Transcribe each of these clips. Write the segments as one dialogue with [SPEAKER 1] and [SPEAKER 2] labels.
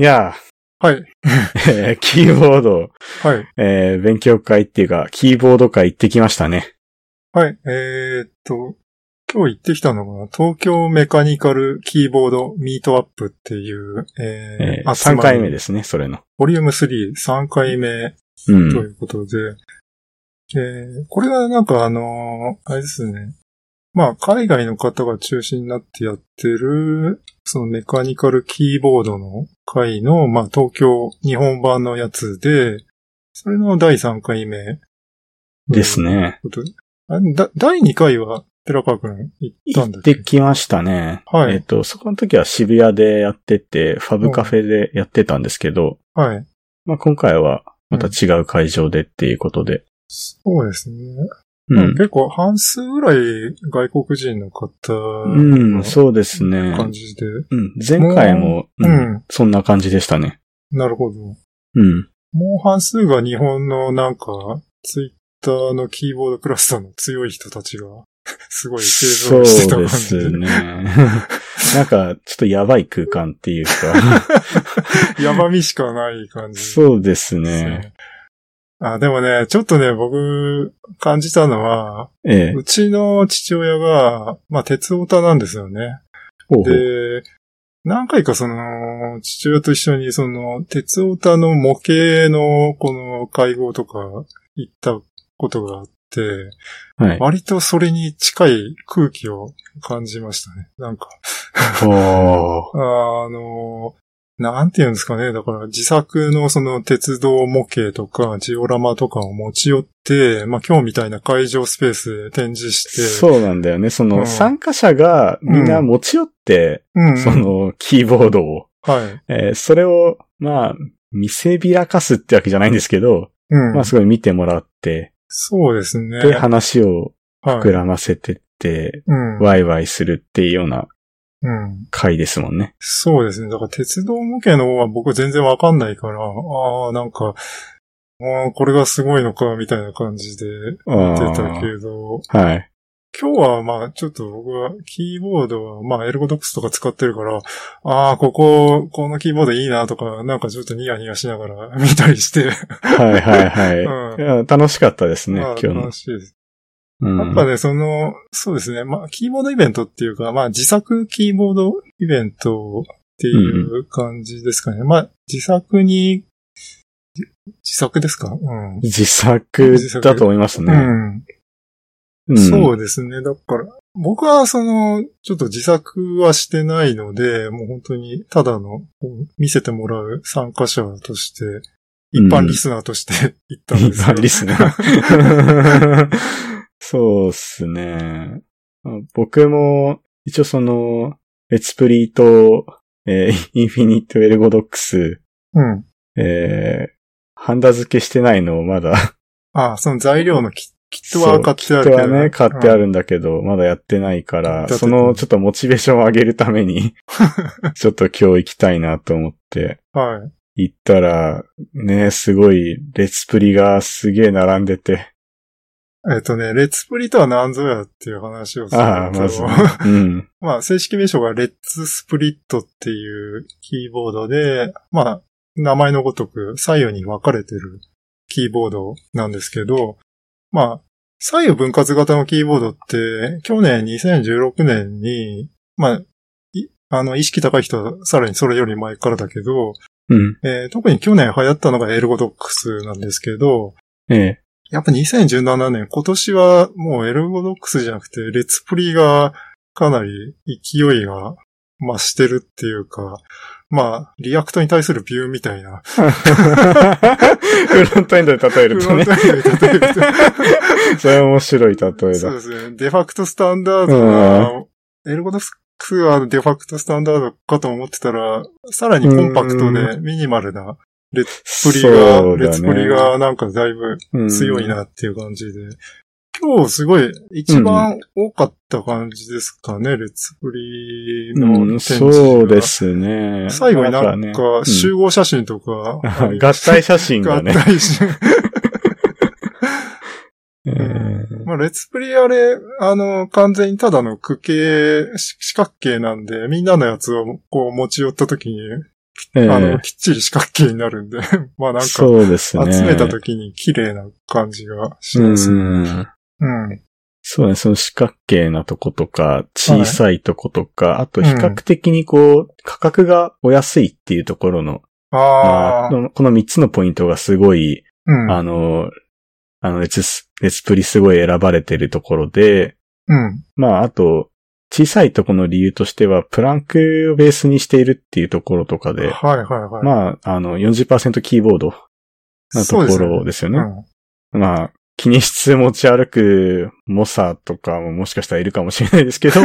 [SPEAKER 1] いや
[SPEAKER 2] はい。
[SPEAKER 1] ー、 えーキーボード、
[SPEAKER 2] はい。
[SPEAKER 1] えー勉強会っていうか、キーボード会行ってきましたね。
[SPEAKER 2] はい。えーっと、今日行ってきたのが、東京メカニカルキーボードミートアップっていう、
[SPEAKER 1] え
[SPEAKER 2] え
[SPEAKER 1] ー、
[SPEAKER 2] ー
[SPEAKER 1] 3回目
[SPEAKER 2] で。
[SPEAKER 1] ですね、それの。
[SPEAKER 2] ボリューム3、3回目
[SPEAKER 1] う
[SPEAKER 2] とい
[SPEAKER 1] ん。
[SPEAKER 2] うことで、えーこれはなんかあのーあれですね。まあ、海外の方が中心になってやってる、そのメカニカルキーボードの会の、まあ、東京日本版のやつで、それの第3回目。
[SPEAKER 1] です。ね。
[SPEAKER 2] ことあだ第2回は、寺川くん行った
[SPEAKER 1] 行
[SPEAKER 2] んだ
[SPEAKER 1] っ
[SPEAKER 2] っけ
[SPEAKER 1] てきましたね。
[SPEAKER 2] はい
[SPEAKER 1] えっ、と、そこの時は渋谷でやってて、ファブカフェでやってたんですけど、
[SPEAKER 2] はい。
[SPEAKER 1] まあ今回はまた違う会場でっていうことで。
[SPEAKER 2] そうですね。
[SPEAKER 1] うん。
[SPEAKER 2] 結構半数ぐらい外国人の方
[SPEAKER 1] うん、
[SPEAKER 2] の
[SPEAKER 1] そうですね。
[SPEAKER 2] 感じで。
[SPEAKER 1] うん、前回も、う
[SPEAKER 2] う
[SPEAKER 1] ん、
[SPEAKER 2] ん。
[SPEAKER 1] そんな感じでしたね。
[SPEAKER 2] なるほど。
[SPEAKER 1] うん。
[SPEAKER 2] もう半数が日本のなんか、ツイッターのキーボードクラスターの強い人たちが、 すごい勢
[SPEAKER 1] そう
[SPEAKER 2] ぞろいしてた感
[SPEAKER 1] で
[SPEAKER 2] じで。
[SPEAKER 1] す ね。なんか、ちょっとやばい空間っていうか、
[SPEAKER 2] 山見しかない感じ。
[SPEAKER 1] そうです
[SPEAKER 2] で
[SPEAKER 1] ね。
[SPEAKER 2] すね。あ、でもね、ちょっとね、僕、感じたのは、
[SPEAKER 1] ええ。
[SPEAKER 2] うちの父親が、まあ、鉄オタなんですよね。
[SPEAKER 1] ほうほう
[SPEAKER 2] で、何回かその、父親と一緒に、その、鉄オタの模型の、この、会合とか、行ったことがあって、
[SPEAKER 1] はい。
[SPEAKER 2] 割とそれに近い空気を感じましたね。なんか、
[SPEAKER 1] ほ
[SPEAKER 2] あの、なんて言うんですかね。だから自作のその鉄道模型とかジオラマとかを持ち寄って、まあ今日みたいな会場スペースで展示
[SPEAKER 1] う
[SPEAKER 2] して、
[SPEAKER 1] そうなんだよね。その、
[SPEAKER 2] うん
[SPEAKER 1] 参加者がみんな持ち寄って、
[SPEAKER 2] うん、うん
[SPEAKER 1] その、キーボードを、
[SPEAKER 2] はい。
[SPEAKER 1] えーそれを、まあ、見せびらかすってわけじゃないんですけど、
[SPEAKER 2] うん。
[SPEAKER 1] まあすごい見てもらって、
[SPEAKER 2] そうですね。
[SPEAKER 1] で、話を
[SPEAKER 2] はい
[SPEAKER 1] 膨。らませてって、
[SPEAKER 2] うん。
[SPEAKER 1] ワイワイするっていうような
[SPEAKER 2] うん。
[SPEAKER 1] 回ですもんね。
[SPEAKER 2] そうですね。だから鉄道模型の方は僕全然わかんないから、ああ、なんか、あーこれがすごいのか、みたいな感じで
[SPEAKER 1] あ
[SPEAKER 2] 出
[SPEAKER 1] ー
[SPEAKER 2] たけど、
[SPEAKER 1] はい。
[SPEAKER 2] 今日はまあちょっと僕はキーボードはまあエルゴドックスとか使ってるから、ああ、ここ、このキーボードいいなとか、なんかちょっとニヤニヤしながら見たりして、
[SPEAKER 1] はいはいはい。
[SPEAKER 2] うん
[SPEAKER 1] いや楽しかったですね、
[SPEAKER 2] まあ
[SPEAKER 1] 今日の
[SPEAKER 2] 楽。しいです。
[SPEAKER 1] うん
[SPEAKER 2] やっぱね、その、そうですね、まあキーボードイベントっていうか、まあ自作キーボードイベントっていう感じですかね。まあ自作に、自作ですかうん。
[SPEAKER 1] 自作だと思います
[SPEAKER 2] う
[SPEAKER 1] ね。
[SPEAKER 2] ん。
[SPEAKER 1] うん
[SPEAKER 2] そうですね。だから、僕はその、ちょっと自作はしてないので、もう本当にただのこう見せてもらう参加者として、一般リスナーとして行ったんです
[SPEAKER 1] 一
[SPEAKER 2] け
[SPEAKER 1] 般
[SPEAKER 2] ど
[SPEAKER 1] リス ナー。 そうっすね。僕も、一応その、エツプリと、えーインフィニットエルゴドックス、
[SPEAKER 2] うん。
[SPEAKER 1] えー、ハンダ付けしてないのをまだ、
[SPEAKER 2] あその材料のキキットは買ってある
[SPEAKER 1] 人
[SPEAKER 2] けど
[SPEAKER 1] はね、買ってあるんだけど、まだやってないか
[SPEAKER 2] だっ
[SPEAKER 1] ら、
[SPEAKER 2] て
[SPEAKER 1] そのちょっとモチベーションを上げるため に、ちょっと今日行きたいなと思って、
[SPEAKER 2] うんはい。
[SPEAKER 1] 行ったら、ね、すごい、列プリがすげえ並んでて、
[SPEAKER 2] えっ、とね、レッツプリとは何ぞやっていう話をすると、
[SPEAKER 1] ああ、まず、うん。
[SPEAKER 2] まあ、正式名称がレッツスプリットっていうキーボードで、まあ、名前のごとく左右に分かれてるキーボードなんですけど、まあ、左右分割型のキーボードって、去年2016年に、まあ、いあの、意識高い人はさらにそれより前からだけど、
[SPEAKER 1] うん。
[SPEAKER 2] えー特に去年流行ったのがエルゴドックスなんですけど、
[SPEAKER 1] ええ。
[SPEAKER 2] やっぱ2017年、今年はもうエルゴドックスじゃなくて、レッツプリがかなり勢いが増してるっていうか、まあ、リアクトに対するビューみたいな。
[SPEAKER 1] フロントエンドで例えるとね
[SPEAKER 2] フロ。ントエンドに例える と
[SPEAKER 1] それは面白い例え
[SPEAKER 2] そう
[SPEAKER 1] だ。
[SPEAKER 2] ですね。デファクトスタンダードが、エルゴドックスはデファクトスタンダードかと思ってたら、さらにコンパクトでミニマルなレッツプリが、
[SPEAKER 1] そうだね
[SPEAKER 2] レッツプリがなんかだいぶ強いなっていう感じで。今日すごい一番多かった感じですかね、レッツプリ
[SPEAKER 1] う
[SPEAKER 2] の
[SPEAKER 1] ん。う
[SPEAKER 2] 展
[SPEAKER 1] ん、
[SPEAKER 2] 示が
[SPEAKER 1] そうで。すね。
[SPEAKER 2] 最後にな
[SPEAKER 1] ね
[SPEAKER 2] んか集合写真 とか
[SPEAKER 1] う、ん合体写真がね
[SPEAKER 2] 合。体し
[SPEAKER 1] え
[SPEAKER 2] まあ、レッツプリあれ、あの、完全にただの区形、し四角形なんで、みんなのやつをこう持ち寄った時に、
[SPEAKER 1] ええ
[SPEAKER 2] あの、きっちり四角形になるんで、 まあなんか、集
[SPEAKER 1] そうですね。
[SPEAKER 2] めた時に綺麗な感じがし
[SPEAKER 1] うん
[SPEAKER 2] ます。
[SPEAKER 1] うん。
[SPEAKER 2] うん。
[SPEAKER 1] そうね、その四角形なとことか、小さいとことか、あと比較的にこう、価格がお安いっていうところの、
[SPEAKER 2] ああ
[SPEAKER 1] あ、のこの3つのポイントがすごい、
[SPEAKER 2] うん。
[SPEAKER 1] あの、あの、レツス、レツプリすごい選ばれてるところで、
[SPEAKER 2] うん。
[SPEAKER 1] まあ、あと、小さいとこの理由としては、プランクをベースにしているっていうところとかで、
[SPEAKER 2] はいはいはい。
[SPEAKER 1] まあ、あの、40%キーボードなところですよ
[SPEAKER 2] う
[SPEAKER 1] ね。
[SPEAKER 2] ん。
[SPEAKER 1] まあ、記念室持ち歩く猛者とかももしかしたらいるかもしれないです けど、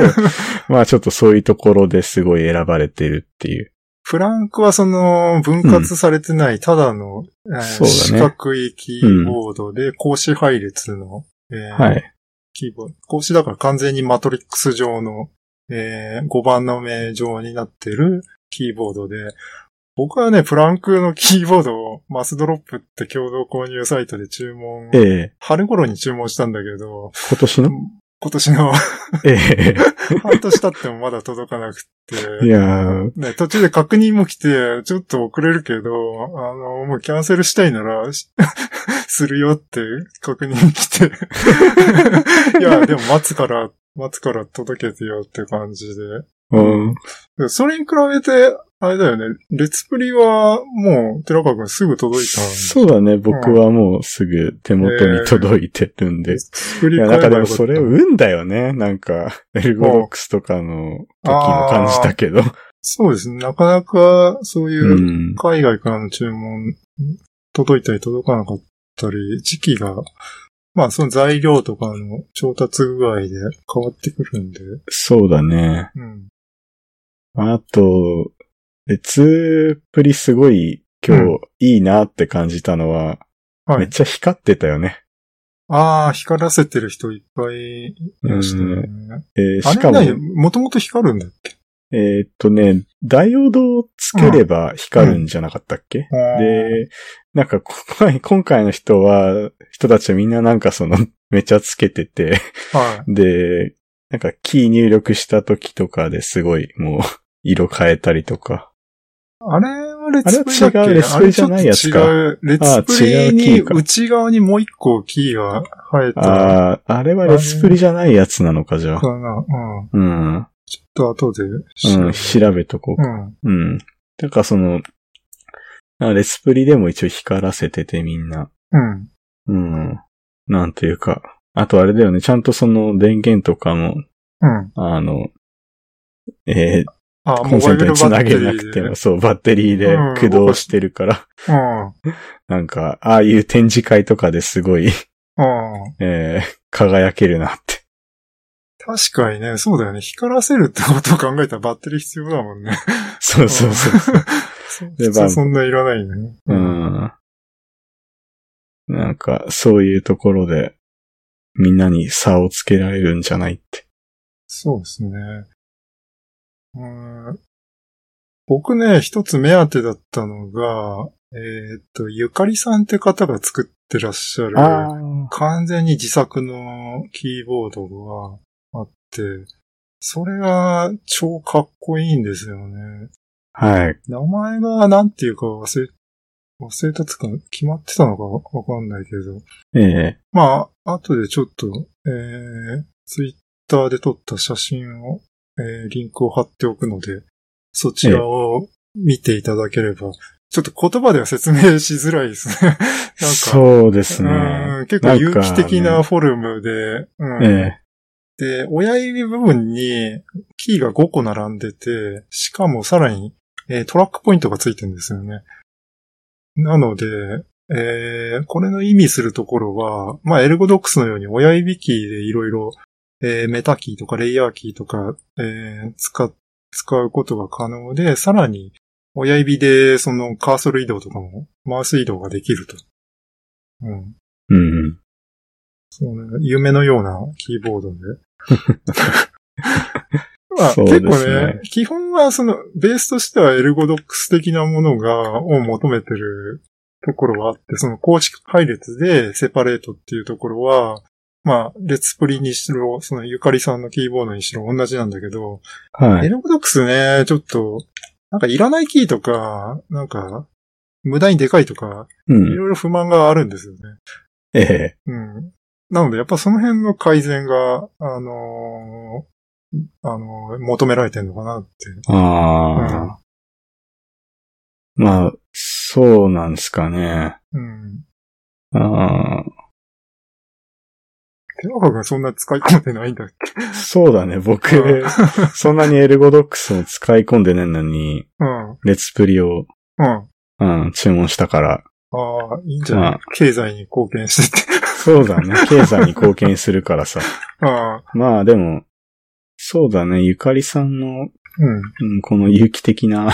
[SPEAKER 1] まあちょっとそういうところですごい選ばれてるっていう。
[SPEAKER 2] フランクはその、分割されてない、ただの、えー
[SPEAKER 1] そうだね
[SPEAKER 2] 四角いキーボードで、格子配列の、えー
[SPEAKER 1] はい。
[SPEAKER 2] キーボード。格子だから完全にマトリックス上の、えー、5番の目状になってるキーボードで、僕はね、フランクのキーボードをマスドロップって共同購入サイトで注文、
[SPEAKER 1] ええ
[SPEAKER 2] 春頃に注文したんだけど、
[SPEAKER 1] 今年 の
[SPEAKER 2] 今年の
[SPEAKER 1] ええ
[SPEAKER 2] 半年経ってもまだ届かなくて、
[SPEAKER 1] いやー、
[SPEAKER 2] ね、途中で確認も来て、ちょっと遅れるけど、あの、もうキャンセルしたいなら、 しするよって確認 来て。いや、でも待つから、待つから届けてよって感じ
[SPEAKER 1] うん。
[SPEAKER 2] で。それに比べて、あれだよね、レツプリはもう、寺川くんすぐ届いたんで。
[SPEAKER 1] そうだね、僕はもうすぐ手元に届いてるんで。
[SPEAKER 2] レツプ
[SPEAKER 1] い
[SPEAKER 2] リ
[SPEAKER 1] や、
[SPEAKER 2] 買え
[SPEAKER 1] なん
[SPEAKER 2] ば
[SPEAKER 1] か
[SPEAKER 2] よ
[SPEAKER 1] でも
[SPEAKER 2] かった
[SPEAKER 1] それ運だよね。なんか、エルゴロックスとかの時も感じたけど。。
[SPEAKER 2] そうですね、なかなかそういううん海外からの注文、届いたり届かなかったり、時期が、まあその材料とかの調達具合で変わってくるんで、
[SPEAKER 1] そうだね。
[SPEAKER 2] うん。
[SPEAKER 1] あと、レツプリすごい今日いいなって感じたのは、
[SPEAKER 2] はい
[SPEAKER 1] めっちゃ光ってたよね。
[SPEAKER 2] ああ、光らせてる人いっぱいいましたね。
[SPEAKER 1] えー
[SPEAKER 2] あ
[SPEAKER 1] し
[SPEAKER 2] れ
[SPEAKER 1] かも、
[SPEAKER 2] ね、
[SPEAKER 1] え
[SPEAKER 2] もともと光るんだっけ
[SPEAKER 1] ーっとね、ダイオードをつければ光るんじゃなかったっけ、で、なんか今回、 今回の人は、人たちはみんななんかその、 めっちゃつけてて、
[SPEAKER 2] あーはい。
[SPEAKER 1] で、なんかキー入力した時とかですごいもう、 色変えたりとか。
[SPEAKER 2] あれはレツプリだっけ
[SPEAKER 1] あれは違うレツプリじゃないやつか
[SPEAKER 2] あれちょっと違う。レツプ
[SPEAKER 1] あー違うキ
[SPEAKER 2] リに
[SPEAKER 1] ーか
[SPEAKER 2] 内側にもう一個キーが生えたか
[SPEAKER 1] ああ、あれはレツプリじゃないやつなのか、じゃあ。
[SPEAKER 2] な。うん。
[SPEAKER 1] うん。う
[SPEAKER 2] ちょっと後で調べ
[SPEAKER 1] ん、
[SPEAKER 2] る
[SPEAKER 1] 調べとこうか。
[SPEAKER 2] う
[SPEAKER 1] う
[SPEAKER 2] ん。
[SPEAKER 1] ん。だからその、あレスプリでも一応光らせててみんな。
[SPEAKER 2] うん。
[SPEAKER 1] うん。なんていうか。あとあれだよね、ちゃんとその電源とかも、
[SPEAKER 2] うん。
[SPEAKER 1] あの、えー
[SPEAKER 2] あー、
[SPEAKER 1] コンセントにつなげな
[SPEAKER 2] モバイルバッ
[SPEAKER 1] くて
[SPEAKER 2] テリーで
[SPEAKER 1] も、そう、バッテリーで
[SPEAKER 2] うん
[SPEAKER 1] 駆動してるから、
[SPEAKER 2] うん。
[SPEAKER 1] なんか、ああいう展示会とかですごい、
[SPEAKER 2] うん。
[SPEAKER 1] えー輝けるなって。
[SPEAKER 2] 確かにね、そうだよね。光らせるってことを考えたらバッテリー必要だもんね。
[SPEAKER 1] そうそうそう そう。
[SPEAKER 2] そう。
[SPEAKER 1] で
[SPEAKER 2] 普
[SPEAKER 1] まあ
[SPEAKER 2] 通そんないらないね。
[SPEAKER 1] う。ん。なんか、そういうところで、みんなに差をつけられるんじゃないって。
[SPEAKER 2] そうですね。うん。僕ね、一つ目当てだったのが、えーっと、ゆかりさんって方が作ってらっしゃる、
[SPEAKER 1] あ。
[SPEAKER 2] 完全に自作のキーボードがあって、それが超かっこいいんですよね。
[SPEAKER 1] はい。
[SPEAKER 2] 名前がなんていうか忘れ、忘れたつか決まってたのかわかんないけど。
[SPEAKER 1] ええ
[SPEAKER 2] まあ、後でちょっと、えー、ツイッターで撮った写真を、えー、リンクを貼っておくので、そちらを見ていただければ、ちょっと言葉では説明しづらいですね。なん か、
[SPEAKER 1] そうですね。
[SPEAKER 2] うん結構有機的なフォルムで、うん
[SPEAKER 1] ええ
[SPEAKER 2] で、親指部分にキーが5個並んでて、しかもさらに、えートラックポイントがついてるんですよね。なので、えーこれの意味するところは、まあ、エルゴドックスのように親指キーでいろいろ、えーメタキーとかレイヤーキーとか、えー使っ、使うことが可能で、さらに親指でそのカーソル移動とかも、マウス移動ができると。うん。
[SPEAKER 1] うん。
[SPEAKER 2] そうね、夢のようなキーボー ドで。まあ、
[SPEAKER 1] そうです
[SPEAKER 2] 結
[SPEAKER 1] ね
[SPEAKER 2] 構ね、基本はその、ベースとしてはエルゴドックス的なものが、を求めてるところはあって、その公式配列でセパレートっていうところは、まあ、レッツプリにしろ、そのゆかりさんのキーボードにしろ同じなんだけど、
[SPEAKER 1] は
[SPEAKER 2] エ
[SPEAKER 1] い。
[SPEAKER 2] ルゴドックスね、ちょっと、なんかいらないキーとか、なんか、無駄にでかいとか、
[SPEAKER 1] う
[SPEAKER 2] い
[SPEAKER 1] ん。
[SPEAKER 2] ろいろ不満があるんですよね。
[SPEAKER 1] ええ。
[SPEAKER 2] うん。なので、やっぱその辺の改善が、あのーあのー求められてるのかなって。
[SPEAKER 1] ああ。まあ、そうなんですかね。
[SPEAKER 2] うん。
[SPEAKER 1] あ
[SPEAKER 2] 寺川君そんな使い込んでないんだっけ
[SPEAKER 1] あ。そうだね。僕
[SPEAKER 2] う、
[SPEAKER 1] そんなにエルゴドックスを使い込んでねえのに、
[SPEAKER 2] うん。うん。
[SPEAKER 1] レツプリを、
[SPEAKER 2] あ
[SPEAKER 1] うん、注文したから。
[SPEAKER 2] あ、いいんじゃない、
[SPEAKER 1] まあ
[SPEAKER 2] 経済に貢献して て。
[SPEAKER 1] そうだね。経済に貢献するからさ。
[SPEAKER 2] ああ、
[SPEAKER 1] まあでも、そうだね。ゆかりさんの、
[SPEAKER 2] うん。
[SPEAKER 1] うん、この有機的な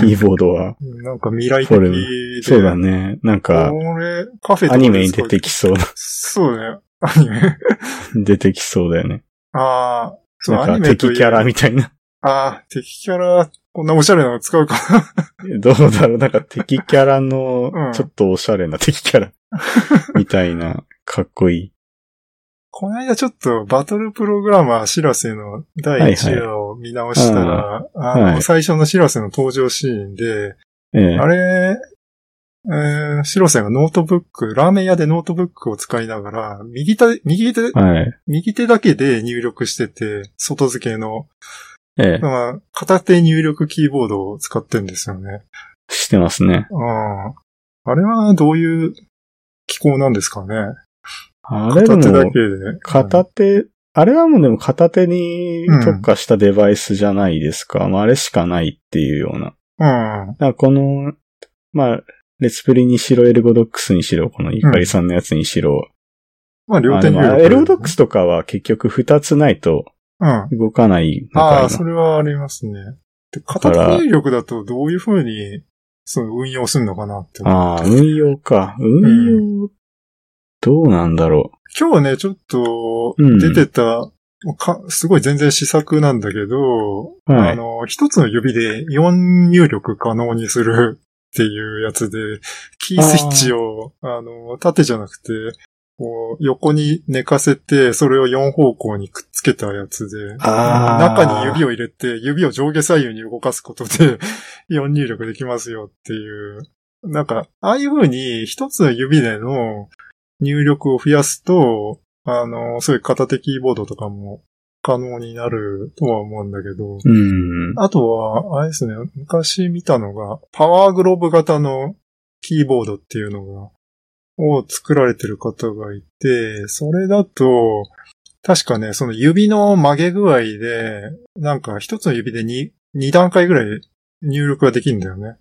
[SPEAKER 1] キーボードは、
[SPEAKER 2] うん。なんか未来
[SPEAKER 1] フォ
[SPEAKER 2] 的
[SPEAKER 1] ルム
[SPEAKER 2] で。
[SPEAKER 1] そうだ。ね。なんか、
[SPEAKER 2] これ、カフェとかで
[SPEAKER 1] アニメに出てき そう、
[SPEAKER 2] そうだね。アニメ。
[SPEAKER 1] 出てきそうだよね。
[SPEAKER 2] ああ、そう、
[SPEAKER 1] な
[SPEAKER 2] アニ
[SPEAKER 1] んか
[SPEAKER 2] メとい
[SPEAKER 1] 敵
[SPEAKER 2] う
[SPEAKER 1] キャラみたいな。
[SPEAKER 2] ああ、敵キャラ、こんなおしゃれなの使うか
[SPEAKER 1] どうだろうなんか敵キャラの
[SPEAKER 2] うん、
[SPEAKER 1] ちょっとおしゃれな敵キャラ、みたいな、かっこい
[SPEAKER 2] この間ちょっとバトルプログラマーシラセの第1話を見直したら、
[SPEAKER 1] いはい
[SPEAKER 2] あ
[SPEAKER 1] は
[SPEAKER 2] の、
[SPEAKER 1] い
[SPEAKER 2] 最初のシラセの登場シーンで、
[SPEAKER 1] い。ええ
[SPEAKER 2] あれ、えー、シロセがノートブック、ラーメン屋でノートブックを使いながら、右手、右手、
[SPEAKER 1] はい。
[SPEAKER 2] 右手だけで入力してて、外付けの、
[SPEAKER 1] ええ
[SPEAKER 2] まあ、片手入力キーボードを使ってんですよね。
[SPEAKER 1] してますね。
[SPEAKER 2] うん。あれはどういう機構なんですかね。
[SPEAKER 1] あれ
[SPEAKER 2] 片手だ
[SPEAKER 1] も
[SPEAKER 2] け、で。
[SPEAKER 1] 片手、あれはもうでも片手に特化したデバイスじゃないですか。まあ、あれしかないっていうような。
[SPEAKER 2] うん。うん。
[SPEAKER 1] だからこの、まあ、レツプリにしろ、エルゴドックスにしろ、このイカリさんのやつにしろ。
[SPEAKER 2] まあ、両
[SPEAKER 1] あ
[SPEAKER 2] 手
[SPEAKER 1] で
[SPEAKER 2] 入
[SPEAKER 1] も
[SPEAKER 2] 力。
[SPEAKER 1] エルゴドックスとかは結局二つないと
[SPEAKER 2] うん。
[SPEAKER 1] 動かないの
[SPEAKER 2] ああ、
[SPEAKER 1] か
[SPEAKER 2] それはありますね。で、片手入力だとどういう風に、その運用するのかなって思う。
[SPEAKER 1] ああ、運用か。運用、どうなんだろ
[SPEAKER 2] 今日はね、ちょっと
[SPEAKER 1] うん、
[SPEAKER 2] 出てた、かすごい全然試作なんだけど、
[SPEAKER 1] う。は
[SPEAKER 2] あ
[SPEAKER 1] い。
[SPEAKER 2] の、一つの指で4入力可能にする っていうやつで、キースイッチを、あの、縦じゃなくて、こう横に寝かせて、それを4方向にくっつけたやつで、
[SPEAKER 1] あー
[SPEAKER 2] 中に指を入れて、指を上下左右に動かすことで、4入 力できますよっていう。なんか、ああいう風に一つの指での入力を増やすと、あの、そういう片手キーボードとかも可能になるとは思うんだけど、
[SPEAKER 1] うん。
[SPEAKER 2] あとは、あれですね、昔見たのが、パワーグローブ型のキーボードっていうのが、を作られてる方がいて、それだと、確かね、その指の曲げ具合で、なんか一つの指で 2, 2段階ぐらい入力ができるんだよね。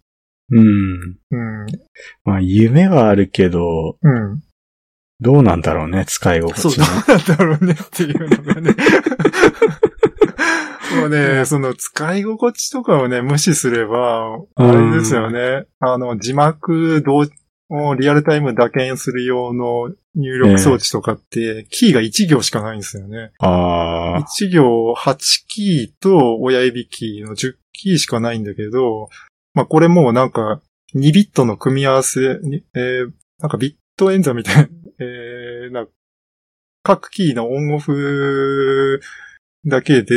[SPEAKER 1] うん。
[SPEAKER 2] うん。
[SPEAKER 1] まあ、夢はあるけど、
[SPEAKER 2] うん。
[SPEAKER 1] どうなんだろうね、使い心
[SPEAKER 2] そう、
[SPEAKER 1] 地
[SPEAKER 2] ど
[SPEAKER 1] ね。
[SPEAKER 2] うなんだろうねっていうのがね。 もうね、その使い心地とかをね、無視すれば、あれですよね。あの、字幕同をリアルタイム打検する用の入力装置とかって、キーが1行しかないんですよね。
[SPEAKER 1] ああ。
[SPEAKER 2] 1行8キーと親指キーの10キーしかないんだけど、まあこれもうなんか2ビットの組み合わせに、えーなんかビット演算みたいな、 えーなんか各キーのオンオフだけで、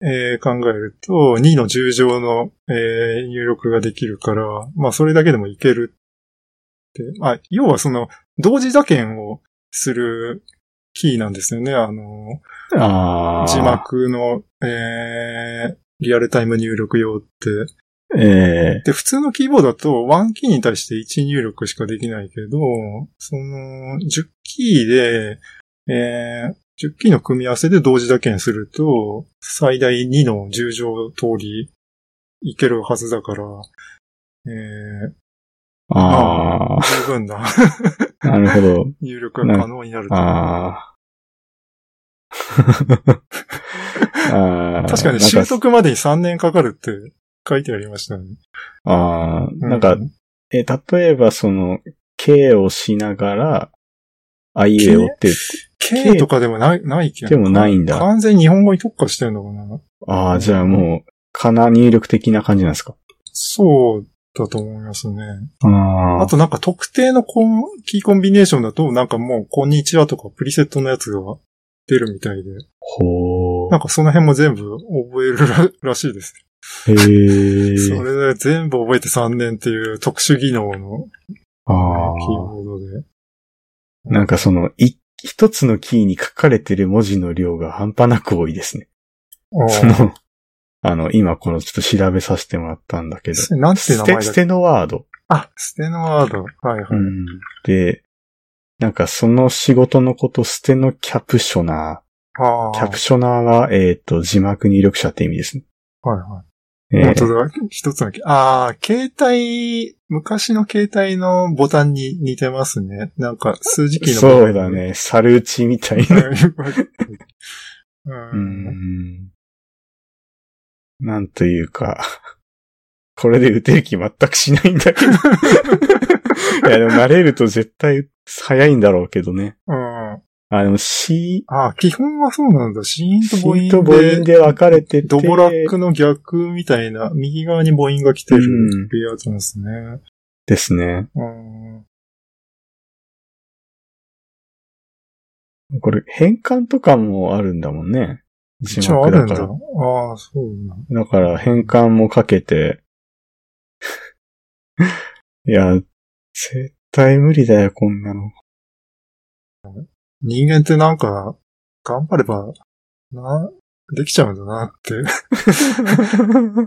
[SPEAKER 2] えー考えると2の10乗の、えー入力ができるから、まあそれだけでもいけるって。まあ要はその同時打検をするキーなんですよね。あの、
[SPEAKER 1] ああ。
[SPEAKER 2] 字。幕の、えー、リアルタイム入力用って。
[SPEAKER 1] ええ
[SPEAKER 2] で、普通のキーボードだと1キーに対して1入力しかできないけど、その10キーで、えー、10キーの組み合わせで同時打検すると、最大2の10乗通りいけるはずだから、えー、
[SPEAKER 1] ああ。
[SPEAKER 2] 十分な
[SPEAKER 1] なるほど。
[SPEAKER 2] 入力が可能になると。
[SPEAKER 1] あ あ。ああ。
[SPEAKER 2] 確かに
[SPEAKER 1] なん
[SPEAKER 2] 習得までに3年かかるって書いてありましたね。
[SPEAKER 1] ああ。
[SPEAKER 2] う
[SPEAKER 1] なんか、え、例えばその、K をしながら、あいうえおって、
[SPEAKER 2] K とかでもない、ない気が
[SPEAKER 1] でもないんだ
[SPEAKER 2] 完全に日本語に特化してるのかな
[SPEAKER 1] ああ、じゃあもう、かな入力的な感じなんですか。
[SPEAKER 2] そうだと思いますね。
[SPEAKER 1] あ
[SPEAKER 2] あとなんか特定のコンキーコンビネーションだと、なんかもう、こんにちはとかプリセットのやつが出るみたいで、
[SPEAKER 1] ほう
[SPEAKER 2] なん。かその辺も全部覚えるららしいです。
[SPEAKER 1] へえ。
[SPEAKER 2] それで全部覚えて3年っていう特殊技能の
[SPEAKER 1] あ
[SPEAKER 2] キー
[SPEAKER 1] あ。
[SPEAKER 2] ボードで。
[SPEAKER 1] なんかその、い一つのキーに書かれてる文字の量が半端なく多いですね。そ
[SPEAKER 2] あ
[SPEAKER 1] の、あの、今このちょっと調べさせてもらったんだけど。
[SPEAKER 2] あ。なんて名
[SPEAKER 1] ス
[SPEAKER 2] 前だ
[SPEAKER 1] テ、
[SPEAKER 2] っ
[SPEAKER 1] ス
[SPEAKER 2] け
[SPEAKER 1] テノワード。
[SPEAKER 2] あ、ステノワード。はいはい。
[SPEAKER 1] うんで、なんかその仕事のこと、ステノキャプショナ
[SPEAKER 2] ああ。
[SPEAKER 1] ー。キャプショナーは、えっ、と、字幕入力者って意味ですね。
[SPEAKER 2] はいはい。
[SPEAKER 1] え
[SPEAKER 2] 本
[SPEAKER 1] ー
[SPEAKER 2] 当だ。一つのキー、ああ、携帯、昔の携帯のボタンに似てますね。なんか、数字キーのボタン
[SPEAKER 1] そうだ。ね。サルーチみたいな。
[SPEAKER 2] う。
[SPEAKER 1] うんんなんというか、 これで打てる気全くしないんだ けど。いや、でも慣れると絶対早いんだろうけどね。
[SPEAKER 2] うん。
[SPEAKER 1] あの、シ
[SPEAKER 2] ああ、基本はそうなんだ。シー
[SPEAKER 1] ー、
[SPEAKER 2] ンと
[SPEAKER 1] シ
[SPEAKER 2] 母音
[SPEAKER 1] ー
[SPEAKER 2] で。
[SPEAKER 1] と母音で分かれてて。
[SPEAKER 2] ドボラックの逆みたいな、右側に母音が来て
[SPEAKER 1] うん
[SPEAKER 2] るレイアウトなんですね。
[SPEAKER 1] ですね。
[SPEAKER 2] うん。
[SPEAKER 1] これ、変換とかもあるんだもんね。字
[SPEAKER 2] 一応
[SPEAKER 1] 幕
[SPEAKER 2] ある
[SPEAKER 1] だ
[SPEAKER 2] ん
[SPEAKER 1] か
[SPEAKER 2] だ。あ
[SPEAKER 1] ら。
[SPEAKER 2] あ、そうなん
[SPEAKER 1] だから、変換もかけて。 いや、絶対無理だよ、こんなの。
[SPEAKER 2] 人間ってなんか、頑張れば、な、できちゃうんだな って。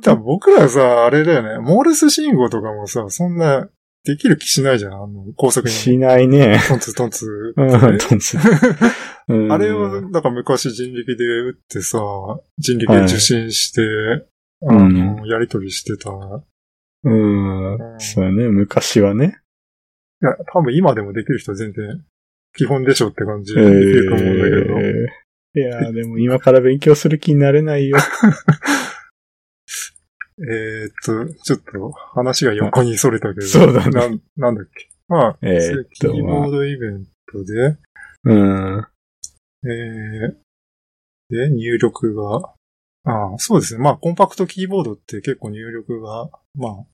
[SPEAKER 2] 多分僕らさ、あれだよね。モールス信号とかもさ、そんな、できる気しないじゃん。あの、高速に。
[SPEAKER 1] しないね。
[SPEAKER 2] トンツトンツ。
[SPEAKER 1] うん、トンツ
[SPEAKER 2] あれを、
[SPEAKER 1] うん
[SPEAKER 2] なんか昔人力で打ってさ、人力で受信して、
[SPEAKER 1] い
[SPEAKER 2] あの、やりとりしてた。い
[SPEAKER 1] うん
[SPEAKER 2] う。ん
[SPEAKER 1] そうだね、昔はね。
[SPEAKER 2] や、多分今でもできる人は全然、基本でしょって感じ
[SPEAKER 1] え
[SPEAKER 2] でできると思うんだけど。
[SPEAKER 1] ーいやーでも今から勉強する気になれないよ。
[SPEAKER 2] えー、っと、ちょっと話が横に逸れたけど。
[SPEAKER 1] そうだね
[SPEAKER 2] なん、なんだっけ。まあ、
[SPEAKER 1] えーっと
[SPEAKER 2] キーボードイベントで、
[SPEAKER 1] うん。
[SPEAKER 2] えー、で、入力が、ああ、そうですね。まあ、コンパクトキーボードって結構入力が、まあ、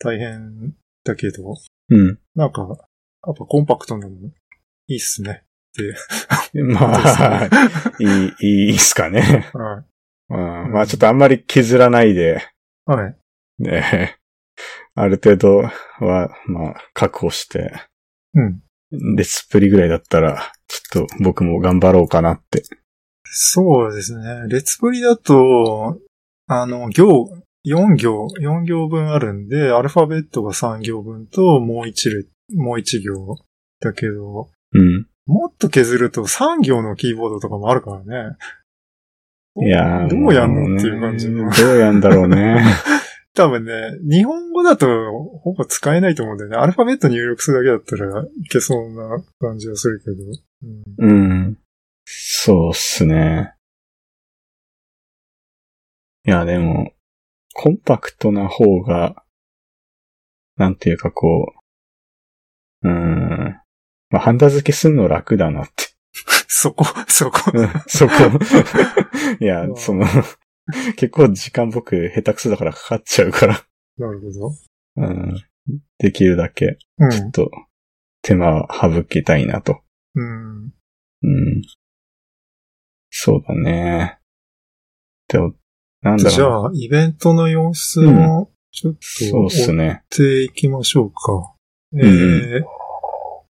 [SPEAKER 2] 大変だけど、
[SPEAKER 1] うん。
[SPEAKER 2] なんか、やっぱコンパクトなの、いいっ すね。
[SPEAKER 1] まあ、いい、いいっすかね。
[SPEAKER 2] は
[SPEAKER 1] うんまあちょっとあんまり削らないで、
[SPEAKER 2] い。はい。
[SPEAKER 1] ね、ある程度は、まあ、確保して、
[SPEAKER 2] うん。
[SPEAKER 1] レスプリぐらいだったら、ちょっと僕も頑張ろうかなって。
[SPEAKER 2] そうですね。列振りだと、あの、行、4行、4行分あるんで、アルファベットが3行分と、もう1列、もう1行だけど、
[SPEAKER 1] うん。
[SPEAKER 2] もっと削ると3行のキーボードとかもあるからね。
[SPEAKER 1] いやー
[SPEAKER 2] どうやんのっていう感じ
[SPEAKER 1] も
[SPEAKER 2] の
[SPEAKER 1] うね。どうやんだろうね。
[SPEAKER 2] 多分ね、日本語だとほぼ使えないと思うんだよね。アルファベット入力するだけだったらいけそうな感じはするけど。 うん
[SPEAKER 1] うん。そうっすね。いや、でも、コンパクトな方が、なんていうかこう、うーん。まあ、ハンダ付けするの楽だなって。
[SPEAKER 2] そこ、そこ。
[SPEAKER 1] うんそ こ。いや
[SPEAKER 2] う、ん
[SPEAKER 1] その、結構時間僕下手くそだからかかっちゃうから、
[SPEAKER 2] なるほど。
[SPEAKER 1] うん。できるだけ、ちょっと、手間は省きたいなと。
[SPEAKER 2] うん。うん。
[SPEAKER 1] うん。そうだね。でも、なんだろう。
[SPEAKER 2] じゃあ、イベントの様子を、ちょっと
[SPEAKER 1] そう
[SPEAKER 2] 追
[SPEAKER 1] っす
[SPEAKER 2] っ
[SPEAKER 1] ね。
[SPEAKER 2] ていきましょうか。
[SPEAKER 1] んうん
[SPEAKER 2] えー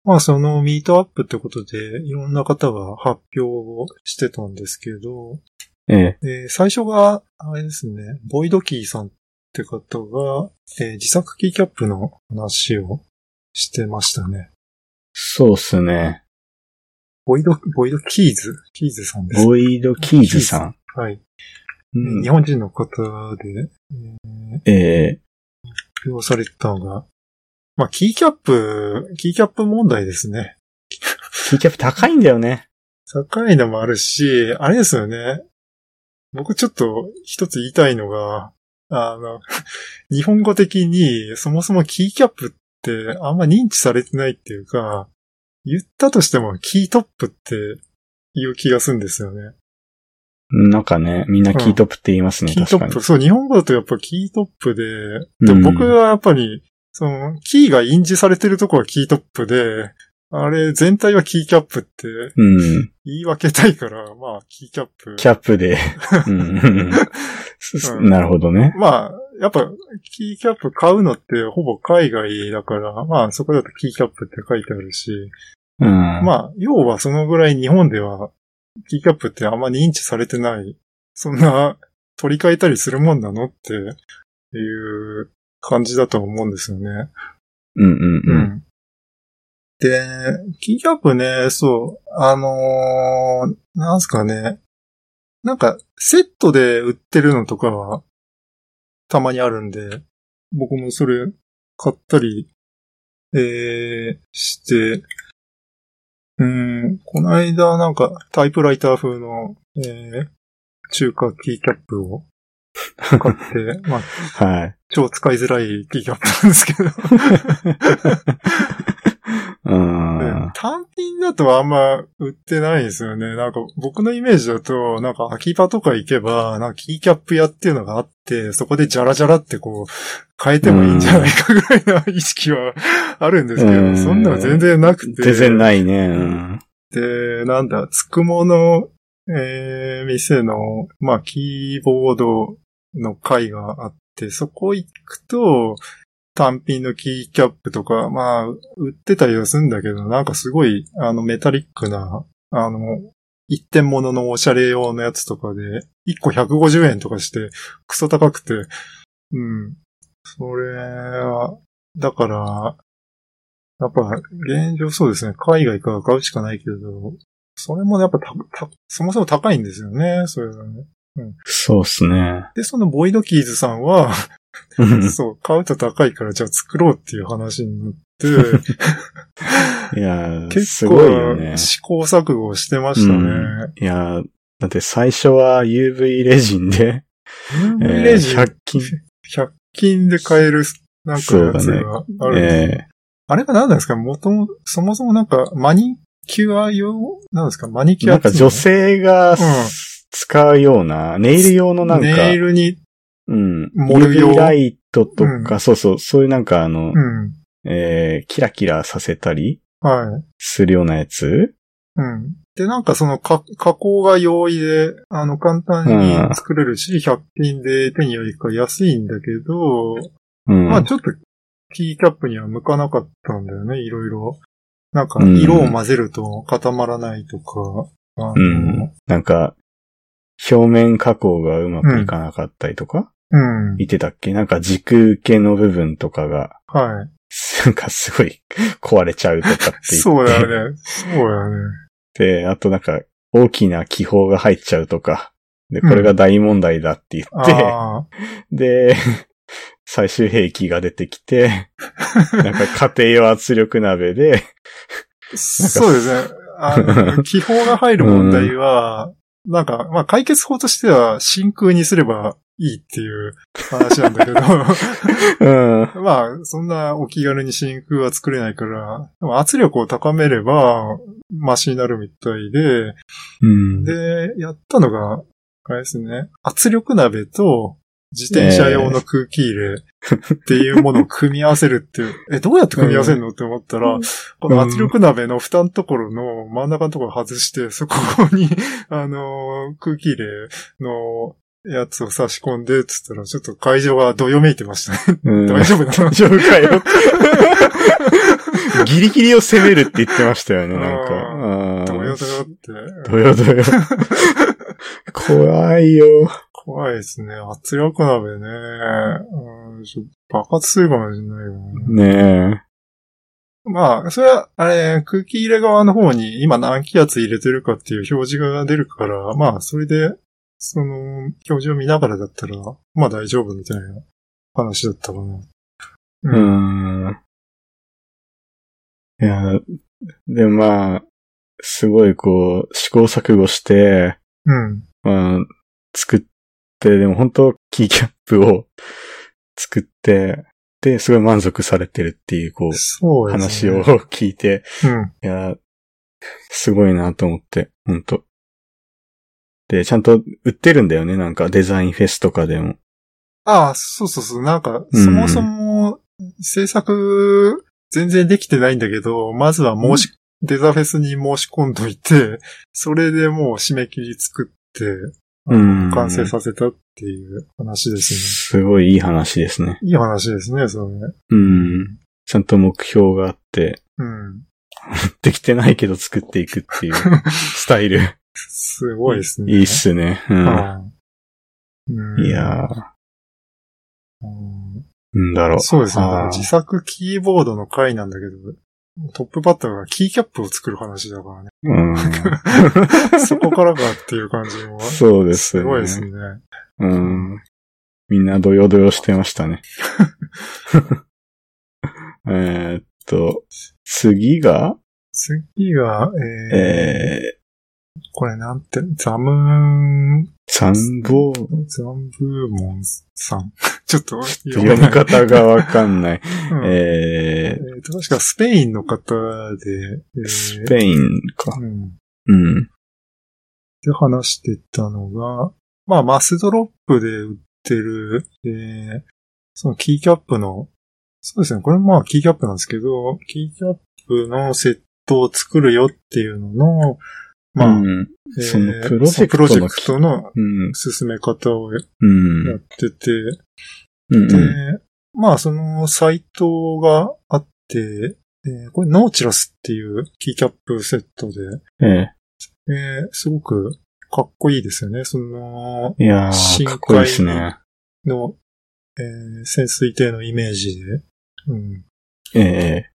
[SPEAKER 2] まあ、そのミートアップってことで、いろんな方が発表をしてたんですけど、
[SPEAKER 1] ええ。
[SPEAKER 2] えー最初が、あれですね、ボイドキーさんって方が、えー自作キーキャップの話をしてましたね。
[SPEAKER 1] そうっすね。
[SPEAKER 2] ボイド、ボイドキーズキーズさんです。
[SPEAKER 1] ボイド・キーズさ
[SPEAKER 2] はい、
[SPEAKER 1] ん。うん
[SPEAKER 2] 日本人の方で、えー
[SPEAKER 1] ええ
[SPEAKER 2] 発表されてたのが、まあ、キーキャップ、キーキャップ問題ですね。
[SPEAKER 1] キーキャップ高いんだよね。
[SPEAKER 2] 高いのもあるし、あれですよね。僕ちょっと一つ言いたいのが、あの、 日本語的にそもそもキーキャップってあんま認知されてないっていうか、言ったとしてもキートップっていう気がするんですよね。
[SPEAKER 1] なんかね、みんなキートップって言いますね、
[SPEAKER 2] キー
[SPEAKER 1] 確
[SPEAKER 2] ト
[SPEAKER 1] か
[SPEAKER 2] ッ
[SPEAKER 1] に
[SPEAKER 2] プ。。そう、日本語だとやっぱキートップで、で
[SPEAKER 1] うん
[SPEAKER 2] 僕はやっぱり、その、キーが印字されてるとこはキートップで、あれ、全体はキーキャップって
[SPEAKER 1] うん。
[SPEAKER 2] 言い分けたいから、まあ、キーキャップ。
[SPEAKER 1] キャップ で。うん、すなるほどね。
[SPEAKER 2] まあ、やっぱ、キーキャップ買うのってほぼ海外だから、まあ、そこだとキーキャップって書いてあるし、
[SPEAKER 1] うん。
[SPEAKER 2] まあ、要はそのぐらい日本では、キーキャップってあんまり認知されてない。そんな、取り替えたりするもんなのっていう感じだと思うんですよね。
[SPEAKER 1] うんうんうん。
[SPEAKER 2] で、キーキャップね、そう、あのーなんすかね。なんか、セットで売ってるのとかは、たまにあるんで、僕もそれ買ったり、えー、して、うん、この間なんかタイプライター風の、えー、中華キーキャップを買って、 まあ、
[SPEAKER 1] はい。
[SPEAKER 2] 超使いづらいキーキャップなんですけど。
[SPEAKER 1] うん。
[SPEAKER 2] 単品だとあんま売ってないんですよね。なんか僕のイメージだと、なんか秋葉とか行けば、なんかキーキャップ屋っていうのがあって、そこでジャラジャラってこう、変えてもいいんじゃないかぐらいな意識はあるんですけ
[SPEAKER 1] うん
[SPEAKER 2] ど、そんなの全然なくて。
[SPEAKER 1] 全然ないね。うん。
[SPEAKER 2] で、なんだ、つくもの、えー、店の、まあ、キーボードの会があって、そこ行くと、単品のキーキャップとか、まあ、売ってたりはするんだけど、なんかすごい、あの、メタリックな、あの、一点物のおしゃれ用のやつとかで、1個150円とかして、クソ高くて、うん。それは、だから、やっぱ、現状そうですね。海外から買うしかないけど、それもやっぱたたそもそも高いんですよね。それがね。
[SPEAKER 1] そうっすね。
[SPEAKER 2] で、そのボイドキーズさんは、
[SPEAKER 1] うん
[SPEAKER 2] そう、買うと高いからじゃあ作ろうっていう話に なって、
[SPEAKER 1] いやー、
[SPEAKER 2] 結
[SPEAKER 1] すごいよ
[SPEAKER 2] 構
[SPEAKER 1] ね。
[SPEAKER 2] 試行錯誤してましたね。
[SPEAKER 1] うんいやー、だって最初は UV レジンで、え
[SPEAKER 2] ミ
[SPEAKER 1] ー
[SPEAKER 2] レジ
[SPEAKER 1] 100均、
[SPEAKER 2] 100均で買えるなんかやつがあるんですよ
[SPEAKER 1] え
[SPEAKER 2] あれが何なんですかもとも、そもそもなんかマニキュア用なんですかマニ
[SPEAKER 1] ー
[SPEAKER 2] キュア
[SPEAKER 1] なんか女性が
[SPEAKER 2] ん
[SPEAKER 1] 使うような、ネイル用のなんか、
[SPEAKER 2] ネイルに、
[SPEAKER 1] うん、
[SPEAKER 2] 盛る用
[SPEAKER 1] UV ライトとか、そうそう、そういうなんかあの、
[SPEAKER 2] うん。
[SPEAKER 1] えーキラキラさせたり
[SPEAKER 2] はい。
[SPEAKER 1] するようなやつ
[SPEAKER 2] うん。で、なんかそのか加工が容易で、あの、簡単に作れるし、100均で手に入りか安いんだけど、
[SPEAKER 1] うん。
[SPEAKER 2] まあちょっと、キーキャップには向かなかったんだよね、いろいろ。なんか、色を混ぜると固まらないとか、あの
[SPEAKER 1] うんなんか、表面加工がうまくいかなかったりとか、
[SPEAKER 2] うん。
[SPEAKER 1] 見てたっけなんか軸系の部分とかが、
[SPEAKER 2] はい。
[SPEAKER 1] なんかすごい壊れちゃうとかって言って。
[SPEAKER 2] そうだよね。そうだよね。
[SPEAKER 1] で、あとなんか大きな気泡が入っちゃうとか。で、これが大問題だって言って、
[SPEAKER 2] あ
[SPEAKER 1] で、 最終兵器が出てきて、 なんか家庭用圧力鍋で、
[SPEAKER 2] あ、そうですね。あの、気泡が入る問題は、なんか、まあ解決法としては真空にすればいいっていう話なんだけど、
[SPEAKER 1] うん。
[SPEAKER 2] まあ、そんなお気軽に真空は作れないから、でも圧力を高めれば、マシになるみたいで、
[SPEAKER 1] うん。
[SPEAKER 2] で、やったのが、あれですね、圧力鍋と自転車用の空気入れっていうものを組み合わせるっていう、え、どうやって組み合わせるのって思ったら、この圧力鍋の蓋のところの真ん中のところを外して、そこに、あのー空気入れのやつを差し込んで、つったら、ちょっと会場がどよめいてましたね。
[SPEAKER 1] うん
[SPEAKER 2] 大丈夫なの
[SPEAKER 1] 大丈夫か よ。ギリギリを攻めるって言ってましたよね、なんか
[SPEAKER 2] う
[SPEAKER 1] うん。
[SPEAKER 2] どよどよって。
[SPEAKER 1] どよど よ。怖いよ。
[SPEAKER 2] 怖いですね。圧力鍋ね。うん、ちょ爆発するかもしれないよね。
[SPEAKER 1] ね
[SPEAKER 2] まあ、それは、あれ、空気入れ側の方に今何気圧入れてるかっていう表示が出るから、まあ、それで、その、表示を見ながらだったら、まあ大丈夫みたいな話だったかな。
[SPEAKER 1] え。うん。いや、で、まあ、すごいこう、試行錯誤して、
[SPEAKER 2] うん。
[SPEAKER 1] まあ、作って、でも本当キーキャップを 作って、で、すごい満足されてるっていう、こう、
[SPEAKER 2] そうで
[SPEAKER 1] 話
[SPEAKER 2] すね。
[SPEAKER 1] を。聞いて、
[SPEAKER 2] う
[SPEAKER 1] い
[SPEAKER 2] ん。
[SPEAKER 1] や、すごいなと思って、ほんと。で、ちゃんと売ってるんだよね、なんかデザインフェスとかでも。
[SPEAKER 2] ああ、そうそうそう。なんか、
[SPEAKER 1] うん
[SPEAKER 2] そもそも、制作、全然できてないんだけど、まずは申しデザフェスに申し込んどいて、それでもう締め切り作って、あ
[SPEAKER 1] うん
[SPEAKER 2] の完成させたっていう話です
[SPEAKER 1] すごいいい話ですね。
[SPEAKER 2] ね。いい話ですね、それ。
[SPEAKER 1] うん。ちゃんと目標があって、
[SPEAKER 2] うん。
[SPEAKER 1] できてないけど作っていくって いうスタイル。
[SPEAKER 2] すごいですね。
[SPEAKER 1] いいっすね。うん。
[SPEAKER 2] うん。うん
[SPEAKER 1] いやー、
[SPEAKER 2] うん
[SPEAKER 1] なんだろう。
[SPEAKER 2] そうですね。
[SPEAKER 1] あー
[SPEAKER 2] 自作キーボードの回なんだけど、トップバッターがキーキャップを作る話だからね。 そこからかっていう感じも
[SPEAKER 1] うん。。そうですね。
[SPEAKER 2] すごいですね。
[SPEAKER 1] うん。みんなドヨドヨしてました ね。えーっと、次が、
[SPEAKER 2] 次が、えー
[SPEAKER 1] えー、
[SPEAKER 2] これなんて、ザムーン、
[SPEAKER 1] 参謀、
[SPEAKER 2] ザンブーモンさん。 ちょっと読
[SPEAKER 1] 読
[SPEAKER 2] め
[SPEAKER 1] み
[SPEAKER 2] ない
[SPEAKER 1] 方がわかんない。
[SPEAKER 2] うんえ
[SPEAKER 1] えー、
[SPEAKER 2] ーと確かスペインの方で、えー
[SPEAKER 1] スペインか。
[SPEAKER 2] うん
[SPEAKER 1] うん。
[SPEAKER 2] で話してたのが、まあ、マスドロップで売ってる、えーそのキーキャップの、そうですね、これまあキーキャップなんですけど、キーキャップのセットを作るよっていうのの、まあ、
[SPEAKER 1] うん。
[SPEAKER 2] えー
[SPEAKER 1] そのプロジェクトの
[SPEAKER 2] そのプロジェクトの
[SPEAKER 1] うん。
[SPEAKER 2] 進め方をや
[SPEAKER 1] うん。う
[SPEAKER 2] ってて、
[SPEAKER 1] ん。うん
[SPEAKER 2] で、まあ、そのサイトがあって、えーこれノーチラスっていうキーキャップセットで、
[SPEAKER 1] え
[SPEAKER 2] えーすごくかっこいいですよね。その、
[SPEAKER 1] ーいやー、
[SPEAKER 2] 深海
[SPEAKER 1] かっこいいですね。
[SPEAKER 2] の、えー潜水艇のイメージで。うん。
[SPEAKER 1] ええ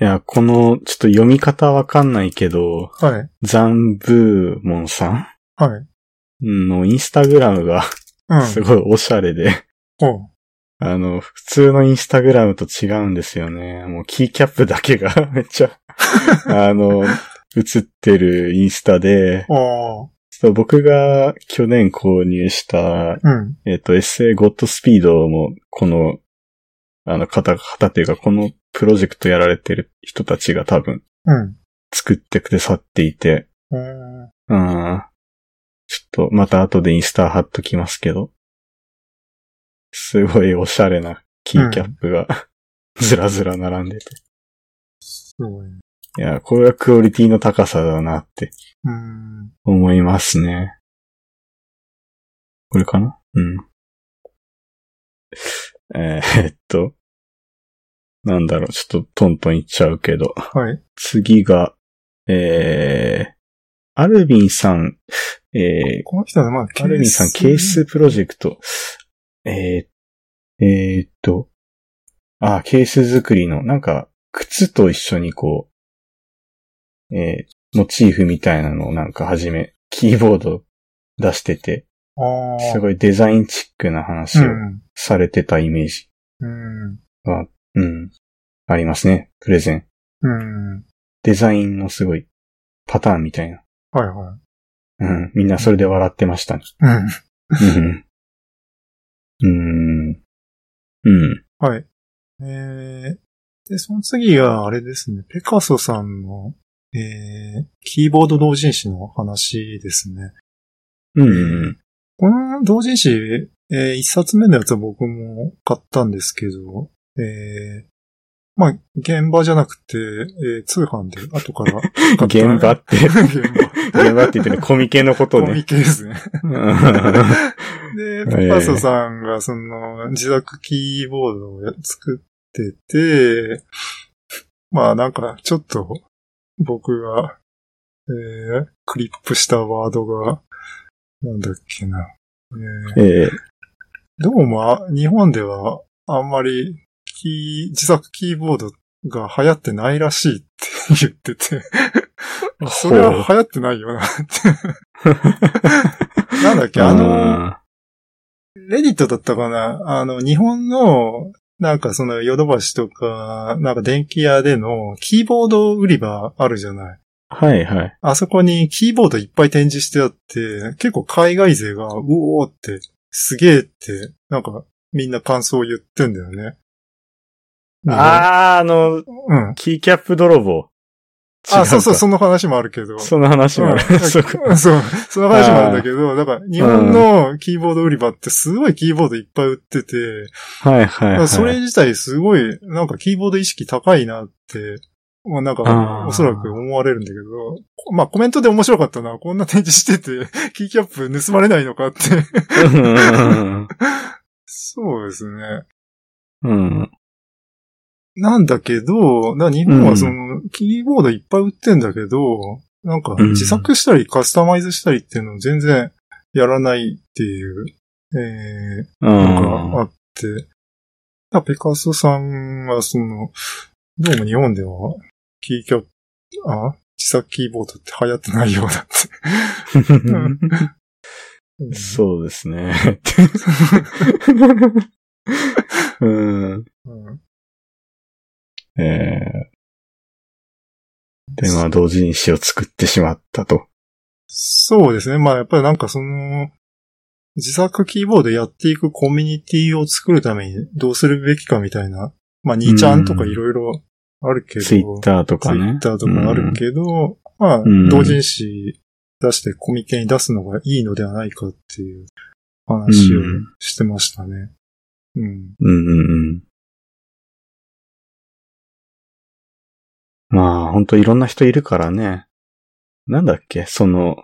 [SPEAKER 1] いや、この、ちょっと読み方わかんないけど、
[SPEAKER 2] はい。
[SPEAKER 1] ザンブーモンさ
[SPEAKER 2] はい。
[SPEAKER 1] んのインスタグラムが
[SPEAKER 2] うん。
[SPEAKER 1] すごいおしゃれで、
[SPEAKER 2] お
[SPEAKER 1] あの、普通のインスタグラムと違うんですよね。もうキーキャップだけが めっちゃ、あの、映ってるインスタで、
[SPEAKER 2] あ
[SPEAKER 1] ちょっと僕が去年購入した
[SPEAKER 2] あ。うん。
[SPEAKER 1] えっ、と、SA ゴッドスピードも、この、あの、方、方っていうか、このプロジェクトやられてる人たちが多分、
[SPEAKER 2] うん。
[SPEAKER 1] 作ってくださっていて、
[SPEAKER 2] うん
[SPEAKER 1] うん。ちょっと、また後でインスタ貼っときますけど、すごいおしゃれなキーキャップが、 ずらずら並んでて。
[SPEAKER 2] すごい。
[SPEAKER 1] いや、これはクオリティの高さだなって
[SPEAKER 2] うん。
[SPEAKER 1] 思いますね。これかなうん。えーえっと、なんだろう、ちょっとトントンいっちゃうけど。
[SPEAKER 2] はい。
[SPEAKER 1] 次が、えー、アルビンさん、え
[SPEAKER 2] この人はまあ、
[SPEAKER 1] ー、アルビンさんケースプロジェクト、えー、えーっと、あ、ケース作りの、なんか、靴と一緒にこう、えー、モチーフみたいなのをなんかはじめ、キーボード出してて、
[SPEAKER 2] ああ。
[SPEAKER 1] すごいデザインチックな話
[SPEAKER 2] う
[SPEAKER 1] を
[SPEAKER 2] ん。
[SPEAKER 1] されてたイメージ、
[SPEAKER 2] うん。
[SPEAKER 1] うん、ありますね、プレゼン。
[SPEAKER 2] うん。
[SPEAKER 1] デザインのすごいパターンみたいな。
[SPEAKER 2] はいは
[SPEAKER 1] うん。みんなそれで笑ってましたね。
[SPEAKER 2] い。うん。
[SPEAKER 1] うん。うん。うん。
[SPEAKER 2] はい。えー、で、その次があれですね、ペカソさんの、えー、キーボード同人誌の話ですね。
[SPEAKER 1] うん。
[SPEAKER 2] この同人誌、えー一冊目のやつは僕も買ったんですけど、えーまあ、現場じゃなくて、えー通販で後から買った。
[SPEAKER 1] 現場 って、
[SPEAKER 2] 現場。
[SPEAKER 1] 現場って言ってるコミケのこと
[SPEAKER 2] コミ
[SPEAKER 1] ね。
[SPEAKER 2] ケですね。
[SPEAKER 1] うん
[SPEAKER 2] で、ピカソさんがその自作キーボードをや作ってて、まあなんかちょっと僕が、えークリップしたワードが、なんだっけな。えー
[SPEAKER 1] ええ
[SPEAKER 2] どうも、あ日本ではあんまりキー自作キーボードが流行ってないらしいって言ってて、それは流行ってないよなって。なんだっけ、あの、レディットだったかなあの、日本の、なんかそのヨドバシとか、なんか電気屋でのキーボード売り場あるじゃない
[SPEAKER 1] はいはい。
[SPEAKER 2] あそこにキーボードいっぱい展示してあって、結構海外勢が、うおーって、すげーって、なんかみんな感想を言ってんだよね。
[SPEAKER 1] あー、あの、
[SPEAKER 2] うん。
[SPEAKER 1] キーキャップ泥棒。
[SPEAKER 2] あ、そうそう、
[SPEAKER 1] そ
[SPEAKER 2] その話もあるけど。
[SPEAKER 1] その話もある。
[SPEAKER 2] う ん
[SPEAKER 1] そうか
[SPEAKER 2] うんそう。その話もあるんだけど、だから日本のキーボード売り場ってすごいキーボードいっぱい売ってて、
[SPEAKER 1] はいはいはい。
[SPEAKER 2] それ自体すごい、なんかキーボード意識高いなってまあなん
[SPEAKER 1] あ
[SPEAKER 2] か、
[SPEAKER 1] ー
[SPEAKER 2] おそらく思われるんだけど、こまあコメントで面白かったのは、こんな展示してて、 キーキャップ盗まれないのかって。
[SPEAKER 1] うん
[SPEAKER 2] そうですね。
[SPEAKER 1] うん。
[SPEAKER 2] なんだけど、な日本はその、キーボードいっぱい売ってんだけど、なんか
[SPEAKER 1] うん
[SPEAKER 2] 自作したりカスタマイズしたりっていうのを全然やらないっていう、え
[SPEAKER 1] う
[SPEAKER 2] ー、の
[SPEAKER 1] ん。
[SPEAKER 2] があって、だペカソさんはその、どうも日本では、キーキャップ、あ自作キーボードって流行ってないようだっ て。
[SPEAKER 1] そうですね。 うん。
[SPEAKER 2] うん
[SPEAKER 1] ええで、まあ、同人誌を作ってしまったと。
[SPEAKER 2] そうですね。まあやっぱりなんかその、自作キーボードやっていくコミュニティを作るためにどうするべきかみたいな。まあ2ちゃんとかいろいろあるけど。
[SPEAKER 1] ツイッターとかね。
[SPEAKER 2] ツイッターとかあるけど、まあ
[SPEAKER 1] うん、
[SPEAKER 2] 同人誌出してコミケに出すのがいいのではないかっていう話
[SPEAKER 1] う
[SPEAKER 2] を
[SPEAKER 1] ん
[SPEAKER 2] してましたね。うん。
[SPEAKER 1] うんうんうん。まあ、ほんといろんな人いるからね。なんだっけその、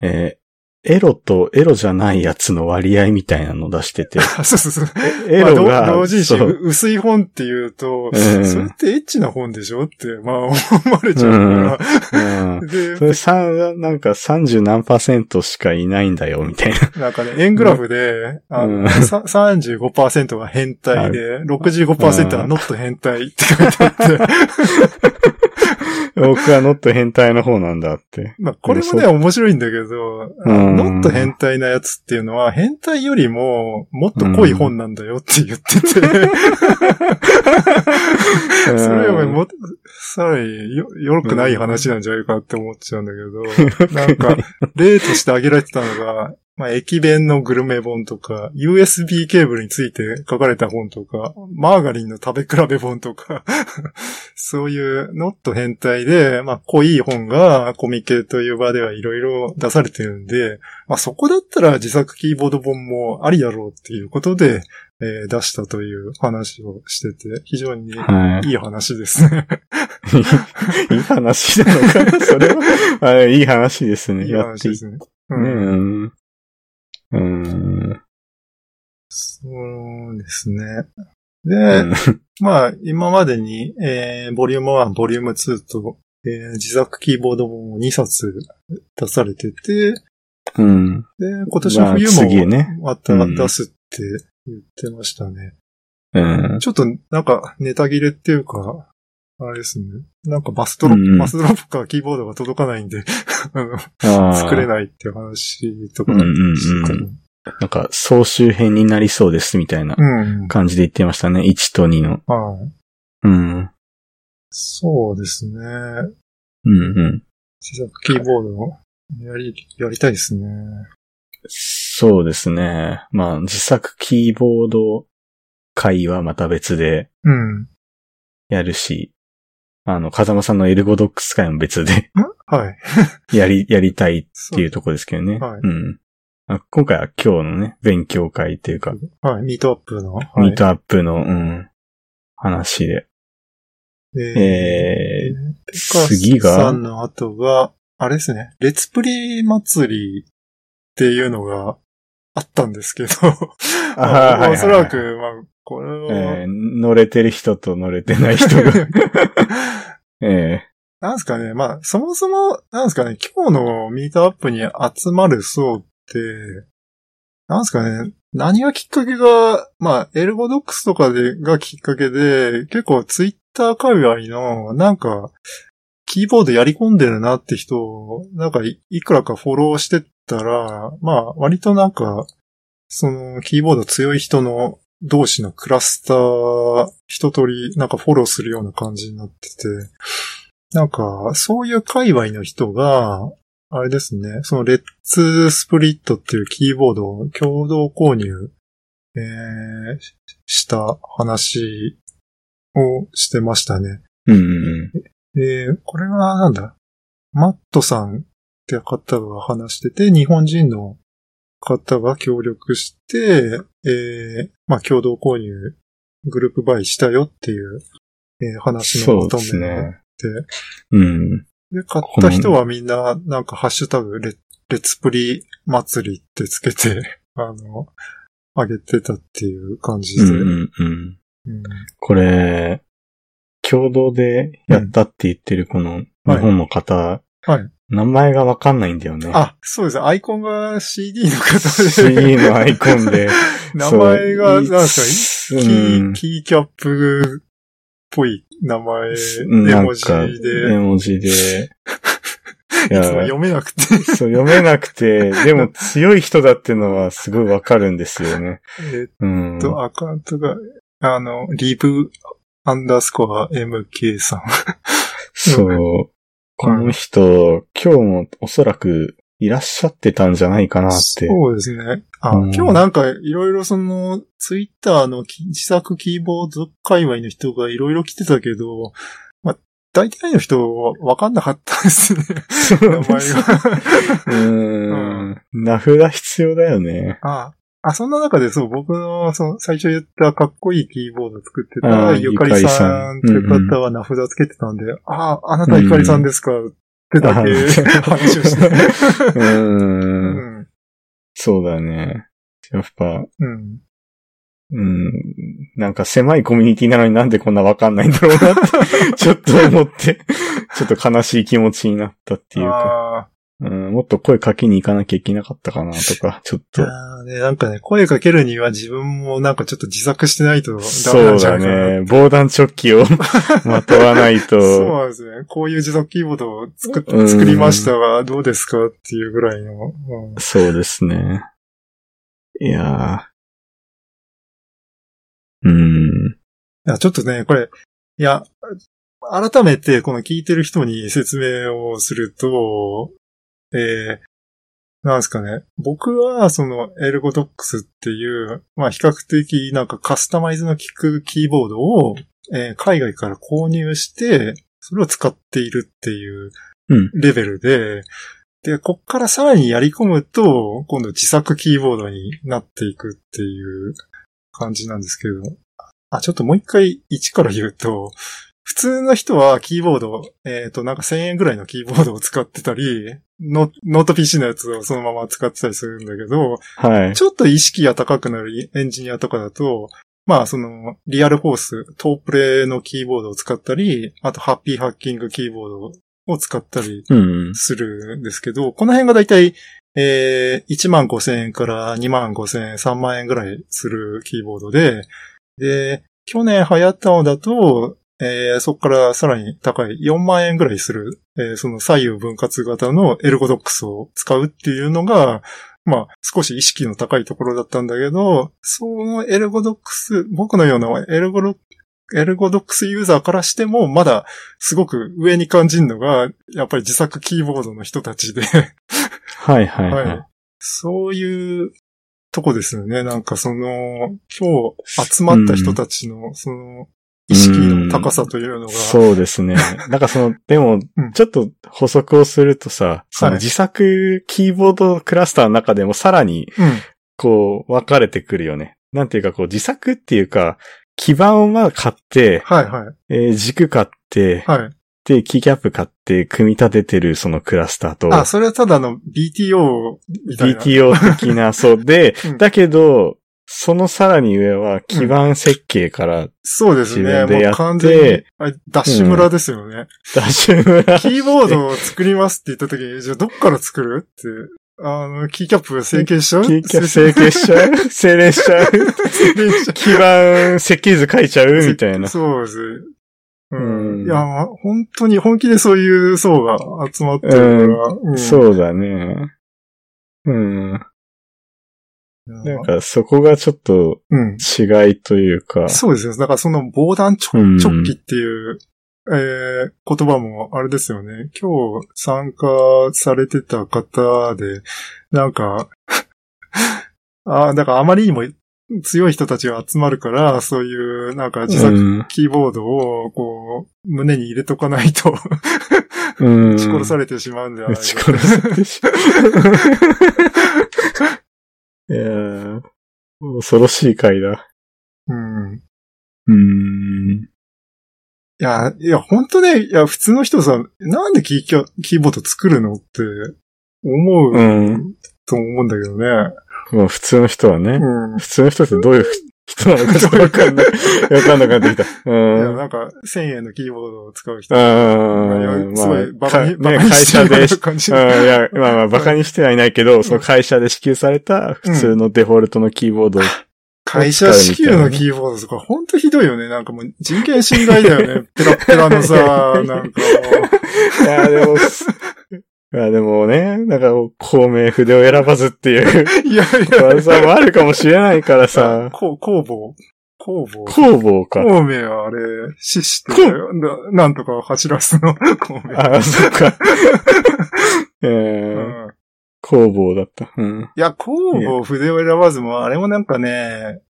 [SPEAKER 1] えーエロとエロじゃないやつの割合みたいなの出 してて。
[SPEAKER 2] あ そうそうそう。
[SPEAKER 1] エ
[SPEAKER 2] まあ
[SPEAKER 1] ロ
[SPEAKER 2] 同
[SPEAKER 1] が、
[SPEAKER 2] 同人誌
[SPEAKER 1] そう
[SPEAKER 2] 薄い本って言うと、
[SPEAKER 1] うん
[SPEAKER 2] それってエッチな本でしょって、 まあ思われちゃうから。
[SPEAKER 1] うん。
[SPEAKER 2] で
[SPEAKER 1] そ、れ三、なんか三十何パーセントしかいないんだよ、みた いな。
[SPEAKER 2] なんかね、円グラフで、あ
[SPEAKER 1] うん
[SPEAKER 2] の、さ35%が変態で、65%はノット変態って書いてあって、
[SPEAKER 1] 僕はノット変態の方なんだって。
[SPEAKER 2] まあ、これもね、面白いんだけど、あ
[SPEAKER 1] うん
[SPEAKER 2] のノット変態なやつっていうのは、変態よりも、もっと濃い本なんだよって言ってて、
[SPEAKER 1] うん
[SPEAKER 2] それはもっと、さらによ、よろくない話なんじゃないかって思っちゃうんだけ ど、なんか、例として挙げられてたのが、まあ、駅弁のグルメ本とか、USB ケーブルについて書かれた本とか、マーガリンの食べ比べ本とか、 そういうノット変態で、まあ、濃い本がコミケという場ではいろいろ出されてるんで、まあ、そこだったら自作キーボード本もありだろうっていうことで、えー出したという話をしてて、非常に
[SPEAKER 1] はい
[SPEAKER 2] い話ですね。
[SPEAKER 1] いい話なのかなそれは。あいい話ですね。
[SPEAKER 2] いい話ですね。う
[SPEAKER 1] やってい
[SPEAKER 2] ん。
[SPEAKER 1] ねうん。うん。
[SPEAKER 2] そうですね。で、
[SPEAKER 1] うん
[SPEAKER 2] まあ、今までに、えー、ボリューム1、ボリューム2と、えー自作キーボード本を2冊出されてて、
[SPEAKER 1] うん。
[SPEAKER 2] で、今年
[SPEAKER 1] ま
[SPEAKER 2] の
[SPEAKER 1] あ
[SPEAKER 2] 冬
[SPEAKER 1] 次
[SPEAKER 2] も
[SPEAKER 1] ね。
[SPEAKER 2] ま
[SPEAKER 1] う
[SPEAKER 2] た
[SPEAKER 1] ん
[SPEAKER 2] 出すって言ってましたね。
[SPEAKER 1] うん。
[SPEAKER 2] ちょっとなんかネタ切れっていうか、あれですね。なんかバスドロップ、
[SPEAKER 1] うん
[SPEAKER 2] バスドロップかキーボードが届かないんで、 あの作れ
[SPEAKER 1] い。
[SPEAKER 2] ないっていう話とか
[SPEAKER 1] うんうんうん
[SPEAKER 2] してたの
[SPEAKER 1] なんか、総集編になりそうです、みたいな
[SPEAKER 2] うん。
[SPEAKER 1] 感じで言ってましたね。1と2の。
[SPEAKER 2] はい。
[SPEAKER 1] うん。うん
[SPEAKER 2] そうですね。
[SPEAKER 1] うん。
[SPEAKER 2] 自作キーボードやり、やりたいですね。
[SPEAKER 1] そうですね。まあ、自作キーボード会はまた別で
[SPEAKER 2] うん。
[SPEAKER 1] やるし、あの、風間さんのエルゴドックス会も別で
[SPEAKER 2] はい。
[SPEAKER 1] やり、やりたいっ
[SPEAKER 2] そ
[SPEAKER 1] ていうとこですけどね。
[SPEAKER 2] はい
[SPEAKER 1] うんあ。今回は今日のね、勉強会っていうか、
[SPEAKER 2] はい。ミートアップの。はい、
[SPEAKER 1] ミートアップの、うん、話で。えー、
[SPEAKER 2] ペカ
[SPEAKER 1] 次が
[SPEAKER 2] さんの後が、あれですね、レツプリ祭りっていうのがあったんですけど、ま
[SPEAKER 1] はいはいは
[SPEAKER 2] あ
[SPEAKER 1] い
[SPEAKER 2] おそらく、まあ、これ
[SPEAKER 1] え
[SPEAKER 2] は、
[SPEAKER 1] ー乗れてる人と乗れてない人 が、え
[SPEAKER 2] なんですかね、まあ、そもそも、なんですかね、今日のミートアップに集まる層って、なんですかね、何がきっかけが、まあ、エルゴドックスとかで、がきっかけで、結構ツイッター界隈の、なんか、キーボードやり込んでるなって人を、なんかい、いくらかフォローしてったら、まあ、割となんか、その、キーボード強い人の同士のクラスター、一通り、なんかフォローするような感じになってて、なんか、そういう界隈の人が、あれですね、そのレッツスプリットっていうキーボードを共同購入、えーしした話をしてましたね。
[SPEAKER 1] ー、うんうん
[SPEAKER 2] えーこれはなんだマットさんって方が話してて、日本人の方が協力して、えーまあ共同購入グループ買いしたよっていう、えー話の
[SPEAKER 1] そ
[SPEAKER 2] ま
[SPEAKER 1] う
[SPEAKER 2] と
[SPEAKER 1] で
[SPEAKER 2] め
[SPEAKER 1] す
[SPEAKER 2] になっ
[SPEAKER 1] ね。
[SPEAKER 2] て、
[SPEAKER 1] うん。
[SPEAKER 2] で、買った人はみんな、なんか、ハッシュタグレ、レッツプリ祭りってつけて、 あの、あげてたっていう感じ
[SPEAKER 1] う
[SPEAKER 2] で。
[SPEAKER 1] んうんうん。
[SPEAKER 2] うん
[SPEAKER 1] これ、共同でやったって言ってるこの日本の方、
[SPEAKER 2] はい
[SPEAKER 1] 名前がわかんないんだよね。
[SPEAKER 2] あ、そうですね。アイコンが CD の方で。
[SPEAKER 1] CD のアイコンで。
[SPEAKER 2] 名前が、なんです
[SPEAKER 1] す
[SPEAKER 2] か、キー、キーキャップっぽい名前、絵
[SPEAKER 1] なん
[SPEAKER 2] 文字
[SPEAKER 1] か、
[SPEAKER 2] で、
[SPEAKER 1] 絵文字で。 い
[SPEAKER 2] いつも
[SPEAKER 1] や
[SPEAKER 2] 読めなくて。
[SPEAKER 1] そう読めなくて、でも強い人だってのはすごいわかるんですよね。
[SPEAKER 2] え
[SPEAKER 1] うん
[SPEAKER 2] っ。と、アカウントが、あの、リブアンダースコア MK さん。
[SPEAKER 1] そう。この人、今日もおそらくいらっしゃってたんじゃないかなって。
[SPEAKER 2] そうですね。あ、
[SPEAKER 1] うん
[SPEAKER 2] 今日なんかいろいろその、ツイッターのき自作キーボード界隈の人がいろいろ来てたけど、まあ、大体の人はわかんなかったで すね。名前が。
[SPEAKER 1] うーん。名札必要だよね。
[SPEAKER 2] ああ、そんな中でそう、僕の、その、最初言ったかっこいいキーボード作って
[SPEAKER 1] あ
[SPEAKER 2] た、
[SPEAKER 1] ー
[SPEAKER 2] ゆかりさんって
[SPEAKER 1] ゆかりさん
[SPEAKER 2] 方は名札つけてたんで、ああ、あなたゆかりさんですかってだけ
[SPEAKER 1] うん
[SPEAKER 2] 話をして。
[SPEAKER 1] う
[SPEAKER 2] う
[SPEAKER 1] ーん。
[SPEAKER 2] ん。
[SPEAKER 1] そうだね。やっぱ、
[SPEAKER 2] うん。
[SPEAKER 1] うん。なんか狭いコミュニティなのになんでこんなわかんないんだろうな って、ちょっと思って、ちょっと悲しい気持ちになったっていうか、
[SPEAKER 2] あ
[SPEAKER 1] うん、もっと声かけに行かなきゃいけなかったかなとか、ちょっ
[SPEAKER 2] ー
[SPEAKER 1] と。
[SPEAKER 2] あーね、なんかね、声かけるには自分もなんかちょっと自作してないとダメな
[SPEAKER 1] そ
[SPEAKER 2] ん
[SPEAKER 1] う
[SPEAKER 2] じゃな
[SPEAKER 1] だ
[SPEAKER 2] いかな。
[SPEAKER 1] ね。防弾チョッキ をまとわない
[SPEAKER 2] そう
[SPEAKER 1] と、
[SPEAKER 2] なんですね。こういう自作キーボードを作っ
[SPEAKER 1] うん
[SPEAKER 2] 作りましたが、どうですかっていうぐらいの。うん
[SPEAKER 1] そうですね。いやー。うん。
[SPEAKER 2] いや、ちょっとね、これ、いや、改めてこの聞いてる人に説明をすると、えー、なんですかね。僕は、その、エルゴドックスっていう、まあ、比較的、なんかカスタマイズの効くキーボードを、えー海外から購入して、それを使っているっていう
[SPEAKER 1] うん、
[SPEAKER 2] レベルで、で、こっからさらにやり込むと、今度自作キーボードになっていくっていう感じなんですけど、あ、ちょっともう一回一から言うと、普通の人はキーボード、えっ、と、なんか1000円ぐらいのキーボードを使ってたり、ノノート PC のやつをそのまま使ってたりするんだけど、
[SPEAKER 1] はい。
[SPEAKER 2] ちょっと意識が高くなるエンジニアとかだと、まあその、リアルフォース、トープレイのキーボードを使ったり、あとハッピーハッキングキーボードを使ったり
[SPEAKER 1] うん。
[SPEAKER 2] するんですけど、この辺がだいたい、えー、1万5千円から2万5千円、3万円ぐらいするキーボードで、で、去年流行ったのだと、えー、そこからさらに高い4万円ぐらいする、えー、その左右分割型のエルゴドックスを使うっていうのが、まあ、少し意識の高いところだったんだけど、そのエルゴドックス、僕のようなエルゴドエルゴドックスユーザーからしても、まだすごく上に感じるのが、やっぱり自作キーボードの人たちで、
[SPEAKER 1] はいはいは。
[SPEAKER 2] はいい。そういうとこですよね。なんかその、今日集まった人たちの、その、意識の高さというのが、
[SPEAKER 1] そうです ね。なんかその、でも
[SPEAKER 2] うん、
[SPEAKER 1] ちょっと補足をするとさ、その自作キーボードクラスターの中でもさらに、
[SPEAKER 2] うん。
[SPEAKER 1] こう、分かれてくるよね。なんていうか、こう、自作っていうか、基盤をまあ買って、
[SPEAKER 2] はいはい。
[SPEAKER 1] えー軸買って、
[SPEAKER 2] はい。
[SPEAKER 1] で、キーキャップ買って、組み立ててるそのクラスターと、
[SPEAKER 2] あ、それはただの BTO みたいな。
[SPEAKER 1] BTO 的 な、そうで
[SPEAKER 2] うん、
[SPEAKER 1] だけど、そのさらに上は基盤設計から、
[SPEAKER 2] そうですね。
[SPEAKER 1] 自分で
[SPEAKER 2] も
[SPEAKER 1] やっ
[SPEAKER 2] う
[SPEAKER 1] て
[SPEAKER 2] 完全に、あダッシュ村ですよね。
[SPEAKER 1] ダッシュ 村
[SPEAKER 2] キーボードを作りますって言った時に、じゃあどっから作るって、あの、キーキャップ整形しちゃう
[SPEAKER 1] キーキャップ
[SPEAKER 2] 整
[SPEAKER 1] 整形しちゃう精錬しちゃう
[SPEAKER 2] 形しちゃう
[SPEAKER 1] 基盤設計図書いちゃうみたいな。
[SPEAKER 2] そうです。うん。
[SPEAKER 1] うん
[SPEAKER 2] いや、まあ本当に本気でそういう層が集まってるから。うん
[SPEAKER 1] そうだね。うん。
[SPEAKER 2] うん
[SPEAKER 1] なんかそこがちょっと
[SPEAKER 2] うん。
[SPEAKER 1] 違いというか。
[SPEAKER 2] そうですね。だからその防弾チョ,、
[SPEAKER 1] うん
[SPEAKER 2] チョッキっていう、えー言葉もあれですよね。今日参加されてた方で、なんか あー、だからあまりにも強い人たちが集まるから、そういう、なんか自作
[SPEAKER 1] うん
[SPEAKER 2] キーボードを、こう、胸に入れとかないと、
[SPEAKER 1] うん。
[SPEAKER 2] 打ち 殺されてしまうんじゃない
[SPEAKER 1] 打
[SPEAKER 2] か
[SPEAKER 1] ち 殺されてしまう。いやー恐ろしい回だ。
[SPEAKER 2] うん。
[SPEAKER 1] うーん。
[SPEAKER 2] いや、いや、ほんとね、いや、普通の人さ、なんでキーキャキーボード作るのって思う
[SPEAKER 1] うん。
[SPEAKER 2] と思うんだけどね。
[SPEAKER 1] まあ普通の人はね。
[SPEAKER 2] うん。
[SPEAKER 1] 普通の人ってどういう人なのかちょっとわかんない。わかんなくなってきた。
[SPEAKER 2] いうや、
[SPEAKER 1] ん。
[SPEAKER 2] なんか、1000円のキーボードを使う人。
[SPEAKER 1] あ
[SPEAKER 2] すごい、
[SPEAKER 1] ま
[SPEAKER 2] バ
[SPEAKER 1] あ、
[SPEAKER 2] カ
[SPEAKER 1] か
[SPEAKER 2] に、
[SPEAKER 1] ね、
[SPEAKER 2] バカに
[SPEAKER 1] 会
[SPEAKER 2] して
[SPEAKER 1] 社
[SPEAKER 2] る
[SPEAKER 1] で、
[SPEAKER 2] 感じ。
[SPEAKER 1] うん、いや、まあまあ、バカにしてはいないけど、その会社で支給された普通のデフォルトのキーボード を
[SPEAKER 2] 会社支給のキーボードとか、ほんとひどいよね。なんかもう人権侵害だよね。ペラッペラ のさ、なんかも
[SPEAKER 1] いや、でも、す いや、でもね、なんか、孔明筆を選ばずっていう
[SPEAKER 2] う。いやいや、
[SPEAKER 1] 技もあるかもしれないからさ、
[SPEAKER 2] こう、工房。工房。
[SPEAKER 1] 工房か。
[SPEAKER 2] 孔明はあれ、死してたよ、ななんとかを走らすの、孔明。
[SPEAKER 1] ああ、そっ か。え
[SPEAKER 2] う
[SPEAKER 1] ー、
[SPEAKER 2] ん
[SPEAKER 1] 工房だった。うん。
[SPEAKER 2] いや、工房筆を選ばずも、あれもなんかね、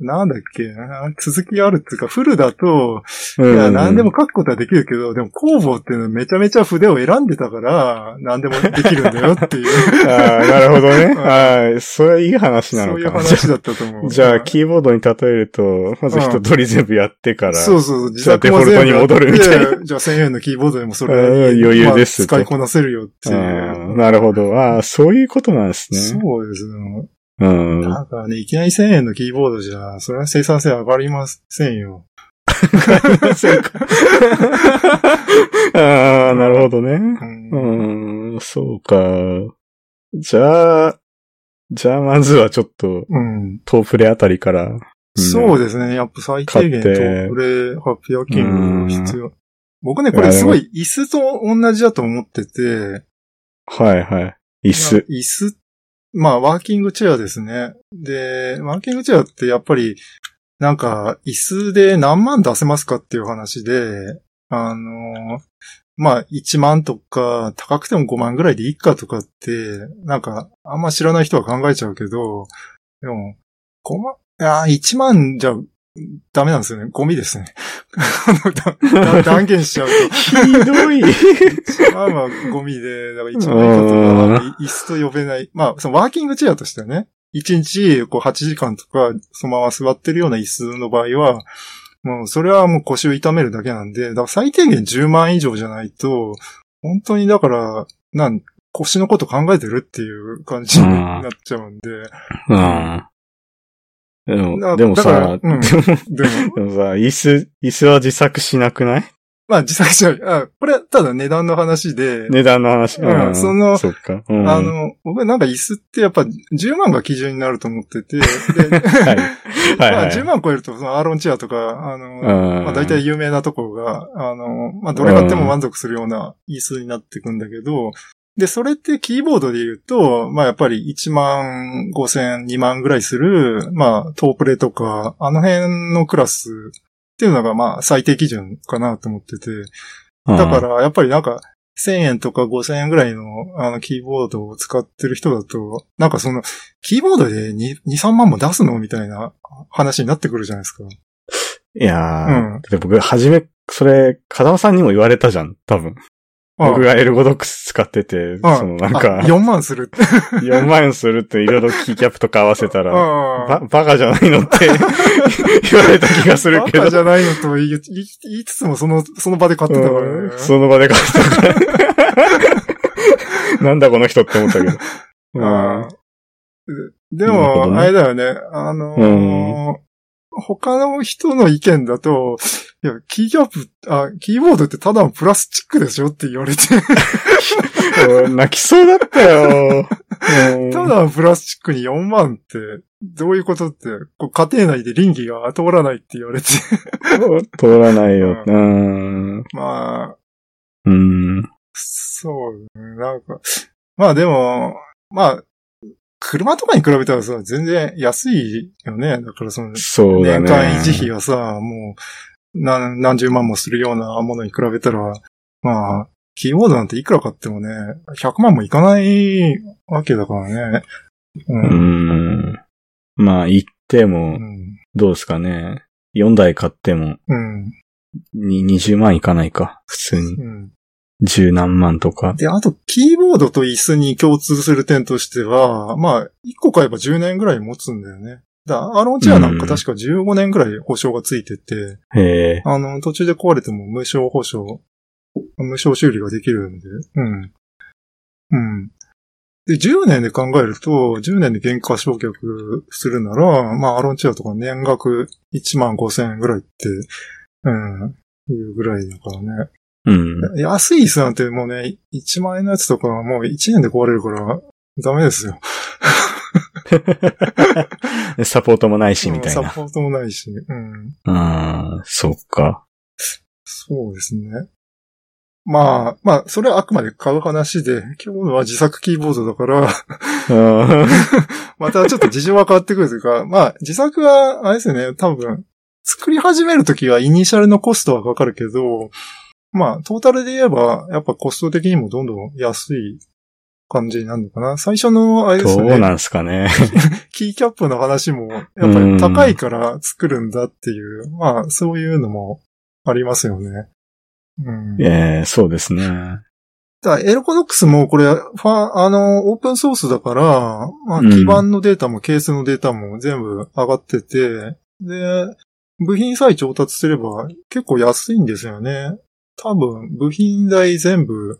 [SPEAKER 2] なんだっけな、続きあるっていうか、フルだと、
[SPEAKER 1] う
[SPEAKER 2] い
[SPEAKER 1] ん
[SPEAKER 2] や、何でも書くことはできるけど、でも工房っていうのはめちゃめちゃ筆を選んでたから、何でもできるんだよってい
[SPEAKER 1] ああ、
[SPEAKER 2] う、
[SPEAKER 1] なるほどね。
[SPEAKER 2] ん
[SPEAKER 1] ああ、それはいい話なのか
[SPEAKER 2] そういう
[SPEAKER 1] じゃあ
[SPEAKER 2] 話だったと思う。
[SPEAKER 1] じゃあ、キーボードに例えると、まず一通り全部やってから、
[SPEAKER 2] そうそうそう、自
[SPEAKER 1] じゃあ
[SPEAKER 2] 宅
[SPEAKER 1] デ
[SPEAKER 2] も
[SPEAKER 1] フォ
[SPEAKER 2] 全
[SPEAKER 1] ル
[SPEAKER 2] 部
[SPEAKER 1] トに戻るみたいな
[SPEAKER 2] ややじゃあ1000円のキーボードでもそれ
[SPEAKER 1] うん余裕ですと
[SPEAKER 2] まあ使いこなせるよっていう。
[SPEAKER 1] ああなるほど。ああ、そういうことなんです
[SPEAKER 2] そ
[SPEAKER 1] ね。
[SPEAKER 2] うですね。
[SPEAKER 1] うん。
[SPEAKER 2] なんかね、いきなり1000円のキーボードじゃ、それは生産性上がりませんよ。
[SPEAKER 1] ああ、なるほどね
[SPEAKER 2] う。。
[SPEAKER 1] うんーん、そうか。じゃあ、じゃあまずはちょっと、
[SPEAKER 2] うん。
[SPEAKER 1] トープレあたりから。
[SPEAKER 2] そううですね。やっぱ最低限と、こ
[SPEAKER 1] 買っ
[SPEAKER 2] れ
[SPEAKER 1] て、
[SPEAKER 2] ハッピーアキング必要。僕ね、これすごい椅子と同じだと思ってて、
[SPEAKER 1] ん。はいはい。椅子。
[SPEAKER 2] 椅子、まあ、ワーキングチェアですね。で、ワーキングチェアってやっぱり、なんか、椅子で何万出せますかっていう話で、あの、まあ、1万とか、高くても5万ぐらいでいいかとかって、なんか、あんま知らない人は考えちゃうけど、でも、5万、ああ、1万じゃ、ダメなんですよね。ゴミですね。 だ断言しちゃうと。
[SPEAKER 1] ひどい。
[SPEAKER 2] まあまあ、ゴミで、だから一番いいことが、い椅子と呼べない。まあ、そのワーキングチェアとしてはね、一日、こう、8時間とか、そのまま座ってるような椅子の場合は、もう、それはもう腰を痛めるだけなんで、だから最低限10万円以上じゃないと、本当にだから、なん、腰のこと考えてるっていう感じになっちゃうんで、
[SPEAKER 1] うん。でも、
[SPEAKER 2] な
[SPEAKER 1] でも
[SPEAKER 2] だから
[SPEAKER 1] さ、
[SPEAKER 2] うん
[SPEAKER 1] でも、
[SPEAKER 2] でも、
[SPEAKER 1] でもさ、椅子、椅子は自作しなくない
[SPEAKER 2] まあ、自作じゃないあ、これはただ値段の話で、
[SPEAKER 1] 値段の話。
[SPEAKER 2] うんその
[SPEAKER 1] そっか。うん
[SPEAKER 2] あ、の、僕なんか椅子ってやっぱ10万が基準になると思ってて、で、
[SPEAKER 1] はい。はい
[SPEAKER 2] ま
[SPEAKER 1] は
[SPEAKER 2] あ、
[SPEAKER 1] い。
[SPEAKER 2] 10万超えると、そのアーロンチェアとか、あの、
[SPEAKER 1] うん
[SPEAKER 2] まあ、大体有名なとこが、あの、まあ、どれ買っても満足するような椅子になっていくんだけど、で、それってキーボードで言うと、まあ、やっぱり1万5千、2万ぐらいする、まあ、トープレとか、あの辺のクラスっていうのが、まあ、最低基準かなと思ってて、
[SPEAKER 1] うん
[SPEAKER 2] だか、ら、やっぱりなんか、1000円とか5000円ぐらいの、あの、キーボードを使ってる人だと、なんかその、キーボードで2、2 3万も出すのみたいな話になってくるじゃないですか。
[SPEAKER 1] いやー
[SPEAKER 2] う
[SPEAKER 1] だ
[SPEAKER 2] ん
[SPEAKER 1] って僕、はじめ、それ、風間さんにも言われたじゃん、多分。僕がエルゴドックス使ってて、
[SPEAKER 2] ああ
[SPEAKER 1] そのなん
[SPEAKER 2] あ
[SPEAKER 1] か、
[SPEAKER 2] 4万するって。
[SPEAKER 1] 4万円するっていろいろキーキャップとか合わせたら、
[SPEAKER 2] バ
[SPEAKER 1] ば、バカじゃないのって言 われた気がするけど。
[SPEAKER 2] じゃないのと言い言い言いつつも、その、その場で買ってたからね
[SPEAKER 1] うん。その場で買ったから。なんだこの人って思ったけど。うん
[SPEAKER 2] あーで
[SPEAKER 1] なるほど
[SPEAKER 2] も、
[SPEAKER 1] ね
[SPEAKER 2] あれだよね。あのー他の人の意見だと、いや、キーキャップ、あ、キーボードってただのプラスチックでしょって言われて、
[SPEAKER 1] 俺泣きそうだったよ。うん
[SPEAKER 2] ただのプラスチックに4万って、どういうことって、こう家庭内で倫理が通らないって言われて、
[SPEAKER 1] 通らないよ。うん。
[SPEAKER 2] まあ、
[SPEAKER 1] うん。
[SPEAKER 2] そうだね、なんか、まあでも、まあ、車とかに比べたらさ、全然安いよね。だからその、
[SPEAKER 1] そうだ
[SPEAKER 2] 年
[SPEAKER 1] ね。
[SPEAKER 2] 間維持費がさ、もう、何、何十万もするようなものに比べたら、まあ、キーボードなんていくら買ってもね、100万もいかないわけだからね。う。
[SPEAKER 1] うんん。まあ、行って
[SPEAKER 2] う
[SPEAKER 1] も、
[SPEAKER 2] ん。
[SPEAKER 1] どうですかね。4台買っても、
[SPEAKER 2] うん。
[SPEAKER 1] に20万いかないか。普通に。
[SPEAKER 2] うん
[SPEAKER 1] 十何万とか。
[SPEAKER 2] で、あと、キーボードと椅子に共通する点としては、まあ、1個買えば10年ぐらい持つんだよね。だアロンチェアなんか確か15年ぐらい保証がついてて、
[SPEAKER 1] へえ。
[SPEAKER 2] あの、途中で壊れても無償保証、無償修理ができるんで、うん。うん。で、10年で考えると、10年で減価償却するなら、まあ、アロンチェアとか年額1万5千円ぐらいって、うん、いうぐらいだからね。
[SPEAKER 1] うん。
[SPEAKER 2] 安い椅子なんてもうね、1万円のやつとかはもう1年で壊れるから、ダメですよ。
[SPEAKER 1] サポートもないし、みたい
[SPEAKER 2] サ
[SPEAKER 1] な。
[SPEAKER 2] ポートもないし。うん。
[SPEAKER 1] ああ、そうか。
[SPEAKER 2] そうですね。まあ、まあ、それはあくまで買う話で、今日のは自作キーボードだから、
[SPEAKER 1] うん
[SPEAKER 2] またちょっと事情は変わってくるというか、まあ、自作は、あれですよね、多分、作り始めるときはイニシャルのコストはかかるけど、まあ、トータルで言えば、やっぱコスト的にもどんどん安い感じになるのかな。最初の、あれで
[SPEAKER 1] ど
[SPEAKER 2] すよ
[SPEAKER 1] う
[SPEAKER 2] ね、
[SPEAKER 1] なんすかね。
[SPEAKER 2] キーキャップの話も、やっぱり高いから作るんだっていう、まあ、そういうのもありますよね。うん。
[SPEAKER 1] ええ、そうですね。
[SPEAKER 2] だからエルコドックスもこれ、ファン、あの、オープンソースだから、まあ、
[SPEAKER 1] うん
[SPEAKER 2] 基板のデータもケースのデータも全部上がってて、で、部品さえ調達すれば結構安いんですよね。多分、部品代全部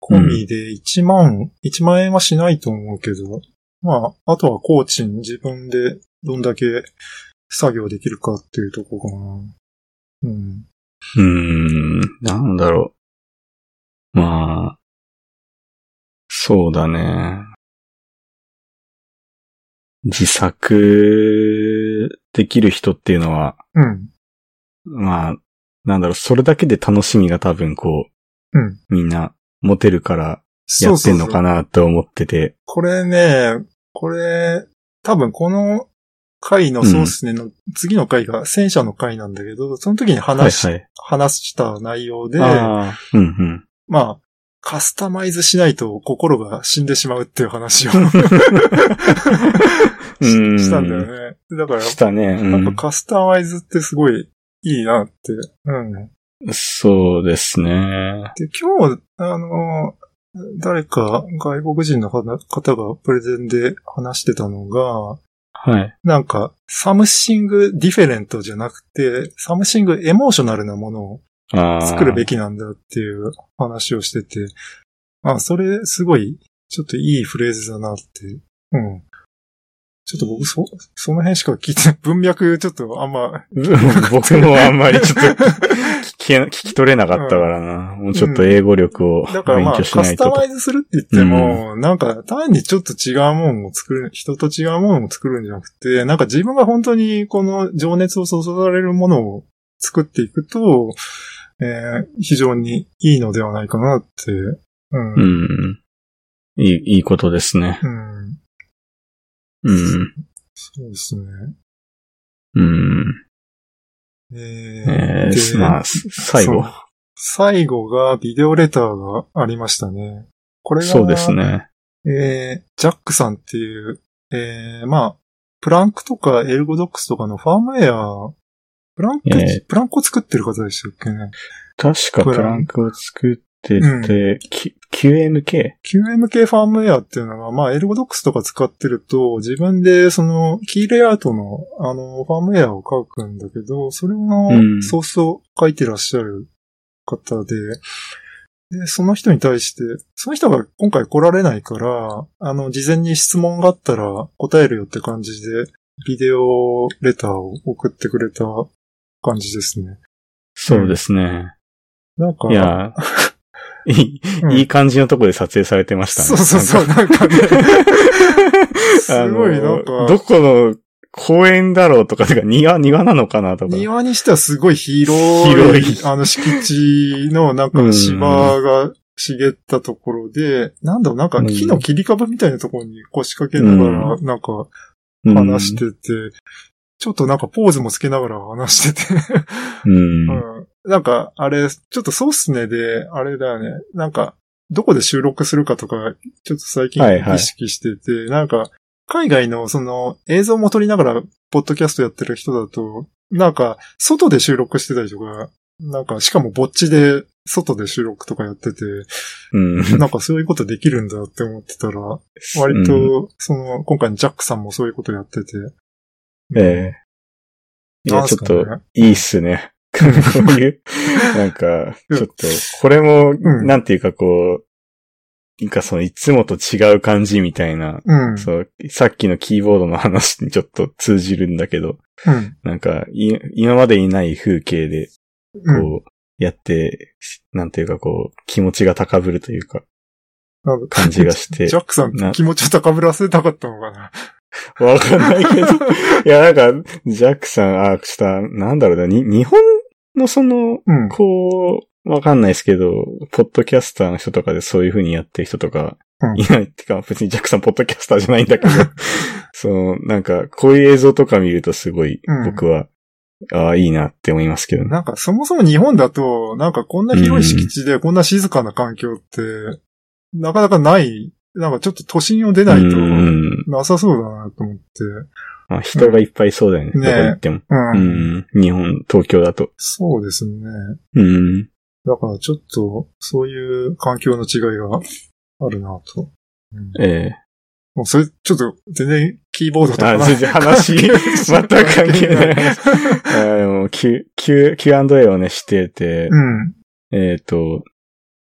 [SPEAKER 2] 込みで1万、1万円はしないと思うけど、まあ、あとは工賃自分でどんだけ作業できるかっていうとこかな。うん。
[SPEAKER 1] うーん、なんだろう。まあ、そうだね。自作できる人っていうのは、
[SPEAKER 2] うん。
[SPEAKER 1] まあ、なんだろう、それだけで楽しみが多分こ
[SPEAKER 2] うん。
[SPEAKER 1] う、みんな持てるからや
[SPEAKER 2] そう
[SPEAKER 1] っ
[SPEAKER 2] そ
[SPEAKER 1] て
[SPEAKER 2] うんそ
[SPEAKER 1] の
[SPEAKER 2] う
[SPEAKER 1] かなと思ってて。
[SPEAKER 2] これね、これ、多分この回のそうですね、の次の回が戦車の回なんだけど、その時に
[SPEAKER 1] はい
[SPEAKER 2] 話し、
[SPEAKER 1] はい。
[SPEAKER 2] 話した内容で、
[SPEAKER 1] ああ、うんうん。
[SPEAKER 2] まあ、カスタマイズしないと心が死んでしまうってい う話をし
[SPEAKER 1] うん
[SPEAKER 2] したんだよね。だから、
[SPEAKER 1] したね。う
[SPEAKER 2] やっ
[SPEAKER 1] ん
[SPEAKER 2] ぱ、カスタマイズってすごいいいなって。うん。
[SPEAKER 1] そうですね。
[SPEAKER 2] で、今日、あの、誰か外国人の方がプレゼンで話してたのが、
[SPEAKER 1] はい。
[SPEAKER 2] なんか、サムシングディフェレントじゃなくて、サムシングエモーショナルなものを
[SPEAKER 1] ああ。
[SPEAKER 2] 作るべきなんだっていう話をしてて、あ、それすごい、ちょっといいフレーズだなって。うん。ちょっと僕、そ、その辺しか聞いて、文脈ちょっとあんま、
[SPEAKER 1] 僕もあんまりちょっと聞け、 聞き取れなかったからな。もうちょっと英語力を
[SPEAKER 2] だから
[SPEAKER 1] 勉
[SPEAKER 2] まあ、
[SPEAKER 1] 強し
[SPEAKER 2] カ
[SPEAKER 1] ない
[SPEAKER 2] ス
[SPEAKER 1] と
[SPEAKER 2] タ
[SPEAKER 1] と。
[SPEAKER 2] マイズするって言っても、なんか単にちょっと違うもんを作る、人と違うもんを作るんじゃなくて、なんか自分が本当にこの情熱を注がれるものを作っていくと、えー非常にいいのではないかなって。うん。う。
[SPEAKER 1] うんん。いい、いいことですね。うん。
[SPEAKER 2] そうですね。
[SPEAKER 1] うん。
[SPEAKER 2] え
[SPEAKER 1] え
[SPEAKER 2] ー
[SPEAKER 1] ー、
[SPEAKER 2] で
[SPEAKER 1] まあ、す最後
[SPEAKER 2] そう。最後がビデオレターがありましたね。これが、
[SPEAKER 1] そうですね。
[SPEAKER 2] えージャックさんっていう、えーまあ、プランクとかエルゴドックスとかのファームウェア、プランク、
[SPEAKER 1] え
[SPEAKER 2] プランクを作ってる方でしたっけね。
[SPEAKER 1] 確かプランクを作ってて、き QMK?
[SPEAKER 2] QMK ファームウェアっていうのが、まあ、エルゴドックスとか使ってると、自分でその、キーレイアウトの、あの、ファームウェアを書くんだけど、それの
[SPEAKER 1] うん
[SPEAKER 2] ソースを書いてらっしゃる方で、で、その人に対して、その人が今回来られないから、あの、事前に質問があったら答えるよって感じで、ビデオレターを送ってくれた感じですね。
[SPEAKER 1] そうですね。
[SPEAKER 2] なんか、
[SPEAKER 1] い や、い
[SPEAKER 2] うん
[SPEAKER 1] い、いい感じのとこで撮影されてましたね。
[SPEAKER 2] そうそうそう、なん かね、すごいなん
[SPEAKER 1] あの
[SPEAKER 2] か、
[SPEAKER 1] どこの公園だろうとか、てか庭、庭なのかなとか。
[SPEAKER 2] 庭にしてはすごい広い、
[SPEAKER 1] 広い
[SPEAKER 2] あの敷地のなん
[SPEAKER 1] う
[SPEAKER 2] か
[SPEAKER 1] ん
[SPEAKER 2] 芝が茂ったところで、なんだろう、なんか木の切り株みたいなところに腰掛けながら、なんか話してて、ちょっとなんかポーズもつけながら話してて、
[SPEAKER 1] うん。うん。
[SPEAKER 2] うん、なんかあれ、ちょっとそうっすねで、あれだよね、なんかどこで収録するかとか、ちょっと最近
[SPEAKER 1] はいはい
[SPEAKER 2] 意識してて、なんか海外のその映像も撮りながらポッドキャストやってる人だと、なんか外で収録してたりとか、なんかしかも墓地で外で収録とかやって て、
[SPEAKER 1] うん。
[SPEAKER 2] なんかそういうことできるんだって思ってたら、
[SPEAKER 1] う
[SPEAKER 2] 割
[SPEAKER 1] ん、
[SPEAKER 2] と、その、今回のジャックさんもそういうことやってて、
[SPEAKER 1] ええい
[SPEAKER 2] な
[SPEAKER 1] や、
[SPEAKER 2] ん
[SPEAKER 1] ち
[SPEAKER 2] す
[SPEAKER 1] ょっ
[SPEAKER 2] かね
[SPEAKER 1] と、いいっす ね。こういう、なんか、ちょっと、これも、
[SPEAKER 2] ん
[SPEAKER 1] なんていうかこう、なんかその、いつもと違う感じみたいな、
[SPEAKER 2] うん。
[SPEAKER 1] そう、さっきのキーボードの話にちょっと通じるんだけど、
[SPEAKER 2] うん。
[SPEAKER 1] なんか、い今までにない風景で、
[SPEAKER 2] うん。
[SPEAKER 1] こう、やって、なんていうかこう、気持ちが高ぶるというか、
[SPEAKER 2] なんか
[SPEAKER 1] 感じがして
[SPEAKER 2] ジャックさ
[SPEAKER 1] なん
[SPEAKER 2] 気持ちを高ぶらせたかったのかな。
[SPEAKER 1] わかんない けど、いや、なんか、ジャックさん、あ、ちょっと、なんだろうな、に、日本のその、
[SPEAKER 2] うん。
[SPEAKER 1] こう、わかんないですけど、ポッドキャスターの人とかでそういう風にやってる人とか
[SPEAKER 2] う、ん
[SPEAKER 1] いないってか、別にジャックさんポッドキャスターじゃないん だけど、その、なんか、こういう映像とか見るとすごい
[SPEAKER 2] うん、
[SPEAKER 1] 僕は、ああ、いいなって思いますけどね。
[SPEAKER 2] なんかそもそも日本だと、なんかこんな広い敷地でこんな静かな環境って、なかなかない、なんかちょっと都心を出
[SPEAKER 1] う
[SPEAKER 2] ないと
[SPEAKER 1] ん。
[SPEAKER 2] なさそうだなと思って。
[SPEAKER 1] まあ、人がいっぱいそうだよね。ど
[SPEAKER 2] うん
[SPEAKER 1] こ
[SPEAKER 2] ねえ
[SPEAKER 1] 行っても。
[SPEAKER 2] うん。
[SPEAKER 1] うん。日本、東京だと。
[SPEAKER 2] そうですね。
[SPEAKER 1] うん。
[SPEAKER 2] だからちょっと、そういう環境の違いがあるなと。うん
[SPEAKER 1] ええ
[SPEAKER 2] もうそれ、ちょっと、全然キーボードとか
[SPEAKER 1] あ、
[SPEAKER 2] な。
[SPEAKER 1] 全然話、全く関係ない
[SPEAKER 2] 関
[SPEAKER 1] 話。あの、Q、Q、Q&A をね、してて、
[SPEAKER 2] うん。
[SPEAKER 1] えっ、と、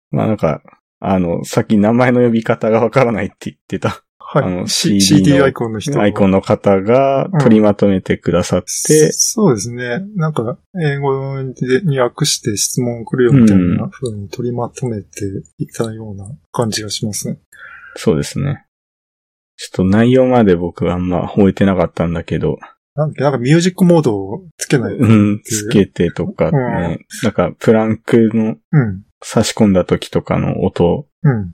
[SPEAKER 1] まあ、なんか、あの、さっき名前の呼び方がわからないって言ってたあ
[SPEAKER 2] は
[SPEAKER 1] の
[SPEAKER 2] い。C-
[SPEAKER 1] CD
[SPEAKER 2] CD
[SPEAKER 1] の
[SPEAKER 2] アイコンの人。
[SPEAKER 1] アイコンの方が取りまとめてくださって、
[SPEAKER 2] そうですね。なんか、英語でに訳して質問をくるよみたいな風に取りまとめていたような感じがしますね。
[SPEAKER 1] そうですね。ちょっと内容まで僕はあんま覚えてなかったんだけど、
[SPEAKER 2] なんか、なんかミュージックモードをつけない。
[SPEAKER 1] うん、つけてとかね、なんかプランクの
[SPEAKER 2] うん。
[SPEAKER 1] 差し込んだ時とかの音
[SPEAKER 2] うん。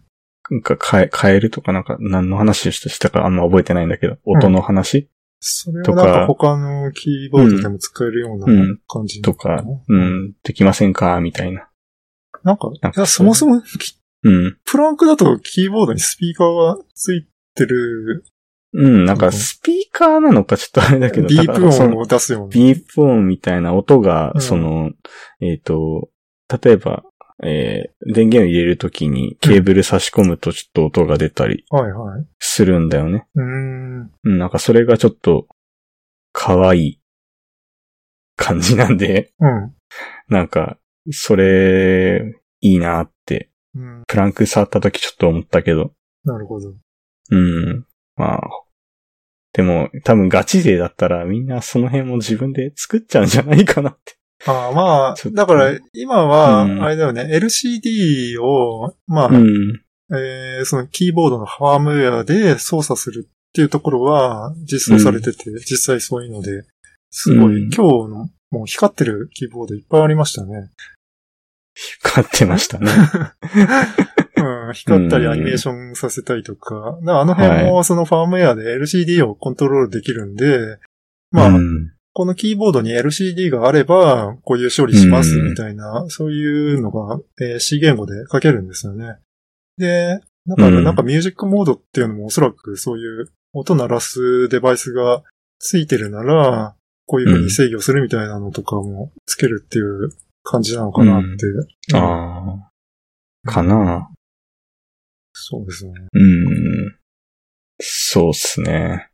[SPEAKER 1] が変え、変えるとかなんか何の話をしたかあんま覚えてないんだけど、音の話、
[SPEAKER 2] それを
[SPEAKER 1] と
[SPEAKER 2] な
[SPEAKER 1] か
[SPEAKER 2] んか他のキーボードでも使えるような
[SPEAKER 1] うん
[SPEAKER 2] 感じな
[SPEAKER 1] と
[SPEAKER 2] のな
[SPEAKER 1] か、うん、できませんかみたいな。
[SPEAKER 2] なんか、
[SPEAKER 1] なんか
[SPEAKER 2] いやそもそもき
[SPEAKER 1] うん。
[SPEAKER 2] プランクだとキーボードにスピーカーがついてる
[SPEAKER 1] うん、なんかスピーカーなのかちょっとあれだ
[SPEAKER 2] デ
[SPEAKER 1] けど、
[SPEAKER 2] ィー
[SPEAKER 1] だ
[SPEAKER 2] プ
[SPEAKER 1] からそ
[SPEAKER 2] 音
[SPEAKER 1] の
[SPEAKER 2] を出すような。
[SPEAKER 1] ディープ音みたいな音が、
[SPEAKER 2] うん
[SPEAKER 1] その、えっ、と、例えば、えー電源を入れるときにケーブル差し込むとちょっと音が出たり
[SPEAKER 2] はいはい。
[SPEAKER 1] するんだよね。
[SPEAKER 2] うーん。
[SPEAKER 1] うん、なんかそれがちょっと、可愛い感じなんで、
[SPEAKER 2] うん。
[SPEAKER 1] なんか、それ、いいなって、
[SPEAKER 2] うん。
[SPEAKER 1] プランク触ったときちょっと思ったけど、
[SPEAKER 2] なるほど。
[SPEAKER 1] うん。まあ。でも、多分ガチ勢だったらみんなその辺も自分で作っちゃうんじゃないかなって。
[SPEAKER 2] ああまあ
[SPEAKER 1] ちょ、っと
[SPEAKER 2] だから今は、
[SPEAKER 1] うん
[SPEAKER 2] あれだよね、LCD を、まあ、
[SPEAKER 1] うん。
[SPEAKER 2] えーそのキーボードのハームウェアで操作するっていうところは実装されてて、実際そういうので、すごい、
[SPEAKER 1] うん
[SPEAKER 2] 今日の、もう光ってるキーボードいっぱいありましたね。
[SPEAKER 1] 買ってましたね。
[SPEAKER 2] うん、光ったりアニメーションさせたりとか、だからあの辺もそのファームウェアで LCD をコントロールできるんで、まあ、
[SPEAKER 1] うん。
[SPEAKER 2] このキーボードに LCD があれば、こういう処理します
[SPEAKER 1] うん
[SPEAKER 2] みたいな、そういうのが、えー C 言語で書けるんですよね。で、だから
[SPEAKER 1] うん
[SPEAKER 2] なんかミュージックモードっていうのもおそらくそういう音鳴らすデバイスがついてるなら、こういう風に制御するみたいなのとかもつけるっていう感じなのかなって。
[SPEAKER 1] ああ。かな
[SPEAKER 2] そうですね。
[SPEAKER 1] うん。そうっすね。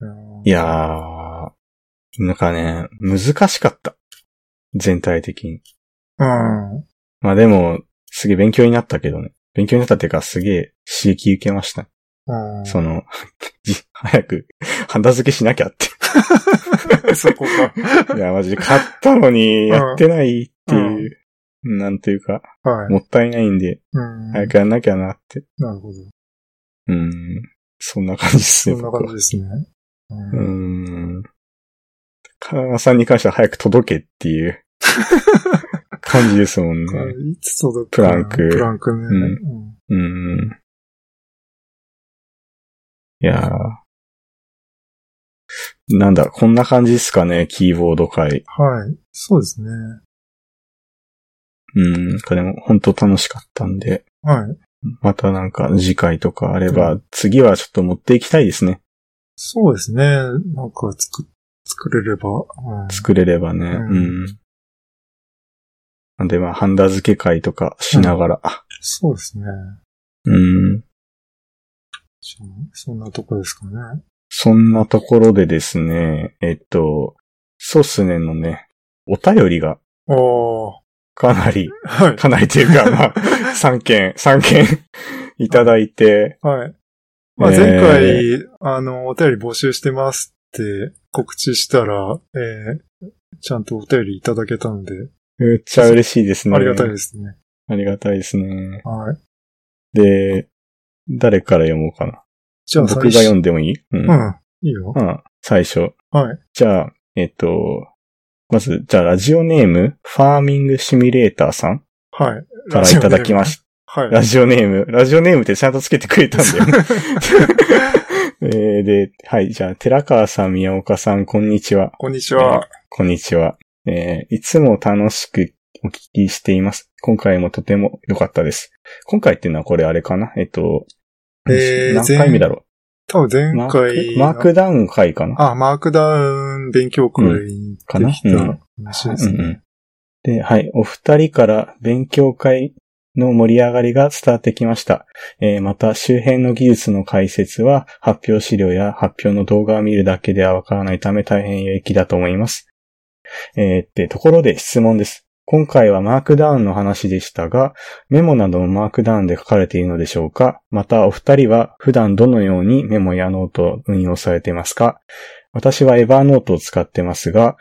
[SPEAKER 2] うん
[SPEAKER 1] いやー。なんかね、難しかった。全体的に。
[SPEAKER 2] うん。
[SPEAKER 1] まあでも、すげえ勉強になったけどね。勉強になったっていうか、すげえ刺激受けました。
[SPEAKER 2] うん。
[SPEAKER 1] その、じ早く、ハンダ付けしなきゃって。
[SPEAKER 2] そこ
[SPEAKER 1] いや、マジで買ったのに、やってないっていう、なんていうか、
[SPEAKER 2] が。はい。
[SPEAKER 1] もったいないんで、
[SPEAKER 2] うん。
[SPEAKER 1] 早くやんなきゃなって。
[SPEAKER 2] なるほど。
[SPEAKER 1] うん。そんな感じです
[SPEAKER 2] そ
[SPEAKER 1] ね、
[SPEAKER 2] んな
[SPEAKER 1] 僕
[SPEAKER 2] 感じ
[SPEAKER 1] は。
[SPEAKER 2] ですね。うん
[SPEAKER 1] うん。カナさんに関しては早く届けっていう感じですもん ね。
[SPEAKER 2] いつ届くか
[SPEAKER 1] プラ
[SPEAKER 2] な
[SPEAKER 1] ンク
[SPEAKER 2] プランクね。
[SPEAKER 1] ん
[SPEAKER 2] うん
[SPEAKER 1] うん。いやー。なんだ、こんな感じですかね、キーボード界。
[SPEAKER 2] はい。そうですね。
[SPEAKER 1] うん、なんかでも本当楽しかったんで、
[SPEAKER 2] はい。
[SPEAKER 1] またなんか次回とかあれば、
[SPEAKER 2] う
[SPEAKER 1] 次はちょっと持っていきたいですね。
[SPEAKER 2] そうですね。なんか作、作れれば。うん
[SPEAKER 1] 作れればね。
[SPEAKER 2] うん
[SPEAKER 1] うん。なんでまあ、ハンダ付け会とかしながら。
[SPEAKER 2] そうですね。
[SPEAKER 1] うん、
[SPEAKER 2] じゃあそんなとこですかね。
[SPEAKER 1] そんなところでですね、えっと、そうっすねのね、お便りが
[SPEAKER 2] ああ、
[SPEAKER 1] かなり、
[SPEAKER 2] はい。
[SPEAKER 1] かなりという か、まあ、3件、3件 いただいて、
[SPEAKER 2] はい。まあ、
[SPEAKER 1] えー
[SPEAKER 2] 前回、あの、お便り募集してますって告知したら、えーちゃんとお便りいただけたので、
[SPEAKER 1] めっちゃ嬉しいですね。
[SPEAKER 2] ありがたいですね。
[SPEAKER 1] ありがたいですね。
[SPEAKER 2] はい。
[SPEAKER 1] で、誰から読もうかな。
[SPEAKER 2] じゃあ、
[SPEAKER 1] 僕が読んでもいいうん。
[SPEAKER 2] う。ん。いいよ。
[SPEAKER 1] まあ、最初。
[SPEAKER 2] はい。
[SPEAKER 1] じゃあ、えっと、まず、じゃあ、ラジオネーム、ファーミングシミュレーターさん
[SPEAKER 2] はい。
[SPEAKER 1] からいただきました。
[SPEAKER 2] はい。
[SPEAKER 1] ラジオネーム。ラジオネームってちゃんとつけてくれたんだよ ね。えーで、はい、じゃあ、寺川さん、宮岡さん、こんにちは。
[SPEAKER 2] こんにちは。
[SPEAKER 1] こんにちは。えーいつも楽しくお聞きしています。今回もとても良かったです。今回っていうのはこれあれかなえっと、
[SPEAKER 2] えー
[SPEAKER 1] 何回目だろ
[SPEAKER 2] 多
[SPEAKER 1] う
[SPEAKER 2] 分
[SPEAKER 1] マ
[SPEAKER 2] 前
[SPEAKER 1] ー
[SPEAKER 2] 回
[SPEAKER 1] ク、マークダウン回かな
[SPEAKER 2] あ、マークダウン勉強会に
[SPEAKER 1] か
[SPEAKER 2] で
[SPEAKER 1] な
[SPEAKER 2] きた話です
[SPEAKER 1] うんう
[SPEAKER 2] ね
[SPEAKER 1] ん。で、はい、お二人から勉強会の盛り上がりが伝わってきました。えーまた周辺の技術の解説は発表資料や発表の動画を見るだけではわからないため大変有益だと思います。えーってところで質問です。今回はマークダウンの話でしたが、メモなどもマークダウンで書かれているのでしょうかまたお二人は普段どのようにメモやノートを運用されていますか私はエバーノートを使ってますが、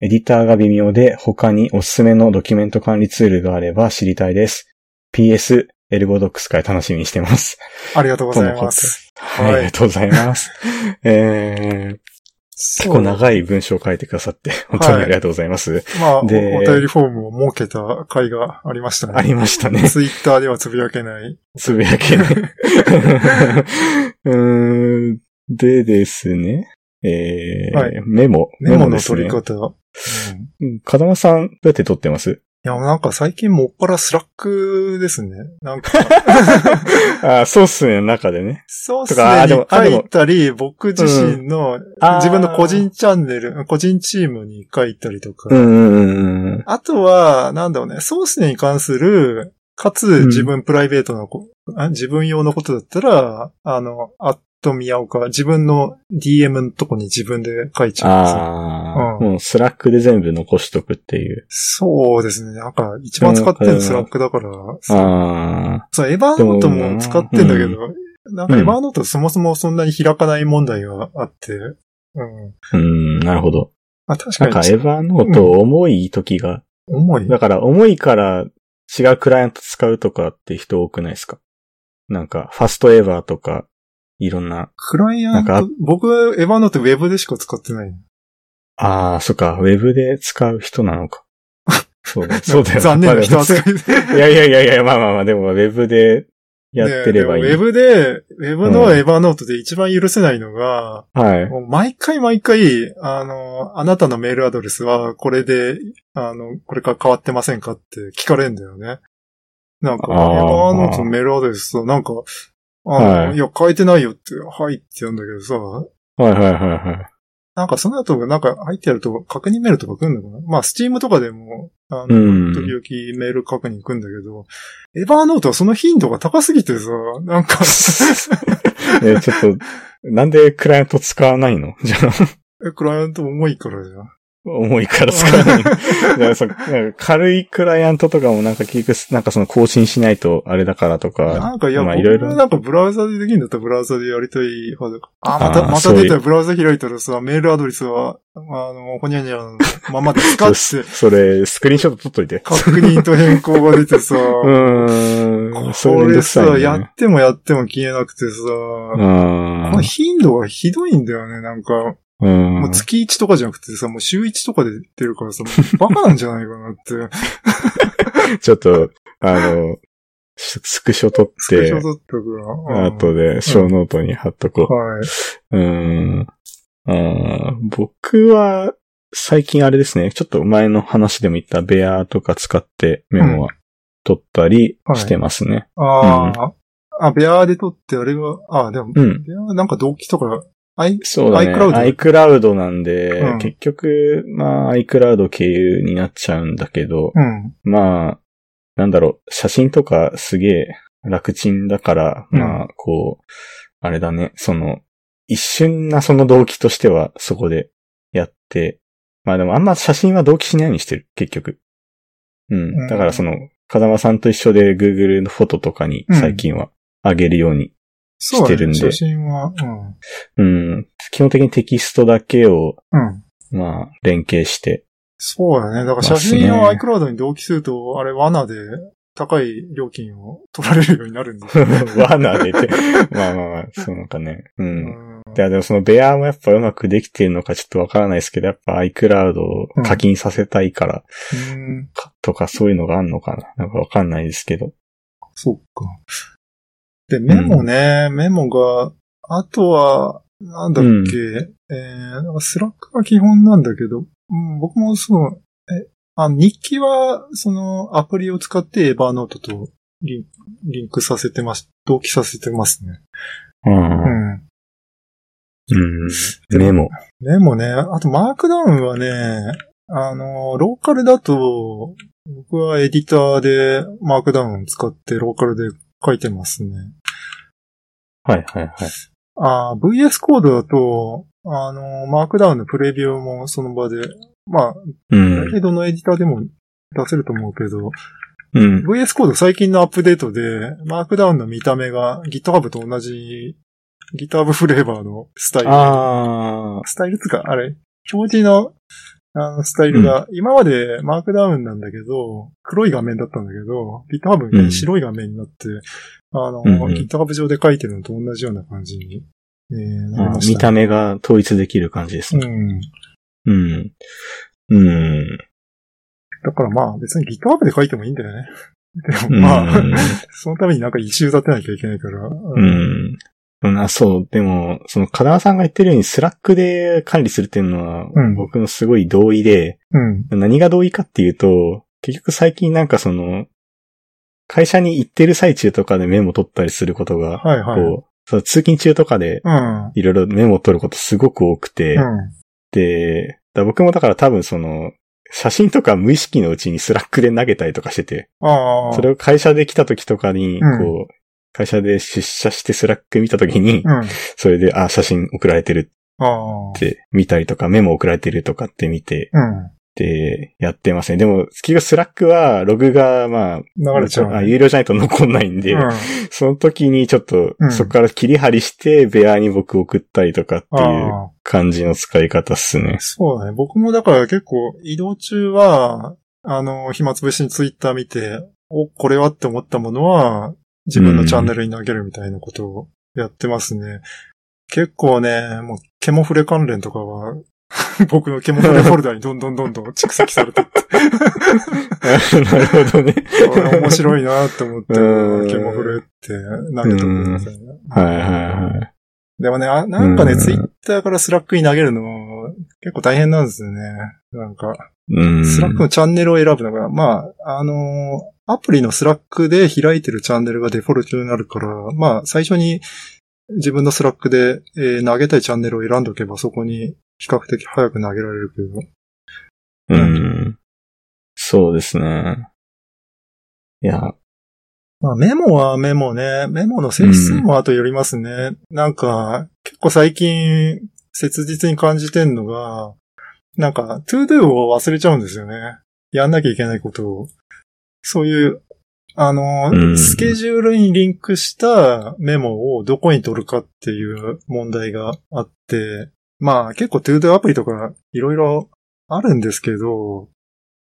[SPEAKER 1] エディターが微妙で他におすすめのドキュメント管理ツールがあれば知りたいです。PS、エルゴドックス会楽しみにしてます。
[SPEAKER 2] ありがとうございます。
[SPEAKER 1] はい、ありがとうござい ます。えー、
[SPEAKER 2] 結
[SPEAKER 1] 結構長い文章を書いてくださって、本当にありがとうございます。
[SPEAKER 2] まあ、おお便
[SPEAKER 1] で
[SPEAKER 2] りフォームを設けた回がありましたね。
[SPEAKER 1] ありました ね。
[SPEAKER 2] ツイッターではつぶやけない。
[SPEAKER 1] つぶや けない。うーんでですね、えー
[SPEAKER 2] はい
[SPEAKER 1] メモ。
[SPEAKER 2] メモの
[SPEAKER 1] ですね
[SPEAKER 2] 取り方。うん
[SPEAKER 1] うん風間さん、どうやって取って ます
[SPEAKER 2] いや、なんか最近もっぱらスラックですね。な んか、
[SPEAKER 1] あー、そうっすね、中でね。
[SPEAKER 2] そうす
[SPEAKER 1] とかあで
[SPEAKER 2] ね
[SPEAKER 1] も。あで
[SPEAKER 2] 書
[SPEAKER 1] も
[SPEAKER 2] いたり、僕自身の、
[SPEAKER 1] あー
[SPEAKER 2] 自分の個人チャンネル、個人チームに書いたりとか。
[SPEAKER 1] うんうんうんうん。
[SPEAKER 2] あとは、なんだろうね、ソースに関する、か
[SPEAKER 1] ん
[SPEAKER 2] つ自分プライベートのこ、あ自分用のことだったら、あの、アット宮岡、自分の DM のとこに自分で書いちゃうんですよ
[SPEAKER 1] ああ、
[SPEAKER 2] うん
[SPEAKER 1] もうスラックで全部残しとくっていう。
[SPEAKER 2] そうですね。なんか、一番使ってるのスラックだから、
[SPEAKER 1] ああ、
[SPEAKER 2] そう、エヴァーノートも使ってんだけ
[SPEAKER 1] で
[SPEAKER 2] ど、なんかエヴァーノートそもそもそんなに開かない問題があって、うん。
[SPEAKER 1] うん、なるほど。
[SPEAKER 2] あ、確
[SPEAKER 1] なんか
[SPEAKER 2] か
[SPEAKER 1] エ
[SPEAKER 2] に、
[SPEAKER 1] ヴァノート重い時が、
[SPEAKER 2] 重い。
[SPEAKER 1] だから重いから違うクライアント使うとかって人多くないですかなんか、ファストエヴァーとか、いろんな。
[SPEAKER 2] クライアン
[SPEAKER 1] なん
[SPEAKER 2] ト
[SPEAKER 1] か、
[SPEAKER 2] 僕、エヴァーノートウェブでしか使ってない。
[SPEAKER 1] ああ、そっか、ウェブで使う人なのか。そうだ、そうだよ。
[SPEAKER 2] 残念な人
[SPEAKER 1] まあで
[SPEAKER 2] 扱いで。
[SPEAKER 1] もいやいやいやいや、まあまあまあ、でもウェブでやってればいい。
[SPEAKER 2] ねでもウェブで、ウェブのエヴァーノートで一番許せないのが、
[SPEAKER 1] はい。
[SPEAKER 2] もう毎回毎回、あの、あなたのメールアドレスはこれで、あの、これから変わってませんかって聞かれるんだよね。なんか、エヴァー
[SPEAKER 1] あー
[SPEAKER 2] ノートのメールアドレスと、なんか、あの、
[SPEAKER 1] はい
[SPEAKER 2] い、や、変えてないよって、はいって言うんだけどさ、
[SPEAKER 1] はいはいはいはい。
[SPEAKER 2] なんかその後、なんか入ってやると確認メールとか来るのかなまあ、スチームとかでも、あの、
[SPEAKER 1] うん。
[SPEAKER 2] 時々メール確認来るんだけど、エヴァーノートはその頻度が高すぎてさ、なん か、
[SPEAKER 1] え、ちょっと、なんでクライアント使わないのじ ゃあ、
[SPEAKER 2] え、クライアント重いからじゃん。
[SPEAKER 1] 重いから使 わないの。じゃあそなんか軽いクライアントとかもなんか結局、なんかその更新しないとあれだからと
[SPEAKER 2] な
[SPEAKER 1] か。
[SPEAKER 2] んか、いや、
[SPEAKER 1] まあ
[SPEAKER 2] 僕
[SPEAKER 1] いろいろ
[SPEAKER 2] なんかブラウザでできるんだったらブラウザでやりたい派だから。あ、ま
[SPEAKER 1] あー
[SPEAKER 2] た、また
[SPEAKER 1] そういう
[SPEAKER 2] 出たよブラウザ開いたらさ、メールアドレスは、あの、ほにゃにゃのままで使っ
[SPEAKER 1] そ
[SPEAKER 2] て、
[SPEAKER 1] それ、スクリーンショット撮っといて。
[SPEAKER 2] 確認と変更が出てさ、
[SPEAKER 1] うーん。それ
[SPEAKER 2] こ
[SPEAKER 1] めんど
[SPEAKER 2] れ
[SPEAKER 1] くさい、ね。
[SPEAKER 2] さ、やってもやっても消えなくてさ、
[SPEAKER 1] うん
[SPEAKER 2] この頻度がひどいんだよね、なんか。
[SPEAKER 1] うん
[SPEAKER 2] もう月1とかじゃなくてさ、もう週1とかで出てるからさ、もうバカなんじゃないかなって。
[SPEAKER 1] ちょっと、あの、ススクショ撮っ
[SPEAKER 2] スクシ
[SPEAKER 1] て
[SPEAKER 2] ョ、撮ったから。うん
[SPEAKER 1] 後で小ノートに貼っとこう。
[SPEAKER 2] はい。
[SPEAKER 1] うーん。あー僕は、最近あれですね、ちょっと前の話でも言ったベアとか使ってメモは取ったりしてますね。
[SPEAKER 2] ああ、あ、ベアで撮って、あれが、あでも、
[SPEAKER 1] うん。
[SPEAKER 2] いや、なんか動機とか、アイ、
[SPEAKER 1] そうだね。
[SPEAKER 2] iCloud
[SPEAKER 1] iCloud なんで、
[SPEAKER 2] うん
[SPEAKER 1] 結局、まあ iCloud 経由になっちゃうんだけど、
[SPEAKER 2] うん。
[SPEAKER 1] まあ、なんだろう、写真とかすげえ楽ちんだから、
[SPEAKER 2] うん
[SPEAKER 1] まあ、こう、あれだね、その、一瞬なその動機としてはそこでやって、まあでもあんま写真は同期しないようにしてる、結局。うん。だからその、風間さんと一緒で Google のフォトとかに最近は上げるように
[SPEAKER 2] そ
[SPEAKER 1] し
[SPEAKER 2] う
[SPEAKER 1] て
[SPEAKER 2] だ
[SPEAKER 1] るん
[SPEAKER 2] ね。
[SPEAKER 1] で
[SPEAKER 2] 写真は、うん。
[SPEAKER 1] うん。基本的にテキストだけを、
[SPEAKER 2] うん。
[SPEAKER 1] まあ、連携して。
[SPEAKER 2] そうだね。だから写真を iCloud に同期すると、あれ罠で高い料金を取られるようにな るんですよね。
[SPEAKER 1] 罠でて。まあまあまあ、そうなんかね。う。
[SPEAKER 2] うん ん。
[SPEAKER 1] いや、でもそのベアもやっぱうまくできてるのかちょっとわからないですけど、やっぱ iCloud を課金させたいから、
[SPEAKER 2] うん
[SPEAKER 1] かとかそういうのがあんのかななんかわかんないですけど。
[SPEAKER 2] そっか。で、メモね、メモが、あとは、なんだっけ、えーなんかスラックが基本なんだけど、うん、僕もそう、え、あ、日記は、その、アプリを使ってエヴァーノートとリンリンクさせてます、同期させてますね。
[SPEAKER 1] うん。
[SPEAKER 2] うん。
[SPEAKER 1] うん。メモ。
[SPEAKER 2] メモね、あとマークダウンはね、あの、ローカルだと、僕はエディターでマークダウン使ってローカルで書いてますね。
[SPEAKER 1] はいはいはい。
[SPEAKER 2] あー VS コードだと、あの、マークダウンのプレビューもその場で、まあ、
[SPEAKER 1] う
[SPEAKER 2] 大
[SPEAKER 1] ん。
[SPEAKER 2] 体どのエディターでも出せると思うけど、
[SPEAKER 1] うん。
[SPEAKER 2] VS コード最近のアップデートで、マークダウンの見た目が GitHub と同じ GitHub フレーバーのスタイル。
[SPEAKER 1] あ
[SPEAKER 2] スタイルつうか、あれ、表示の、あの、スタイルが、今までマークダウンなんだけど、黒い画面だったんだけど、GitHub
[SPEAKER 1] うん
[SPEAKER 2] に白い画面になって、あの、
[SPEAKER 1] うんうん
[SPEAKER 2] GitHub 上で書いてるのと同じような感じに、えー
[SPEAKER 1] ー
[SPEAKER 2] なり
[SPEAKER 1] あ
[SPEAKER 2] ま
[SPEAKER 1] ー。
[SPEAKER 2] し
[SPEAKER 1] 見
[SPEAKER 2] た
[SPEAKER 1] た
[SPEAKER 2] ね。
[SPEAKER 1] 目が統一できる感じですね。
[SPEAKER 2] うん。
[SPEAKER 1] うん。うん。
[SPEAKER 2] だからまあ、別に GitHub で書いてもいいんだよね。
[SPEAKER 1] う
[SPEAKER 2] でも
[SPEAKER 1] ん
[SPEAKER 2] まあ、そのためになんか一周立てなきゃいけないから。
[SPEAKER 1] う。
[SPEAKER 2] うん
[SPEAKER 1] あ、そう。でも、その、風間さんが言ってるように、スラックで管理するっていうのは、
[SPEAKER 2] うん
[SPEAKER 1] 僕のすごい同意で、
[SPEAKER 2] うん。
[SPEAKER 1] 何が同意かっていうと、結局最近なんかその、会社に行ってる最中とかでメモ取ったりすることが、
[SPEAKER 2] はいはい。
[SPEAKER 1] こう、その通勤中とかで、
[SPEAKER 2] うん。
[SPEAKER 1] いろいろメモ取ることすごく多くて、
[SPEAKER 2] うん。
[SPEAKER 1] で、だから僕もだから多分その、写真とか無意識のうちにスラックで投げたりとかしてて、
[SPEAKER 2] ああ。
[SPEAKER 1] それを会社で来た時とかに、こ
[SPEAKER 2] うん
[SPEAKER 1] う、会社で出社してスラック見た時に
[SPEAKER 2] う、ん。あ
[SPEAKER 1] それで、あ、写真送られてる
[SPEAKER 2] あ
[SPEAKER 1] っ。て見たりとか、メモ送られてるとかって見て、
[SPEAKER 2] うん。
[SPEAKER 1] で、やってますね。でも、結局スラックは、ログが、まあ、
[SPEAKER 2] 流れちゃう
[SPEAKER 1] あ
[SPEAKER 2] ね。
[SPEAKER 1] 有料じゃないと残んないんで、
[SPEAKER 2] うん。
[SPEAKER 1] その時にちょっと
[SPEAKER 2] う、ん
[SPEAKER 1] そこから切り張りして、ベアに僕送ったりとかってい
[SPEAKER 2] あ
[SPEAKER 1] う
[SPEAKER 2] あ。
[SPEAKER 1] 感じの使い方っす ね。
[SPEAKER 2] そうだね。僕もだから結構移動中は、あの、暇つぶしにツイッター見て、お、これはって思ったものは、自分のチャンネルに投げるみたいなことをやってますね。結構ね、もう、ケモフレ関連とかは、 僕のケモフレフォルダにどんどんどんどん 蓄積されてって、
[SPEAKER 1] なるほどね。
[SPEAKER 2] これ面白いなって思って、ケ
[SPEAKER 1] うん
[SPEAKER 2] モフレって投げとくみたいな。
[SPEAKER 1] はいはいはい。
[SPEAKER 2] でもね、あなんかね、
[SPEAKER 1] うん
[SPEAKER 2] ツイッターからスラックに投げるの、結構大変なんですよね。なんか、
[SPEAKER 1] うん。
[SPEAKER 2] スラックのチャンネルを選ぶのが、まあ、あのーアプリのスラックで開いてるチャンネルがデフォルトになるから、まあ、最初に自分のスラックで、えー投げたいチャンネルを選んどけば、そこに比較的早く投げられるけ
[SPEAKER 1] う
[SPEAKER 2] ど。
[SPEAKER 1] ん。そうですね。いや、
[SPEAKER 2] まあ、メモはメモね。メモの性質にもあとよりますね。なんか、結構最近、切実に感じてんのが、なんか、トゥードゥーを忘れちゃうんですよね。やんなきゃいけないことを。そういう、あの、
[SPEAKER 1] うん
[SPEAKER 2] スケジュールにリンクしたメモをどこに取るかっていう問題があって、まあ結構トゥードゥーアプリとかいろいろあるんですけど、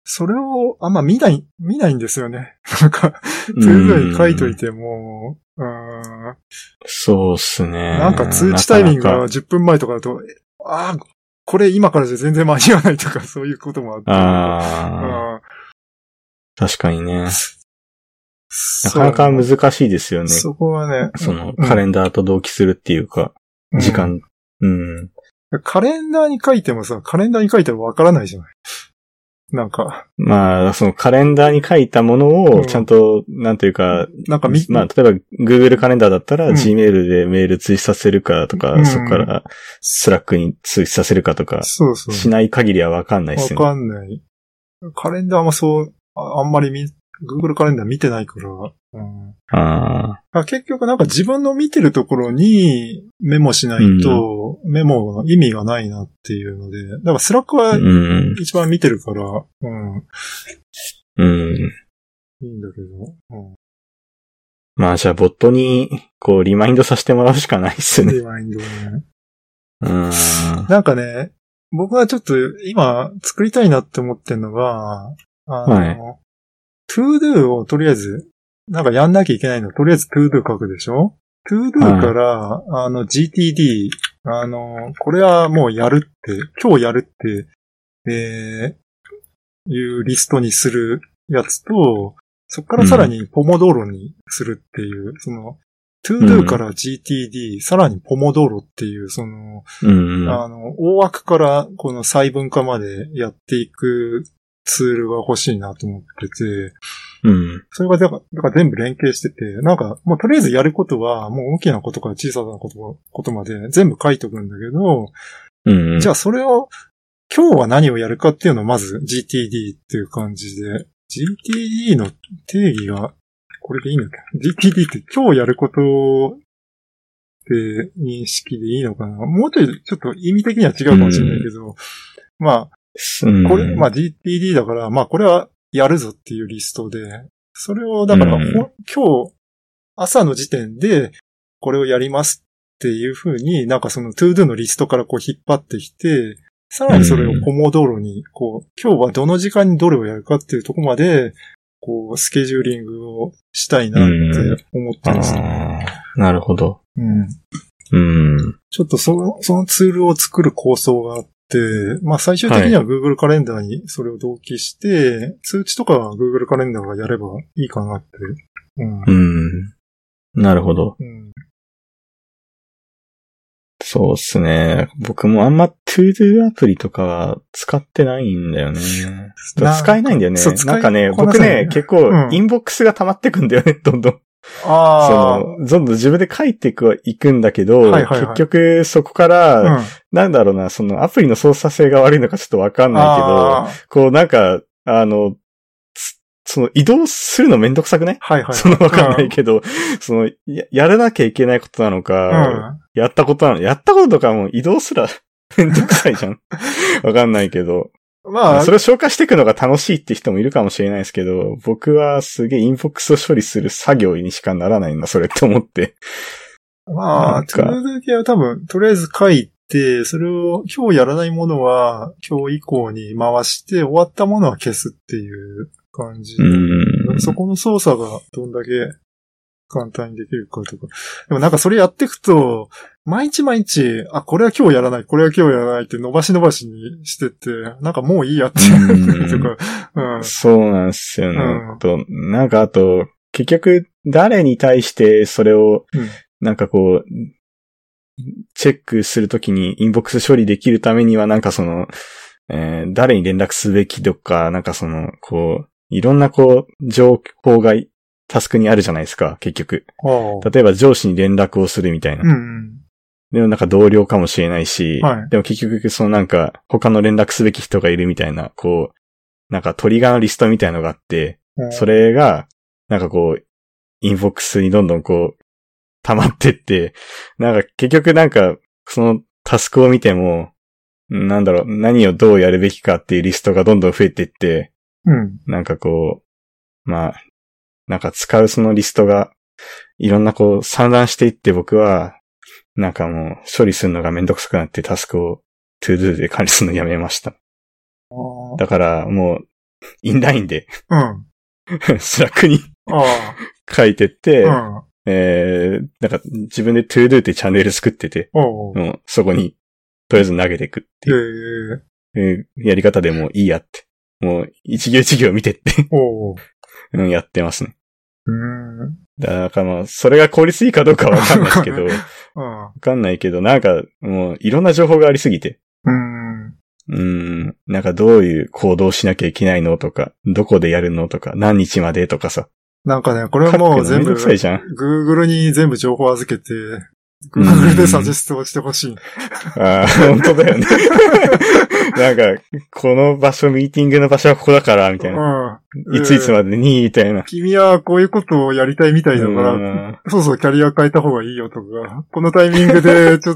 [SPEAKER 2] それをあんま見ない、見ないんですよね。なんか、トゥードゥーに書いといても、うん、
[SPEAKER 1] そうっすね。
[SPEAKER 2] なんか通知タイミング
[SPEAKER 1] なかな
[SPEAKER 2] が
[SPEAKER 1] か
[SPEAKER 2] 10分前とかだと、えああ、これ今からじゃ全然間に合わないとか、 そういうこともあって。
[SPEAKER 1] ああ、
[SPEAKER 2] うん
[SPEAKER 1] 確かにね。な
[SPEAKER 2] そ
[SPEAKER 1] かなか難しいですよ
[SPEAKER 2] う
[SPEAKER 1] ね。
[SPEAKER 2] そこはね、
[SPEAKER 1] その、
[SPEAKER 2] うん
[SPEAKER 1] カレンダーと同期するっていうか、
[SPEAKER 2] うん
[SPEAKER 1] 時。間。うん。
[SPEAKER 2] カレンダーに書いてもさ、カレンダーに書いてもわからないじゃない。なんか、
[SPEAKER 1] まあ、そのカレンダーに書いたもの
[SPEAKER 2] う
[SPEAKER 1] を、
[SPEAKER 2] ん
[SPEAKER 1] ちゃんと、なんというか、
[SPEAKER 2] なんかみ、
[SPEAKER 1] まあ、例えば Google カレンダーだったら、
[SPEAKER 2] うん
[SPEAKER 1] Gmail でメール通知させるかとか、
[SPEAKER 2] うん
[SPEAKER 1] そこから、Slack に通知させるかとか、
[SPEAKER 2] そうそう。
[SPEAKER 1] しない限りはわかんないです
[SPEAKER 2] わ
[SPEAKER 1] よね。
[SPEAKER 2] かんない。カレンダーもそう、ああんまり見 Google カレンダー見てないから、うん
[SPEAKER 1] あ
[SPEAKER 2] あ結局なんか自分の見てるところにメモしないと、メモの意味がないなっていうので、だからスラック
[SPEAKER 1] あ、
[SPEAKER 2] は
[SPEAKER 1] うん、
[SPEAKER 2] 一番見てるから、うん、
[SPEAKER 1] うん。
[SPEAKER 2] いいんだけど、うん。
[SPEAKER 1] まあじゃあ、ボットに、こう、リマインドさせてもらうしかないっすね。
[SPEAKER 2] リマインドね。
[SPEAKER 1] うん。
[SPEAKER 2] なんかね、僕がちょっと今作りたいなって思ってんのが、あの、
[SPEAKER 1] はい
[SPEAKER 2] トゥードゥをとりあえず、なんかやんなきゃいけないの、とりあえずトゥードゥ書くでしょトゥードゥから、あの GTD、あの、これはもうやるって、今日やるって、えー、いうリストにするやつと、そこからさらにポモドーロにするっていう、その、トゥードゥから GTD、さらにポモドーロっていう、その、
[SPEAKER 1] うん。
[SPEAKER 2] あの、大枠からこの細分化までやっていくツールが欲しいなと思ってて、
[SPEAKER 1] うん。
[SPEAKER 2] それがだからだから全部連携してて、なんか、もうとりあえずやることは、もう大きなことから小さなことことまで全部書いとくんだけど、
[SPEAKER 1] うん。
[SPEAKER 2] じ
[SPEAKER 1] ゃ
[SPEAKER 2] ゃあそれを、今日は何をやるかっていうのをまず GTD っていう感じで、GTD の定義が、これでいいのか ?GTD って今日やることって認識でいいのかなもうちょいちょっと意味的には違うかもしれないけど、まあ、これ、まあ GTD だから、まあこれはやるぞっていうリストで、それをだから、
[SPEAKER 1] うん
[SPEAKER 2] ほん今日、朝の時点で、これをやりますっていう風に、なんかその to do のリストからこう引っ張ってきて、さらにそれをコモドーロに、こう、今日はどの時間にどれをやるかっていうところまで、こう、スケジューリングをしたいなって思ってるんですね。
[SPEAKER 1] あーなるほど。
[SPEAKER 2] うん
[SPEAKER 1] うん。
[SPEAKER 2] ちょっとその、そのツールを作る構想があって、まあ最終的には Google カレンダーにそれを同期して、通知とかは Google カレンダーがやればいいかなって。うん。
[SPEAKER 1] うん。なるほど。
[SPEAKER 2] うん。
[SPEAKER 1] そうっすね。僕もあんま ToDo アプリとかは使ってないんだよね。
[SPEAKER 2] な
[SPEAKER 1] 使えないんだよね
[SPEAKER 2] そう。使い
[SPEAKER 1] なんかね、
[SPEAKER 2] こな
[SPEAKER 1] 僕
[SPEAKER 2] せない
[SPEAKER 1] ね、結構
[SPEAKER 2] う、ん
[SPEAKER 1] インボックスが溜まってくんだよね、 どんどん。
[SPEAKER 2] あ
[SPEAKER 1] その、どんどん自分で書いていくはいくんだけど、
[SPEAKER 2] はいはいはい
[SPEAKER 1] 結局そこか
[SPEAKER 2] あ、
[SPEAKER 1] ら、
[SPEAKER 2] ん。
[SPEAKER 1] なんだろうな、そのアプリの操作性が悪いのかちょっとわかんない
[SPEAKER 2] あー
[SPEAKER 1] けど、こうなんか、あの、つその移動するのめんどくさくね
[SPEAKER 2] はいはい。
[SPEAKER 1] そのわかんないけど、そのや、やらなきゃいけないことなのか、やったことなの、やったこととかも移動すら めんどくさいじゃ ん。わかんないけど。
[SPEAKER 2] うん。まあ
[SPEAKER 1] そ、れを消化していくのが楽しいって人もいるかもしれないですけど、僕はすげえインボックスを処理する作業にしかならないな、それって思って。
[SPEAKER 2] ま
[SPEAKER 1] な
[SPEAKER 2] あ、
[SPEAKER 1] ん
[SPEAKER 2] トゥ
[SPEAKER 1] か
[SPEAKER 2] ードゥ系は多分、とりあえず書いて、それを今日やらないものは今日以降に回して、終わったものは消すっていう感じ。
[SPEAKER 1] うん。
[SPEAKER 2] そこの操作がどんだけ簡単にできるかとか。でもなんかそれやっていくと、毎日毎日、あ、これは今日やらない、これは今日やらないって伸ばし伸ばしにしてって、なんかもういいやって
[SPEAKER 1] う
[SPEAKER 2] い
[SPEAKER 1] ん
[SPEAKER 2] うとか、うん。
[SPEAKER 1] そうなんですよね。
[SPEAKER 2] うん
[SPEAKER 1] と、なんかあと、結局、誰に対してそれを
[SPEAKER 2] うん、
[SPEAKER 1] なんかこう、チェックするときにインボックス処理できるためには、なんかその、えー誰に連絡すべきとか、なんかその、こう、いろんなこう、情報がタスクにあるじゃないですか、結局。
[SPEAKER 2] ああ
[SPEAKER 1] 例えば上司に連絡をするみたいな。
[SPEAKER 2] うん。
[SPEAKER 1] でもなんか同僚かもしれないし、
[SPEAKER 2] はい
[SPEAKER 1] でも結局そのなんか他の連絡すべき人がいるみたいな、こう、なんかトリガーのリストみたいのがあって、
[SPEAKER 2] うん
[SPEAKER 1] それが、なんかこう、インボックスにどんどんこう、溜まってって、なんか結局なんか、そのタスクを見ても、なんだろう、何をどうやるべきかっていうリストがどんどん増えてって、
[SPEAKER 2] うん。
[SPEAKER 1] なんかこう、まあ、なんか使うそのリストが、いろんなこう散乱していって僕は、なんかもう処理するのがめんどくさくなってタスクを to do で管理するのやめました。
[SPEAKER 2] あ
[SPEAKER 1] だからもう、インラインで、
[SPEAKER 2] あうん。
[SPEAKER 1] スラックに
[SPEAKER 2] あ
[SPEAKER 1] 書いてって、
[SPEAKER 2] あ。うん。
[SPEAKER 1] えー、なんか自分で to do ってチャンネル作ってて、
[SPEAKER 2] おう
[SPEAKER 1] もうそこに、とりあえず投げていくってい
[SPEAKER 2] え
[SPEAKER 1] う、
[SPEAKER 2] え
[SPEAKER 1] えーやり方でもういいやって。もう一行一行見てって、
[SPEAKER 2] おう
[SPEAKER 1] うん、やってますね。
[SPEAKER 2] うん。うん。
[SPEAKER 1] だからまあ、それが効率いいかどうかはわかんないです けど、わかんないけど、なんか、もう、いろんな情報がありすぎて、
[SPEAKER 2] うん。
[SPEAKER 1] うーん、なんかどういう行動をしなきゃいけないのとか、どこでやるのとか、何日までとかさ、
[SPEAKER 2] なんかね、これ
[SPEAKER 1] 書
[SPEAKER 2] は
[SPEAKER 1] く
[SPEAKER 2] も
[SPEAKER 1] の
[SPEAKER 2] う
[SPEAKER 1] め
[SPEAKER 2] 全
[SPEAKER 1] んど
[SPEAKER 2] 部
[SPEAKER 1] く、さいじゃん。
[SPEAKER 2] Google に全部情報預けて、 Google でサジェストをしてほしい。
[SPEAKER 1] ああ、 本当だよね。 なんか、この場所、ミーティングの場所はここだから、みたいな。
[SPEAKER 2] うん。
[SPEAKER 1] いついつ
[SPEAKER 2] で。
[SPEAKER 1] までに、みたいな。
[SPEAKER 2] 君はこういうことをやりたいみたいだから、
[SPEAKER 1] うん
[SPEAKER 2] そうそう、キャリア変えた方がいいよとか、このタイミングで、ちょっ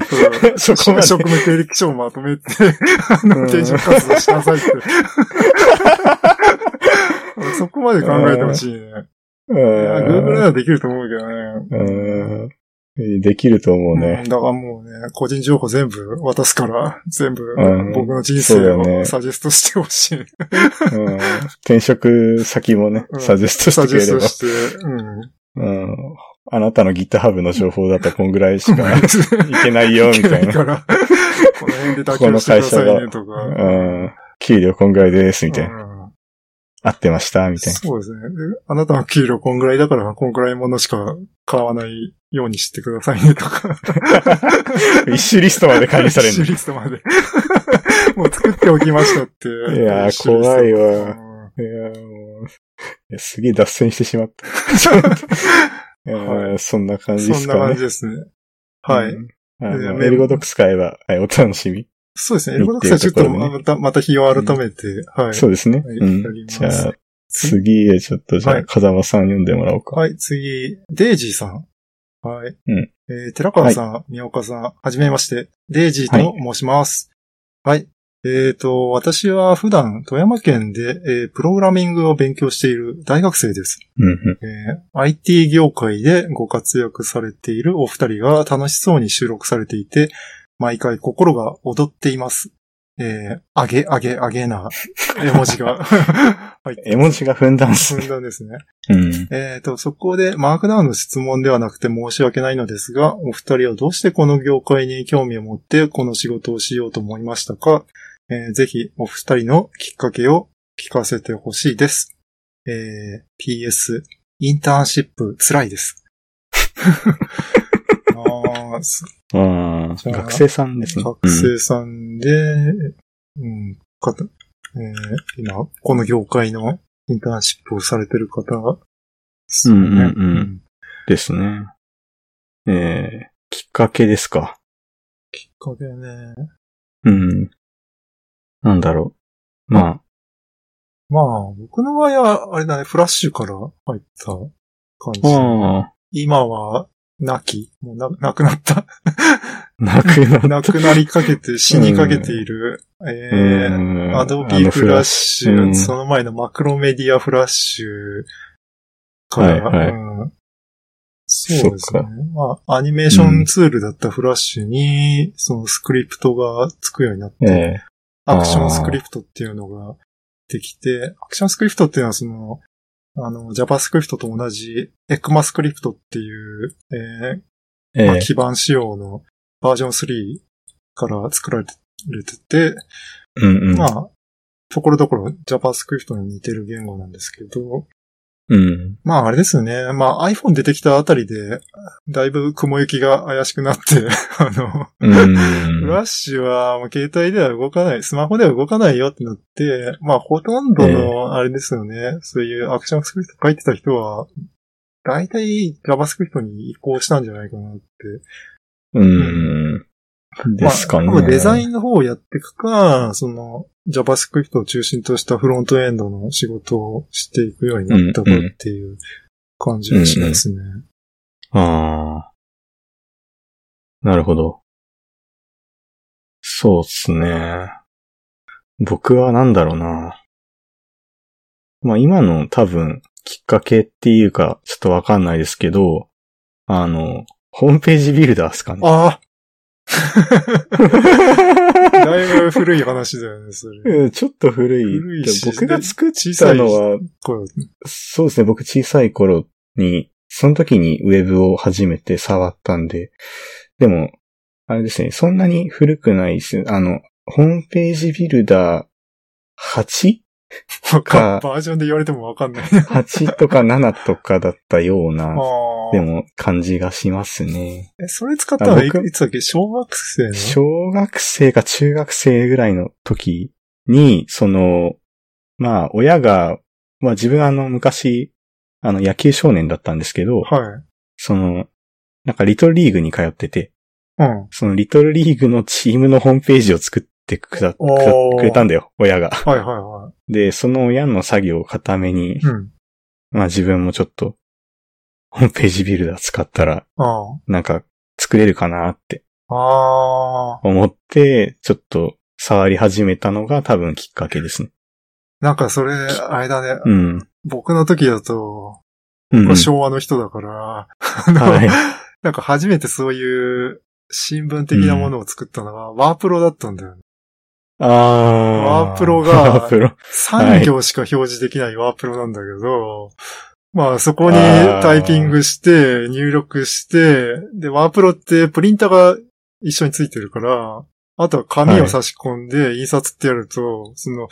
[SPEAKER 2] と、
[SPEAKER 1] そこ まで
[SPEAKER 2] 職務経歴書をま とめて、あの、転職活動しなさいって。そこまで考えてほしいね。いや Google ならできると思うけどね。
[SPEAKER 1] うんうんできると思う
[SPEAKER 2] うん
[SPEAKER 1] ね。
[SPEAKER 2] だからもうね、個人情報全部渡すから、全部
[SPEAKER 1] うん
[SPEAKER 2] 僕の人
[SPEAKER 1] そうだ
[SPEAKER 2] 生
[SPEAKER 1] よね
[SPEAKER 2] をサジェストしてほしい。
[SPEAKER 1] うん転職先もね
[SPEAKER 2] う、ん
[SPEAKER 1] サジェストし
[SPEAKER 2] サ
[SPEAKER 1] て
[SPEAKER 2] ジ
[SPEAKER 1] く
[SPEAKER 2] ェ
[SPEAKER 1] れれ
[SPEAKER 2] スト
[SPEAKER 1] ば。
[SPEAKER 2] して、 うん。
[SPEAKER 1] うんあなたの GitHub の情報だとこんぐらいしかい
[SPEAKER 2] い
[SPEAKER 1] けないよ、みたいな。
[SPEAKER 2] から、この辺で妥協してくださいねとか。
[SPEAKER 1] うん給料こんぐらいです、みたいな。
[SPEAKER 2] うん
[SPEAKER 1] 合ってました、みたいな。
[SPEAKER 2] そうですね。であなたの給料こんぐらいだから、こんぐらいものしか買わないようにしてくださいねとか。
[SPEAKER 1] 一種リストまで管理される
[SPEAKER 2] 一種リストまで。もう作っておきましたって。
[SPEAKER 1] いやー
[SPEAKER 2] 一種リスト
[SPEAKER 1] 怖いわ
[SPEAKER 2] うん
[SPEAKER 1] いやー、もういや、すげえ脱線してしまった。いやーそんな感じで
[SPEAKER 2] そん
[SPEAKER 1] す
[SPEAKER 2] な
[SPEAKER 1] か
[SPEAKER 2] 感
[SPEAKER 1] ね
[SPEAKER 2] じ。ですね。はい。
[SPEAKER 1] うん。あ
[SPEAKER 2] で
[SPEAKER 1] の
[SPEAKER 2] メモ
[SPEAKER 1] エルゴドックス買えば、はい、お楽しみ。
[SPEAKER 2] そうですね。エルゴドクスはちょっとまた、また日を改めて、はい。
[SPEAKER 1] そうですね。
[SPEAKER 2] はい
[SPEAKER 1] うん
[SPEAKER 2] やり。ます
[SPEAKER 1] じゃあ、次へちょっと、じゃ
[SPEAKER 2] は
[SPEAKER 1] あ、
[SPEAKER 2] い
[SPEAKER 1] 風間さん読んでもらおうか。
[SPEAKER 2] はい、次、デイジーさん。はい。
[SPEAKER 1] うん
[SPEAKER 2] えー寺川さん、宮岡さん、はじめまして。デイジーと申します。はい。えっ、と、私は普段富山県で、えープログラミングを勉強している大学生です。
[SPEAKER 1] うんうん。
[SPEAKER 2] えー IT 業界でご活躍されているお二人が楽しそうに収録されていて、毎回心が踊っています。えー、あげあげあげな絵文字 が入って
[SPEAKER 1] 絵文字がふんだんす
[SPEAKER 2] 踏。んだんですね。
[SPEAKER 1] うん。
[SPEAKER 2] えっ、と、そこでマークダウンの質問ではなくて申し訳ないのですが、お二人はどうしてこの業界に興味を持ってこの仕事をしようと思いましたか、えーぜひお二人のきっかけを聞かせてほしいです。えー PS、インターンシップ辛いです。 あーす
[SPEAKER 1] ああ、
[SPEAKER 2] じゃあ
[SPEAKER 1] 学生さんですね。
[SPEAKER 2] 学生さんで、うん、かた、えー今、この業界のインターンシップをされてる方ですよね。
[SPEAKER 1] うんうんうんですね。ええ、きっかけですか。
[SPEAKER 2] きっかけね。
[SPEAKER 1] うん。なんだろう。ま
[SPEAKER 2] まあ、僕の場合は、あれだね、フラッシュから入った感じ
[SPEAKER 1] あ、。ああ、
[SPEAKER 2] 今は、なき。もうな、なくなった。
[SPEAKER 1] なくなった。
[SPEAKER 2] なくなりかけて、死にかけている。えーアドビーフラッ
[SPEAKER 1] シ
[SPEAKER 2] シ
[SPEAKER 1] う
[SPEAKER 2] ュ、
[SPEAKER 1] ん
[SPEAKER 2] その前のマクロメディアフラッシュから、
[SPEAKER 1] はいはい
[SPEAKER 2] うんそうです
[SPEAKER 1] そ
[SPEAKER 2] ね
[SPEAKER 1] っか。
[SPEAKER 2] まあ、アニメーションツールだったフラッシュに、そのスクリプトがつくようになって、
[SPEAKER 1] ュ。え
[SPEAKER 2] アクションスクリプトっていうのができて、アクションスクリプトっていうのはその、あの、JavaScript と同じ ECMAScript っていう、えー
[SPEAKER 1] え、え
[SPEAKER 2] まあ
[SPEAKER 1] え、
[SPEAKER 2] 基盤仕様のバージョン3から作られてて、
[SPEAKER 1] うんうん。
[SPEAKER 2] まあ、ところどころ JavaScript に似てる言語なんですけど、
[SPEAKER 1] うん。
[SPEAKER 2] まああれですよね。まあ iPhone 出てきたあたりで、だいぶ雲行きが怪しくなって、 あの、
[SPEAKER 1] うん。
[SPEAKER 2] フラッシュはもう携帯では動かない、スマホでは動かないよってなって、まあほとんど
[SPEAKER 1] え
[SPEAKER 2] のあれですよね、そういうアクションスクリプト書いてた人は、大体 JavaScript に移行したんじゃないかなって。
[SPEAKER 1] うん。ですかね。
[SPEAKER 2] まあ、デザインの方をやっていくか、その JavaScript を中心としたフロントエンドの仕事をしていくようになったかっていう感じがしますね。
[SPEAKER 1] ああ。なるほど。そうっすね。僕はなんだろうな。まあ今の多分きっかけっていうかちょっとわかんないですけど、あの、ホームページビルダーっすかね。
[SPEAKER 2] ああだいぶ古い話だよね、そ れ。
[SPEAKER 1] うんちょっと古い。
[SPEAKER 2] 古いし
[SPEAKER 1] 僕が作ったのは、
[SPEAKER 2] こう
[SPEAKER 1] そうですね、僕小さい頃に、その時にウェブを初めて触ったんで、でも、あれですね、そんなに古くないです。あの、ホームページビルダー
[SPEAKER 2] バージョンで言われてもわかんな い。あ
[SPEAKER 1] 8?8 とか7とかだったような、
[SPEAKER 2] あ。
[SPEAKER 1] でも感じがしますね。
[SPEAKER 2] え、それ使ったのはい
[SPEAKER 1] あ僕
[SPEAKER 2] いつだっけ小学生の
[SPEAKER 1] 小学生か中学生ぐらいの時に、その、まあ、親が、まあ自分あの昔、あの野球少年だったんですけど、
[SPEAKER 2] はい。
[SPEAKER 1] その、なんかリトルリーグに通ってて、
[SPEAKER 2] うん。
[SPEAKER 1] そのリトルリーグのチームのホームページを作ってくだ、くだ
[SPEAKER 2] おー
[SPEAKER 1] くれたんだよ、親が。
[SPEAKER 2] はいはいは
[SPEAKER 1] で、その親の作業を固めに
[SPEAKER 2] い。、うん。
[SPEAKER 1] まあ自分もちょっと、ホームページビルダー使ったら、
[SPEAKER 2] あ
[SPEAKER 1] なんか作れるかなって
[SPEAKER 2] あ。ああ。
[SPEAKER 1] 思って、ちょっと触り始めたのが多分きっかけですね。
[SPEAKER 2] なんかそれ、あれだね。
[SPEAKER 1] うん。
[SPEAKER 2] 僕の時だと、
[SPEAKER 1] うん。
[SPEAKER 2] 昭和の人だから、あの
[SPEAKER 1] はい。
[SPEAKER 2] なんか初めてそういう新聞的なものを作ったのは、ワープロだったんだよね。
[SPEAKER 1] ああ。
[SPEAKER 2] ワープロが
[SPEAKER 1] ワープロ。
[SPEAKER 2] 3行しか表示できないワープロなんだけど、まあそこにタイピングして、入力して、で、ワープロってプリンターが一緒についてるから、あとは紙を差し込んで印刷ってやると、その、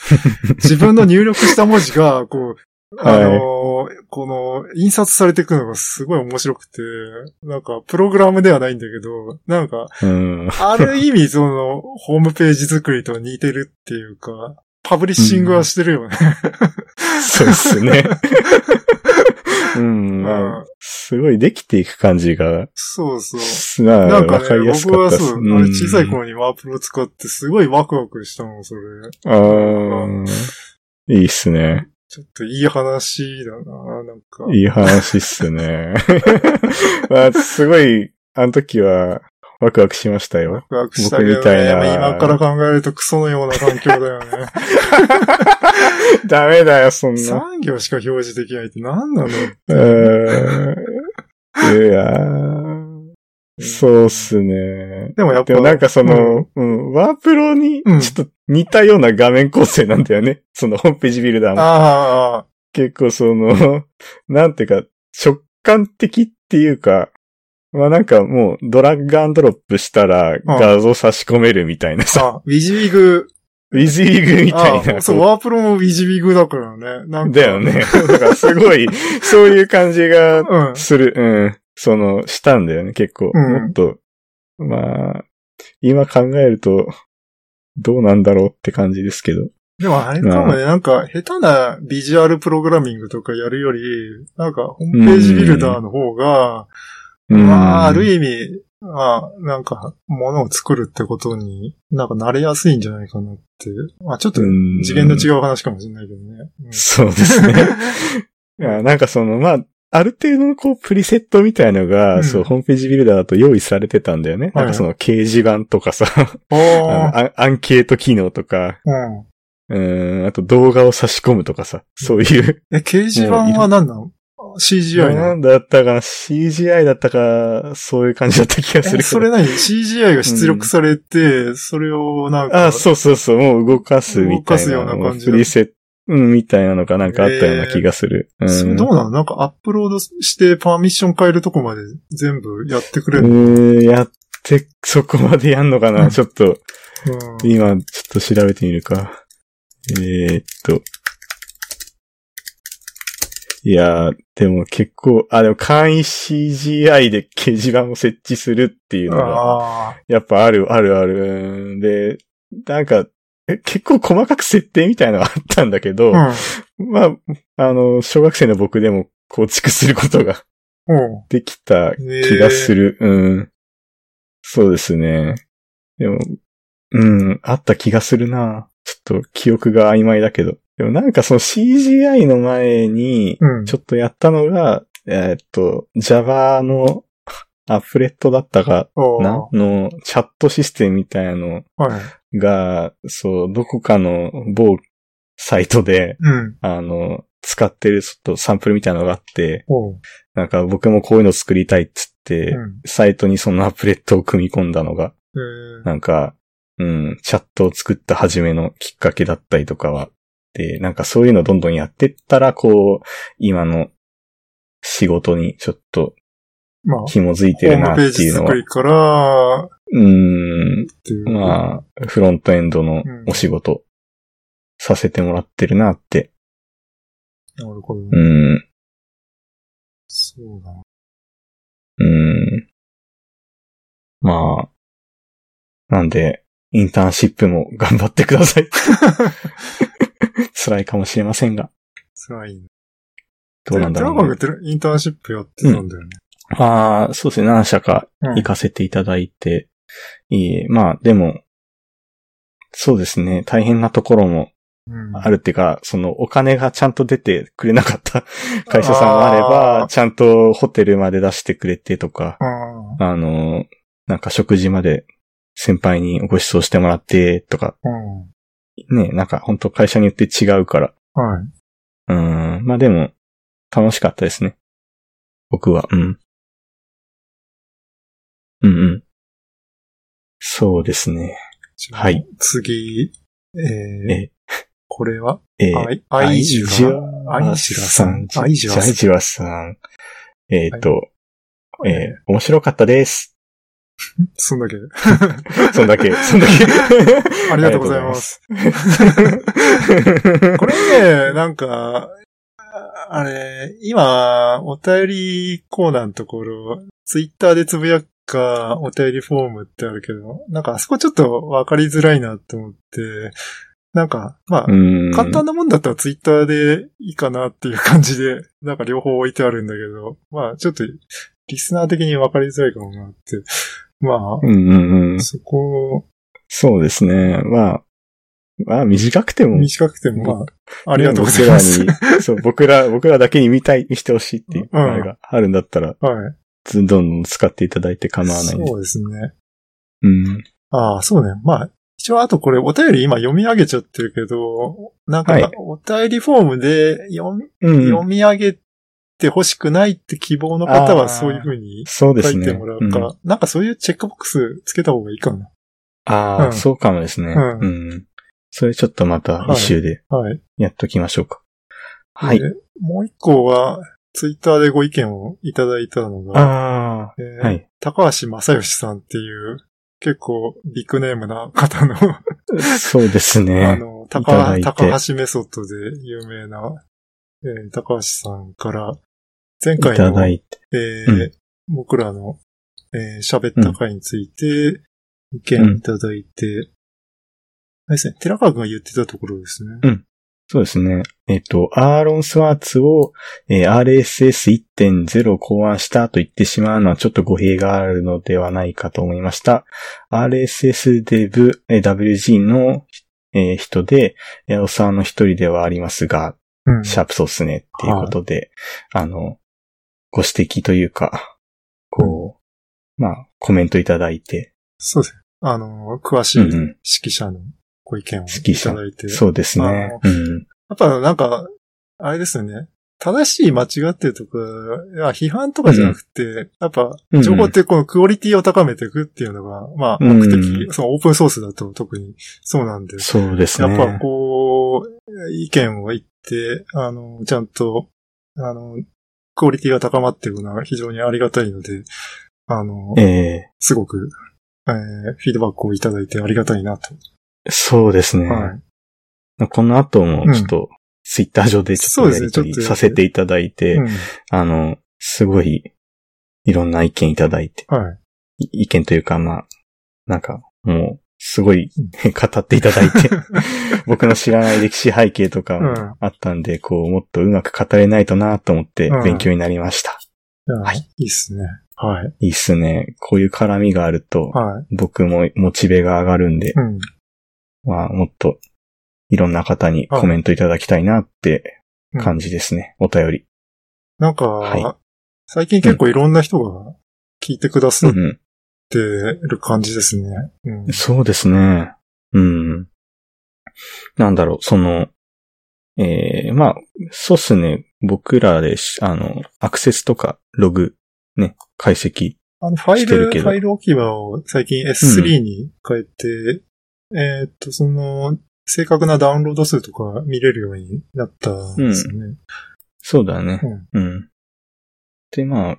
[SPEAKER 2] 自分の入力した文字が、こう、あのーこの、印刷されていくのがすごい面白くて、なんか、プログラムではないんだけど、なんか、
[SPEAKER 1] うん。
[SPEAKER 2] ある意味、その、ホームページ作りと似てるっていうか、パブリッシングはしてるよね。
[SPEAKER 1] そうです ね。うん、
[SPEAKER 2] う
[SPEAKER 1] ま
[SPEAKER 2] ん
[SPEAKER 1] あ、すごいできていく感じが、
[SPEAKER 2] そうそう。
[SPEAKER 1] まあ
[SPEAKER 2] なん
[SPEAKER 1] わ
[SPEAKER 2] か
[SPEAKER 1] か
[SPEAKER 2] ね
[SPEAKER 1] り、やす
[SPEAKER 2] 僕
[SPEAKER 1] かっ
[SPEAKER 2] は
[SPEAKER 1] たで
[SPEAKER 2] そ
[SPEAKER 1] す。
[SPEAKER 2] う、あれ小さい頃にワープロ使ってすごいワクワクしたの、それ。
[SPEAKER 1] ああー、いいっすね。
[SPEAKER 2] ちょっといい話だな、なんか。
[SPEAKER 1] いい話っすね。 まあ、すごい、あの時は、ワクワクしましたよ
[SPEAKER 2] ワ。クワクしたけど
[SPEAKER 1] 僕みたい
[SPEAKER 2] ね、
[SPEAKER 1] な
[SPEAKER 2] 今から考えるとクソのような環境だよ ね。
[SPEAKER 1] ダメだよ、そんな。
[SPEAKER 2] 産業しか表示できないって何な
[SPEAKER 1] う
[SPEAKER 2] の
[SPEAKER 1] ーん。いやーそうっすね。
[SPEAKER 2] でもやっ
[SPEAKER 1] で
[SPEAKER 2] ぱ
[SPEAKER 1] もなんかその、うん、ワープロに、
[SPEAKER 2] うん
[SPEAKER 1] ちょっと似たような画面構成なんだよね。そのホームページビルダーも。
[SPEAKER 2] ああ、
[SPEAKER 1] 結構その、 なんていうか、直感的っていうか、まあなんかもうドラッグアンドロップしたら画像差し込めるみたいなさ、
[SPEAKER 2] あ、ウィジビグ。
[SPEAKER 1] ウィジーグみたい
[SPEAKER 2] あ
[SPEAKER 1] な。
[SPEAKER 2] そう、ワープロもウィジビグだからね。なんか
[SPEAKER 1] だよ。ね。だからすごい、そういう感じが
[SPEAKER 2] うん。
[SPEAKER 1] する、うん。その、したんだよね、結構。
[SPEAKER 2] うん
[SPEAKER 1] もっと、まあ、今考えると、どうなんだろうって感じですけど。
[SPEAKER 2] でもあれかもね、なんか下手なビジュアルプログラミングとかやるより、なんかホームページビルダーの方が、
[SPEAKER 1] うん
[SPEAKER 2] まあある意味、まあ、なんか、ものを作るってことに、なんか慣れやすいんじゃないかなって。まあちょっと
[SPEAKER 1] うん
[SPEAKER 2] 次元の違う話かもしれないけどね。うん
[SPEAKER 1] そうです ね。いや、なんかその、まあ、ある程度のこう、プリセットみたいのが、
[SPEAKER 2] うん
[SPEAKER 1] そう、ホームページビルダーだと用意されてたんだよね。
[SPEAKER 2] はい
[SPEAKER 1] なんかその掲示板とかさ、 あ
[SPEAKER 2] お
[SPEAKER 1] の
[SPEAKER 2] ー
[SPEAKER 1] アンアンケート機能とか、
[SPEAKER 2] うん。
[SPEAKER 1] うーん、あと動画を差し込むとかさ、そういう。
[SPEAKER 2] え、掲示板は何なの ?CGI な
[SPEAKER 1] な
[SPEAKER 2] の
[SPEAKER 1] んだったかな、CGI だったか、そういう感じだった気がするけ
[SPEAKER 2] え
[SPEAKER 1] ど。
[SPEAKER 2] それ何 ?CGI が出力されて、それをなんか、
[SPEAKER 1] あ、そうそうそう、もう動かすみたい
[SPEAKER 2] 動か
[SPEAKER 1] な。
[SPEAKER 2] すような感じだ
[SPEAKER 1] プリセット、うん、みたいなのがなんかあったような気がする。
[SPEAKER 2] それ
[SPEAKER 1] ん
[SPEAKER 2] どうなのなんかアップロードしてパーミッション変えるとこまで全部やってくれ
[SPEAKER 1] う
[SPEAKER 2] る、
[SPEAKER 1] ーん、やって、そこまでやんのか
[SPEAKER 2] うん
[SPEAKER 1] なちょっと、
[SPEAKER 2] うん
[SPEAKER 1] 今、ちょっと調べてみるか。えー、っと。いやー、でも結構、あ、でも簡易 CGI で掲示板を設置するっていうのが、
[SPEAKER 2] あ
[SPEAKER 1] やっぱある、あるある。うんで、なんか、え結構細かく設定みたいなのがあったんだけど、
[SPEAKER 2] あ。
[SPEAKER 1] まあ、あの、小学生の僕でも構築することが
[SPEAKER 2] うん。う
[SPEAKER 1] できた
[SPEAKER 2] ん。
[SPEAKER 1] 気がする。
[SPEAKER 2] る。
[SPEAKER 1] うん。そうですね。でも、うん、あった気がするな。ちょっと記憶が曖昧だけど。でもなんかその CGI の前に、
[SPEAKER 2] うん。
[SPEAKER 1] ちょっとやったのが、えーっと、Java のアプレットだったか
[SPEAKER 2] と
[SPEAKER 1] なのチャットシステムみたいなの
[SPEAKER 2] はい。
[SPEAKER 1] が、そう、どこかの某サイトで、
[SPEAKER 2] うん。
[SPEAKER 1] あの、使ってるちょっとサンプルみたいなのがあって、
[SPEAKER 2] おう。
[SPEAKER 1] なんか僕もこういうの作りたいっつって、
[SPEAKER 2] うん。
[SPEAKER 1] サイトにそのアプレットを組み込んだのが、
[SPEAKER 2] えー
[SPEAKER 1] なんか、うん、チャットを作った初めのきっかけだったりとかは、で、なんかそういうのどんどんやってったら、こう、今の仕事にちょっと
[SPEAKER 2] まあ、ホ
[SPEAKER 1] 紐づいてる
[SPEAKER 2] ー
[SPEAKER 1] な
[SPEAKER 2] ム
[SPEAKER 1] っ
[SPEAKER 2] ペー
[SPEAKER 1] て
[SPEAKER 2] ジ
[SPEAKER 1] いうの
[SPEAKER 2] 作
[SPEAKER 1] は。
[SPEAKER 2] りから、っ
[SPEAKER 1] うん、
[SPEAKER 2] ていう。
[SPEAKER 1] まあ、フロントエンドのお仕事させてもらってるなって、
[SPEAKER 2] なるほどね。
[SPEAKER 1] うん、
[SPEAKER 2] そうだな。
[SPEAKER 1] うん。まあ、なんで、インターンシップも頑張ってくださ い。辛いかもしれませんが、
[SPEAKER 2] 辛いね。
[SPEAKER 1] どうなんだろ
[SPEAKER 2] で
[SPEAKER 1] う、
[SPEAKER 2] 寺
[SPEAKER 1] ね。
[SPEAKER 2] 川君ってインターンシップやってたんだよね。
[SPEAKER 1] ああ、そうですね、何社か
[SPEAKER 2] うん
[SPEAKER 1] 行かせていただいて、いいまあ、でも、そうですね。大変なところも
[SPEAKER 2] うん
[SPEAKER 1] あるっていうか、そのお金がちゃんと出てくれなかった会社さんもあれば、
[SPEAKER 2] あー
[SPEAKER 1] ちゃんとホテルまで出してくれてとか、
[SPEAKER 2] うん
[SPEAKER 1] あの、なんか食事まで先輩にご馳走してもらってとか、
[SPEAKER 2] うん
[SPEAKER 1] ね、なんか本当会社によって違うから、
[SPEAKER 2] はい。
[SPEAKER 1] うん、まあでも、楽しかったですね。僕は、うん。うんうん。そうですね。
[SPEAKER 2] じゃあ
[SPEAKER 1] はい。
[SPEAKER 2] 次、えー
[SPEAKER 1] え
[SPEAKER 2] これは、
[SPEAKER 1] えー
[SPEAKER 2] あいアイジュラ。
[SPEAKER 1] アイジュラさん。
[SPEAKER 2] アイジュラさん
[SPEAKER 1] アイジュラさん。えっと、えー面白かったです。
[SPEAKER 2] そんだけ。
[SPEAKER 1] そんだ け、そんだけ。
[SPEAKER 2] ありがとうございます。
[SPEAKER 1] ありがとうございます。
[SPEAKER 2] これね、なんか、ああれ、今、お便りコーナーのところ、ツイッターでつぶやくか、お便りフォームってあるけど、なんかあそこちょっとわかりづらいなと思って、なんか、まあ、
[SPEAKER 1] うん。
[SPEAKER 2] 簡単なもんだったらツイッターでいいかなっていう感じで、なんか両方置いてあるんだけど、まあちょっとリスナー的に分かりづらいかもなって。ま
[SPEAKER 1] うんうんうん
[SPEAKER 2] あ、。そこ、
[SPEAKER 1] そうですね。まあ、まあ短くても。
[SPEAKER 2] 短くてもまあ、ありがとうございます。
[SPEAKER 1] ね。僕らに、そう、僕ら、 僕らだけに見たい、見してほしいっていう、
[SPEAKER 2] うん
[SPEAKER 1] あれがあるんだったら、
[SPEAKER 2] はい。
[SPEAKER 1] どんどん使っていただいて構わないんで。
[SPEAKER 2] そうですね。
[SPEAKER 1] うん。
[SPEAKER 2] ああ、そうね。まあ、一応あとこれお便り今読み上げちゃってるけど、なん
[SPEAKER 1] はい
[SPEAKER 2] かお便りフォームで読み,、
[SPEAKER 1] うん
[SPEAKER 2] 読み上げて欲しくないって希望の方はそういうふうに
[SPEAKER 1] そうで
[SPEAKER 2] 書
[SPEAKER 1] す
[SPEAKER 2] い
[SPEAKER 1] ね。
[SPEAKER 2] てもらう
[SPEAKER 1] う
[SPEAKER 2] か、
[SPEAKER 1] ん
[SPEAKER 2] なんかそういうチェックボックスつけた方がいいかな。
[SPEAKER 1] ああ、
[SPEAKER 2] うん
[SPEAKER 1] そうかもですね、
[SPEAKER 2] うん
[SPEAKER 1] うん。それちょっとまた、一周で
[SPEAKER 2] はい。
[SPEAKER 1] やっときましょうか。はい。
[SPEAKER 2] でもう一個は、ツイッターでご意見をいただいたのが、
[SPEAKER 1] あ
[SPEAKER 2] え
[SPEAKER 1] あ、
[SPEAKER 2] ー
[SPEAKER 1] はい。
[SPEAKER 2] 高橋正義さんっていう、結構ビッグネームな方の、
[SPEAKER 1] そうです
[SPEAKER 2] あ
[SPEAKER 1] ね。
[SPEAKER 2] の
[SPEAKER 1] いただい、
[SPEAKER 2] 高
[SPEAKER 1] て
[SPEAKER 2] 高橋メソッドで有名な、えー高橋さんから、前
[SPEAKER 1] い
[SPEAKER 2] 回
[SPEAKER 1] た
[SPEAKER 2] の、
[SPEAKER 1] だいて。
[SPEAKER 2] えー
[SPEAKER 1] うん
[SPEAKER 2] 僕らのえー喋、った回について意見いただいて、あれですね、寺川君が言ってたところですね。
[SPEAKER 1] そうですね。えっ、と、アーロン・スワーツを、えー RSS1.0 を考案したと言ってしまうのはちょっと語弊があるのではないかと思いました。RSS デブ、えー WG の、えー人で、えーおさんの一人ではありますが、
[SPEAKER 2] うん
[SPEAKER 1] シャープそうっすねっていうことで、あの、ご指摘というか、こう、まあ、コメントいただいて、
[SPEAKER 2] そうですね。あの、詳しい
[SPEAKER 1] うんう
[SPEAKER 2] 指
[SPEAKER 1] ん
[SPEAKER 2] 揮者のご意見をい
[SPEAKER 1] 指揮者
[SPEAKER 2] ただいて。
[SPEAKER 1] そうですね。うん。
[SPEAKER 2] やっぱなんか、あれですよね。正しい間違ってるとか、いや批判とかじゃなくて、やっぱ、情報ってこのクオリティを高めていくっていうのが、まあ、
[SPEAKER 1] うん
[SPEAKER 2] 目的、そのオープンソースだと特にそうなんで、
[SPEAKER 1] そうです
[SPEAKER 2] や
[SPEAKER 1] ね。
[SPEAKER 2] っぱこう、意見を言って、あの、ちゃんと、あの、クオリティが高まっていくのは非常にありがたいので、あの、
[SPEAKER 1] え
[SPEAKER 2] すごく、えーフィードバックをいただいてありがたいなと。
[SPEAKER 1] ーそうですね。
[SPEAKER 2] はい。
[SPEAKER 1] この後も、ちょっと、ツイッター上でちょっとやり取りさせていただいて、
[SPEAKER 2] うん
[SPEAKER 1] あの、すごい、いろんな意見いただいて、
[SPEAKER 2] はい。
[SPEAKER 1] い意見というか、まあ、なんか、もう、すごい
[SPEAKER 2] う
[SPEAKER 1] 語っていただい て、僕の知らない歴史背景とか
[SPEAKER 2] う
[SPEAKER 1] も
[SPEAKER 2] ん。
[SPEAKER 1] あったんで、こう、もっとうまく語れないとなと思って
[SPEAKER 2] うん
[SPEAKER 1] 勉強になりました。は
[SPEAKER 2] はいい。いいっすね。はい。
[SPEAKER 1] いいっすね。こういう絡みがあると、
[SPEAKER 2] はい。
[SPEAKER 1] 僕もモチベが上がるんで、
[SPEAKER 2] うん。
[SPEAKER 1] まあ、もっと、いろんな方にコメントいただきたいなって感
[SPEAKER 2] じ。
[SPEAKER 1] じですね。お便り。
[SPEAKER 2] なんか、
[SPEAKER 1] はい
[SPEAKER 2] 最近結構いろんな人が聞いてくださっ
[SPEAKER 1] うん
[SPEAKER 2] てる感じですね。うん。
[SPEAKER 1] そうですね。うん。なんだろう、その、ええまあ、そうっすね。僕らでし、あの、アクセスとか、ログ、ね、解析。
[SPEAKER 2] あの、ファイ
[SPEAKER 1] してる
[SPEAKER 2] ル、
[SPEAKER 1] けど
[SPEAKER 2] ファイル置き場を最近 S3 に変えて、えーっと、その、正確なダウンロード数とか見れるようになったんですよね。
[SPEAKER 1] そうだね。うん。で、まあ、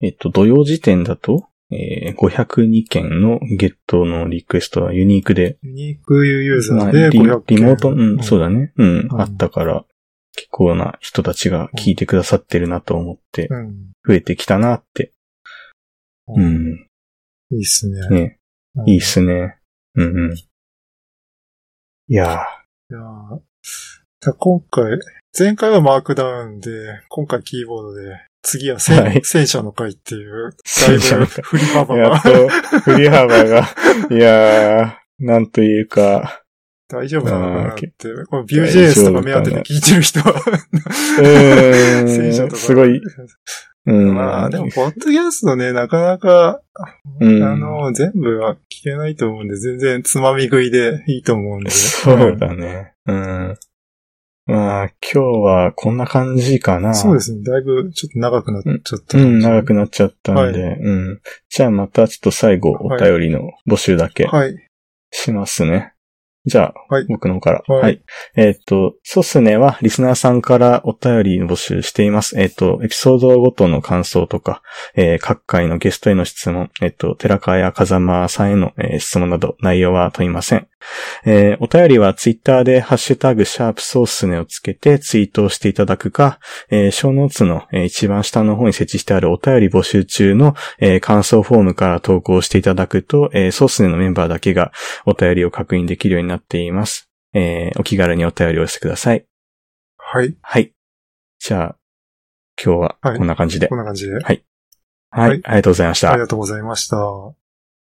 [SPEAKER 1] えっと、土曜時点だと、ええ502件のゲットのリクエストはユニークで、
[SPEAKER 2] ユニークユーザ
[SPEAKER 1] まあ
[SPEAKER 2] ーで
[SPEAKER 1] リ
[SPEAKER 2] 500
[SPEAKER 1] リモート、うん、そう
[SPEAKER 2] だ。
[SPEAKER 1] だね。うん、
[SPEAKER 2] うん
[SPEAKER 1] あったから、結構な人たちが聞いてくださってるなと思って、
[SPEAKER 2] うん。
[SPEAKER 1] 増えてきたなって。う。ん。
[SPEAKER 2] いいっすね。
[SPEAKER 1] ね、いいっすね。うんうん。いや
[SPEAKER 2] いやーだ今回、前回はマークダウンで、今回キーボードで、次は戦,、
[SPEAKER 1] はい
[SPEAKER 2] 戦車の回っていう、だい
[SPEAKER 1] 戦車
[SPEAKER 2] ぶ
[SPEAKER 1] の回
[SPEAKER 2] 振り幅
[SPEAKER 1] や
[SPEAKER 2] が
[SPEAKER 1] っと、振り 幅が、いやー、なんというか、
[SPEAKER 2] 大丈夫なのかなっ
[SPEAKER 1] あー
[SPEAKER 2] て
[SPEAKER 1] け。
[SPEAKER 2] この Vue.js とか目当てで聞いてる人は、
[SPEAKER 1] う
[SPEAKER 2] 戦車
[SPEAKER 1] ー
[SPEAKER 2] と
[SPEAKER 1] ん、
[SPEAKER 2] か。
[SPEAKER 1] すごい、うん。
[SPEAKER 2] まあ、でも、ポッドキャストね、なかなか、
[SPEAKER 1] うん、
[SPEAKER 2] あの、全部は聞けないと思うんで、全然つまみ食いでいいと思うんで。
[SPEAKER 1] そうだね。うん。まあ、今日はこんな感じかな。
[SPEAKER 2] そうですね。だいぶちょっと長くなっちゃった。
[SPEAKER 1] うん、長くなっちゃったんで、
[SPEAKER 2] は
[SPEAKER 1] うん。じゃあまたちょっと最後お便りの募集だけ
[SPEAKER 2] はい。
[SPEAKER 1] しますね。じゃあ、
[SPEAKER 2] はい
[SPEAKER 1] 僕の方から。
[SPEAKER 2] はい
[SPEAKER 1] えっ、と、ソスネはリスナーさんからお便り募集しています。えっ、と、エピソードごとの感想とか、えー各回のゲストへの質問、えっ、と、寺川や風間さんへの、えー質問など内容は問いません。えーお便りはツイッターでハッシュタグシャープソースネをつけてツイートをしていただくか、えー、小ノーツの、えー一番下の方に設置してあるお便り募集中の、えー感想フォームから投稿していただくと、えーソースネのメンバーだけがお便りを確認できるようになっています。えーお気軽にお便りをしてください。
[SPEAKER 2] はい。
[SPEAKER 1] はい。じゃあ、今日は
[SPEAKER 2] はい
[SPEAKER 1] こんな感じで。
[SPEAKER 2] こんな感じで。
[SPEAKER 1] はい、
[SPEAKER 2] はい
[SPEAKER 1] ありがとうございました
[SPEAKER 2] あり。がとうございました。